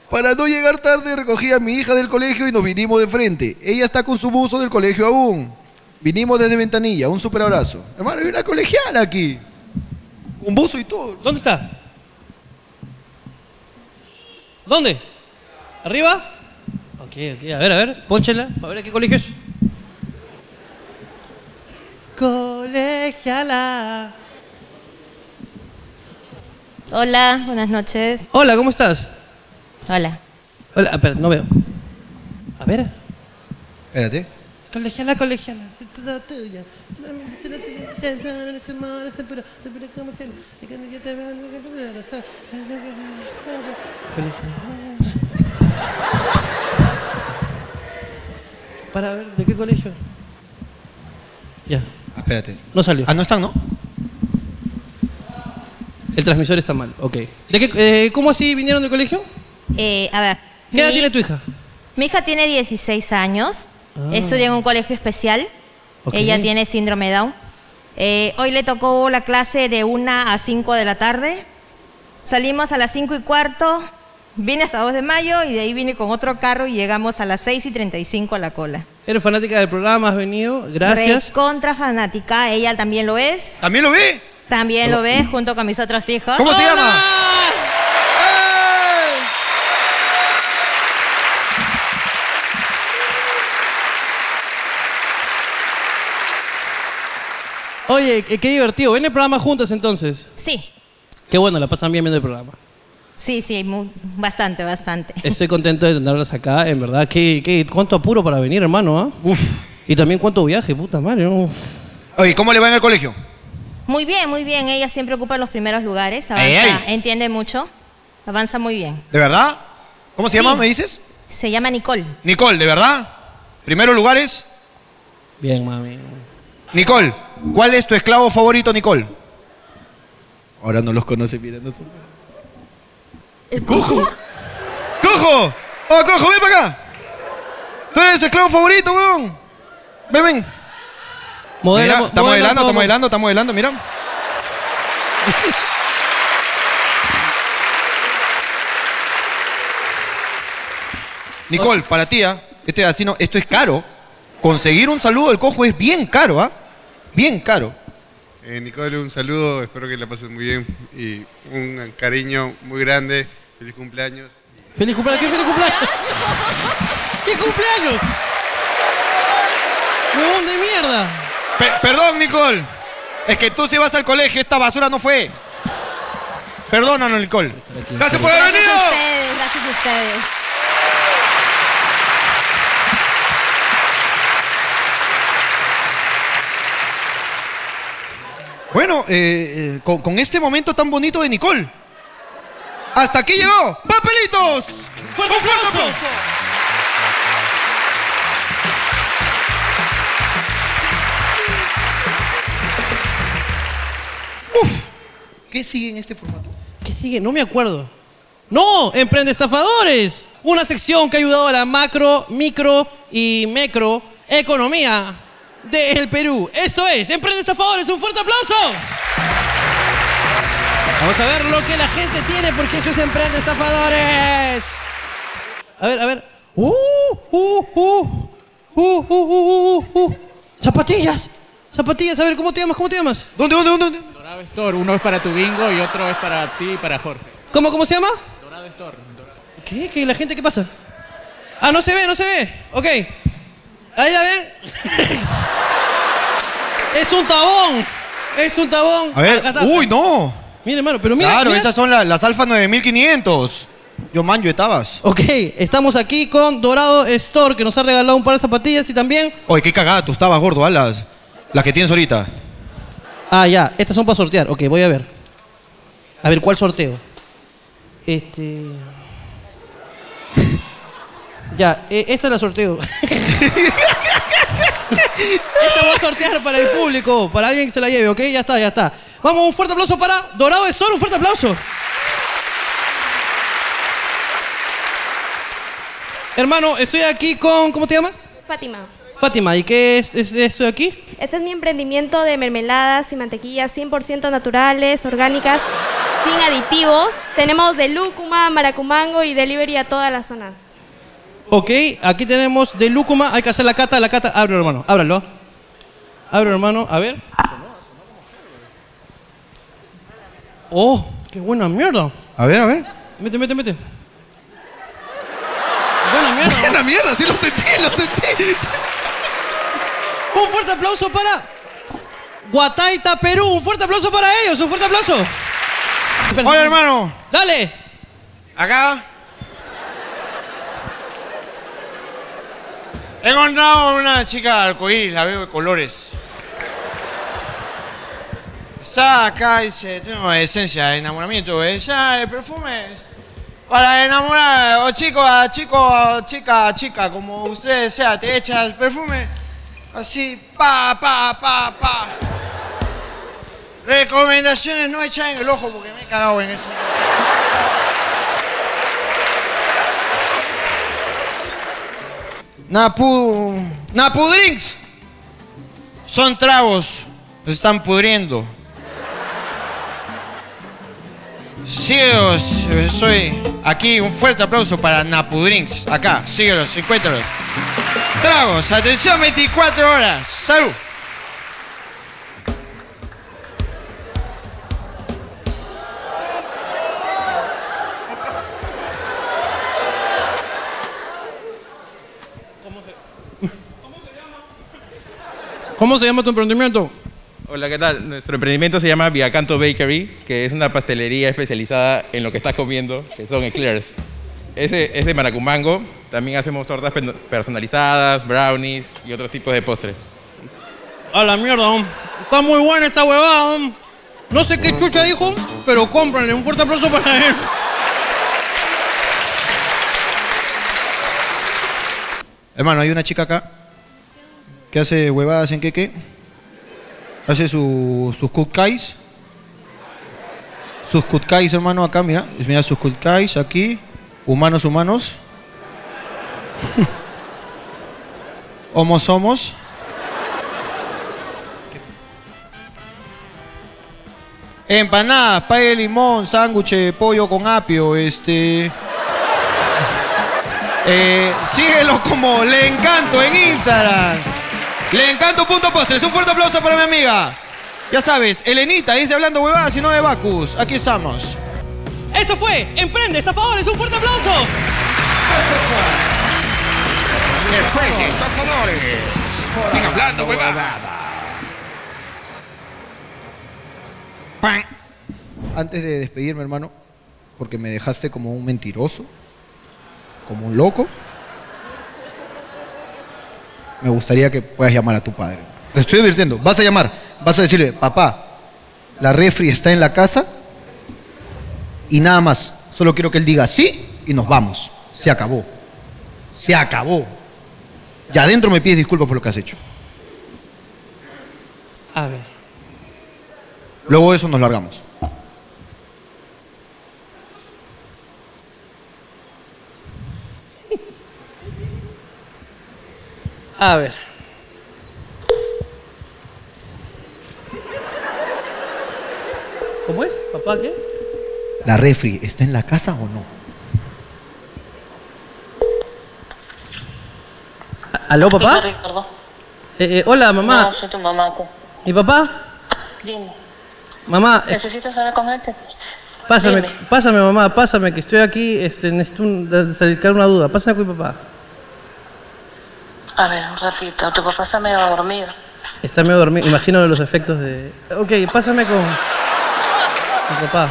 [SPEAKER 2] Para no llegar tarde recogí a mi hija del colegio y nos vinimos de frente. Ella está con su buzo del colegio aún. Vinimos desde Ventanilla, un super abrazo. Hermano, hay una colegiala aquí. Un buzo y todo.
[SPEAKER 1] ¿Dónde está? ¿Dónde? ¿Arriba? Ok, ok, a ver, a ver, ponchela, a ver a qué colegio es. Colegiala.
[SPEAKER 19] Hola, buenas noches.
[SPEAKER 1] Hola, ¿cómo estás?
[SPEAKER 19] Hola.
[SPEAKER 1] Hola, espérate, no veo. A ver.
[SPEAKER 2] Espérate.
[SPEAKER 5] Colegiala, colegiala, es toda tuya.
[SPEAKER 1] Para ver, ¿de qué colegio?
[SPEAKER 2] Espérate.
[SPEAKER 1] No salió.
[SPEAKER 2] Ah, no están, ¿no?
[SPEAKER 1] El transmisor está mal, ok. ¿De qué, eh, ¿Cómo así vinieron del colegio?
[SPEAKER 19] Eh, a ver.
[SPEAKER 1] ¿Qué edad
[SPEAKER 19] mi-
[SPEAKER 1] tiene tu hija?
[SPEAKER 19] Mi hija tiene 16 años.
[SPEAKER 1] Ah.
[SPEAKER 19] Estudia en un colegio especial.
[SPEAKER 1] Ok.
[SPEAKER 19] Ella tiene síndrome Down. Eh, hoy le tocó la clase de 1 a 5 de la tarde. Salimos a las 5 y cuarto. Vine hasta 2 de mayo y de ahí vine con otro carro y llegamos a las 6 y 35 a la cola.
[SPEAKER 1] Eres fanática del programa, has venido, gracias.
[SPEAKER 19] Contra fanática, ella también lo es.
[SPEAKER 2] ¿También lo ve?
[SPEAKER 19] También lo ve junto con mis otros hijos.
[SPEAKER 2] ¿Cómo se llama?
[SPEAKER 1] Oye, eh, qué, qué divertido, ven el programa juntas entonces.
[SPEAKER 19] Sí,
[SPEAKER 1] Qué bueno, la pasan bien viendo el programa.
[SPEAKER 19] sí, sí, mu- bastante, bastante.
[SPEAKER 1] Estoy contento de tenerlas acá, en verdad. ¿Qué, qué, cuánto apuro para venir, hermano? ah? Y también cuánto viaje, puta madre. ¿no?
[SPEAKER 2] Oye, ¿cómo le va en el colegio?
[SPEAKER 19] Muy bien, muy bien. Ella siempre ocupa los primeros lugares. Avanza,
[SPEAKER 2] Ey,
[SPEAKER 19] entiende mucho. Avanza muy bien.
[SPEAKER 2] ¿De verdad? ¿Cómo se
[SPEAKER 19] Sí.
[SPEAKER 2] llama, me dices?
[SPEAKER 19] Se llama Nicole.
[SPEAKER 2] Nicole, ¿de verdad? Primero lugares.
[SPEAKER 1] Bien, mami.
[SPEAKER 2] Nicole, ¿cuál es tu esclavo favorito, Nicole? Ahora no los conoce, mira, no son.
[SPEAKER 19] ¿El
[SPEAKER 2] cojo? ¡Cojo! ¡Oh, cojo, ven para acá! ¡Tú eres su esclavo favorito, weón! Ven, ven.
[SPEAKER 1] Modela,
[SPEAKER 2] Mira,
[SPEAKER 1] mo- modela
[SPEAKER 2] está modelando,
[SPEAKER 1] todo.
[SPEAKER 2] está modelando, está modelando, mira. Nicole, para ti, ¿ah? este así no, esto es caro. Conseguir un saludo del cojo es bien caro, ¿ah? Bien caro.
[SPEAKER 20] Eh, Nicole, un saludo, espero que la pasen muy bien y un cariño muy grande. Feliz cumpleaños.
[SPEAKER 1] ¡Feliz cumpleaños! ¡Qué feliz cumpleaños! ¡Qué cumpleaños! ¡Huevón de mierda!
[SPEAKER 2] perdón, Nicole. Es que tú si vas al colegio, esta basura no fue. Perdónanos, Nicole. Gracias por haber venido.
[SPEAKER 19] Gracias a ustedes, gracias a ustedes.
[SPEAKER 2] Bueno, eh, eh, con, con este momento tan bonito de Nicole. Hasta aquí llegó. ¡Papelitos! ¡Fuerte aplauso! ¿Qué sigue en este formato?
[SPEAKER 1] ¿Qué sigue? No me acuerdo. ¡No! ¡Emprende estafadores! Una sección que ha ayudado a la macro, micro y macro economía del Perú. Esto es Emprende estafadores. ¡Un fuerte aplauso! Vamos a ver lo que la gente tiene porque eso es Emprende estafadores. A ver, a ver. ¡Uh! ¡Uh! ¡Uh! ¡Uh! ¡Uh! ¡Uh! ¡Uh! ¡Zapatillas! ¡Zapatillas! A ver, ¿cómo te llamas? ¿Cómo te llamas?
[SPEAKER 2] ¿Dónde, dónde, dónde?
[SPEAKER 21] Dorado Store, uno es para tu bingo y otro es para ti y para Jorge.
[SPEAKER 1] ¿Cómo, cómo se llama?
[SPEAKER 21] Dorado Store.
[SPEAKER 1] ¿Qué? ¿Qué? ¿La gente qué pasa? Ah, no se ve, no se ve. Ok. Ahí la ven. es un tabón. Es un tabón.
[SPEAKER 2] A ver,
[SPEAKER 1] Acá está.
[SPEAKER 2] uy, no.
[SPEAKER 1] Mira, hermano, pero mira.
[SPEAKER 2] Claro,
[SPEAKER 1] mira.
[SPEAKER 2] esas son la- las Alfa 9500. Yo manjo estabas.
[SPEAKER 1] Ok, estamos aquí con Dorado Store, que nos ha regalado un par de zapatillas y también
[SPEAKER 2] Oye, qué cagada, tú estabas gordo, alas.
[SPEAKER 8] Las que tienes ahorita.
[SPEAKER 1] Ah, ya. Estas son para sortear. Ok, voy a ver. A ver, ¿cuál sorteo? Este. ya, e- esta la sorteo. esta voy a sortear para el público, para alguien que se la lleve, ¿ok? Ya está, ya está. Vamos, un fuerte aplauso para Dorado de Sol, un fuerte aplauso. Hermano, estoy aquí con. ¿Cómo te llamas?
[SPEAKER 3] Fátima,
[SPEAKER 1] Fátima, ¿y qué es, es- esto de aquí?
[SPEAKER 3] este es mi emprendimiento de mermeladas y mantequillas 100% naturales, orgánicas, sin aditivos. Tenemos de lúcuma, maracumango y delivery a todas las zonas.
[SPEAKER 1] Ok, aquí tenemos de lúcuma. Hay que hacer la cata, la cata. Ábrelo, hermano, ábralo. Ábrelo, hermano, a ver. Oh, qué buena mierda.
[SPEAKER 8] A ver, a ver.
[SPEAKER 1] Mete, mete, mete.
[SPEAKER 8] ¡La mierda! ¡Sí lo sentí, lo sentí!
[SPEAKER 1] Un fuerte aplauso para Guataita, Perú. Un fuerte aplauso para ellos, un fuerte aplauso.
[SPEAKER 8] Hola, hermano.
[SPEAKER 1] Dale.
[SPEAKER 8] Acá. He encontrado una chica arcoíris, la veo de colores. Está acá, dice, tengo esencia de enamoramiento, ella el perfume es para enamorar, o chico, a chico, o chica, a chica, como usted sea, te echa el perfume, así, pa, pa, pa, pa. Recomendaciones no echar en el ojo porque me he cagado en eso. Napu. Napu Drinks. Son tragos. Se están pudriendo. Síguelos, eh, soy aquí. Un fuerte aplauso para Napu Drinks. Acá, síguelos, encuéntralos. Tragos, atención 24 horas. Salud.
[SPEAKER 1] ¿Cómo se llama tu emprendimiento?
[SPEAKER 9] Hola, ¿qué tal? Nuestro emprendimiento se llama Viacanto Bakery, que es una pastelería especializada en lo que estás comiendo, que son eclairs. Ese es de maracumango. También hacemos tortas pen- personalizadas, brownies y otros tipos de postre.
[SPEAKER 1] A la mierda, hom. Está muy buena esta huevada, hom. No sé qué chucha dijo, pero cómpranle. Un fuerte aplauso para él.
[SPEAKER 8] Hermano, hay una chica acá que hace huevadas en queque. Hace su- sus cupcakes. Sus cupcakes, hermano, acá, mira. Mira sus cupcakes aquí. Humanos, humanos. Homos, homos. Empanadas, pay de limón, sándwiches, pollo con apio, este... Eh, síguelo como Le Encanto en Instagram. Le Encanto punto postres. Un fuerte aplauso para mi amiga. Ya sabes, Elenita dice hablando huevadas y no de Bacus. Aquí estamos.
[SPEAKER 1] Esto fue Emprende Estafadores. Un fuerte aplauso.
[SPEAKER 5] Emprende Estafadores. Están hablando huevadas.
[SPEAKER 8] Antes de despedirme, hermano, porque me dejaste como un mentiroso, como un loco, me gustaría que puedas llamar a tu padre. Te estoy advirtiendo, vas a llamar, vas a decirle, papá, la refri está en la casa y nada más. Solo quiero que él diga sí y nos vamos. Se acabó. Se acabó. Y adentro me pides disculpas por lo que has hecho.
[SPEAKER 1] A ver.
[SPEAKER 8] Luego de eso nos largamos.
[SPEAKER 1] A ver. ¿Cómo es? ¿Papá qué?
[SPEAKER 8] ¿La refri está en la casa o no?
[SPEAKER 1] ¿Aló,
[SPEAKER 6] Dime,
[SPEAKER 1] papá?
[SPEAKER 6] Ricardo.
[SPEAKER 1] Eh, eh, hola,
[SPEAKER 6] No,
[SPEAKER 1] mamá.
[SPEAKER 6] soy tu mamá. pu.
[SPEAKER 1] ¿Mi papá?
[SPEAKER 6] Dime.
[SPEAKER 1] Mamá, eh,
[SPEAKER 6] ¿Necesitas hablar con este?
[SPEAKER 1] pásame,
[SPEAKER 6] dime.
[SPEAKER 1] pásame, mamá, pásame, que estoy aquí, este, necesito un- de- sacar una duda. Pásame con mi papá.
[SPEAKER 6] A ver, un ratito. Tu papá está medio dormido.
[SPEAKER 1] Está medio dormido, imagino los efectos de... Ok, pásame con mi papá.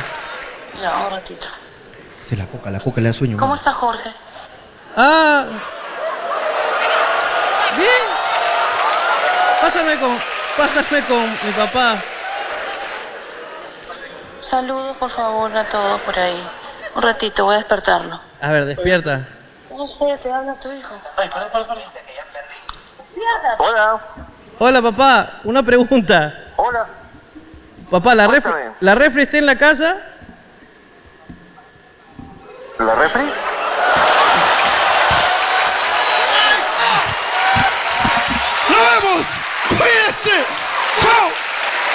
[SPEAKER 6] Ya, un ratito.
[SPEAKER 8] Se la coca, la coca le da sueño.
[SPEAKER 6] ¿Cómo está Jorge?
[SPEAKER 1] Ah. Bien. Pásame con... Pásame con mi papá.
[SPEAKER 22] Saludos, por favor, a todos por ahí. Un ratito, voy a despertarlo.
[SPEAKER 1] A ver, despierta.
[SPEAKER 22] Oye, te habla tu hijo. Ay, para, para, para. Despiértate.
[SPEAKER 4] Hola,
[SPEAKER 1] Hola, papá. Una pregunta.
[SPEAKER 4] hola.
[SPEAKER 1] Papá, ¿la refri,
[SPEAKER 4] Cuéntame.
[SPEAKER 1] ¿la refri está en la casa?
[SPEAKER 4] ¿La refri?
[SPEAKER 14] ¡Lo vemos! ¡Cuídense! ¡Chao!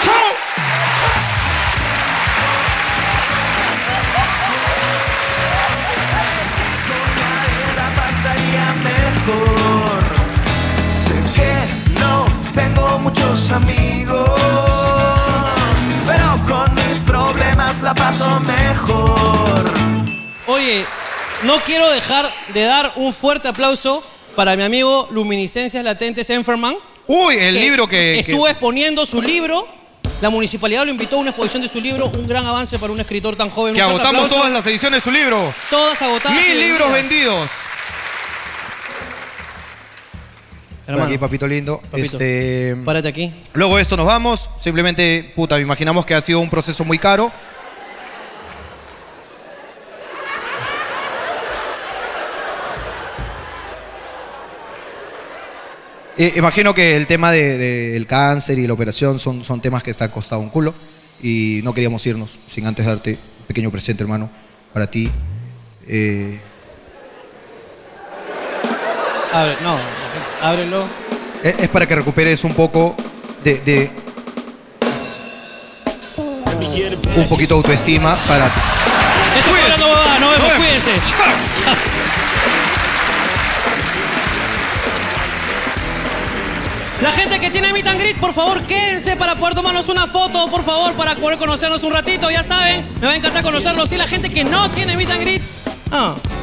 [SPEAKER 14] ¡Chao! la pasaría mejor. Sé que no tengo muchos amigos, pero con mis problemas la paso mejor.
[SPEAKER 1] Oye, no quiero dejar de dar un fuerte aplauso para mi amigo Luminiscencias Latentes Enferman.
[SPEAKER 2] Uy, el libro que-
[SPEAKER 1] Estuvo
[SPEAKER 2] que-
[SPEAKER 1] exponiendo su libro. La municipalidad lo invitó a una exposición de su libro. Un gran avance para un escritor tan joven.
[SPEAKER 2] Que
[SPEAKER 1] Un fuerte
[SPEAKER 2] agotamos
[SPEAKER 1] aplauso.
[SPEAKER 2] todas las ediciones de su libro.
[SPEAKER 1] Todas agotadas. y
[SPEAKER 2] Mil libros
[SPEAKER 1] vendidas.
[SPEAKER 2] vendidos.
[SPEAKER 1] Hermano.
[SPEAKER 2] Aquí, papito lindo.
[SPEAKER 1] Papito,
[SPEAKER 2] este,
[SPEAKER 1] párate aquí.
[SPEAKER 2] Luego de esto nos vamos. Simplemente, puta, imaginamos que ha sido un proceso muy caro. Eh, imagino que el tema del de, el cáncer y la operación son, son temas que están costado un culo. Y no queríamos irnos sin antes darte un pequeño presente, hermano, para ti. Eh,
[SPEAKER 1] Abre, no, ábrelo.
[SPEAKER 2] Es, es para que recuperes un poco de, de- un poquito de autoestima para ti.
[SPEAKER 1] Esto fue la novedad, nos vemos, cuídense. La gente que tiene Meet and Greet, por favor, quédense para poder tomarnos una foto, por favor, para poder conocernos un ratito, ya saben. Me va a encantar conocerlos. Y la gente que no tiene Meet and Greet, ah,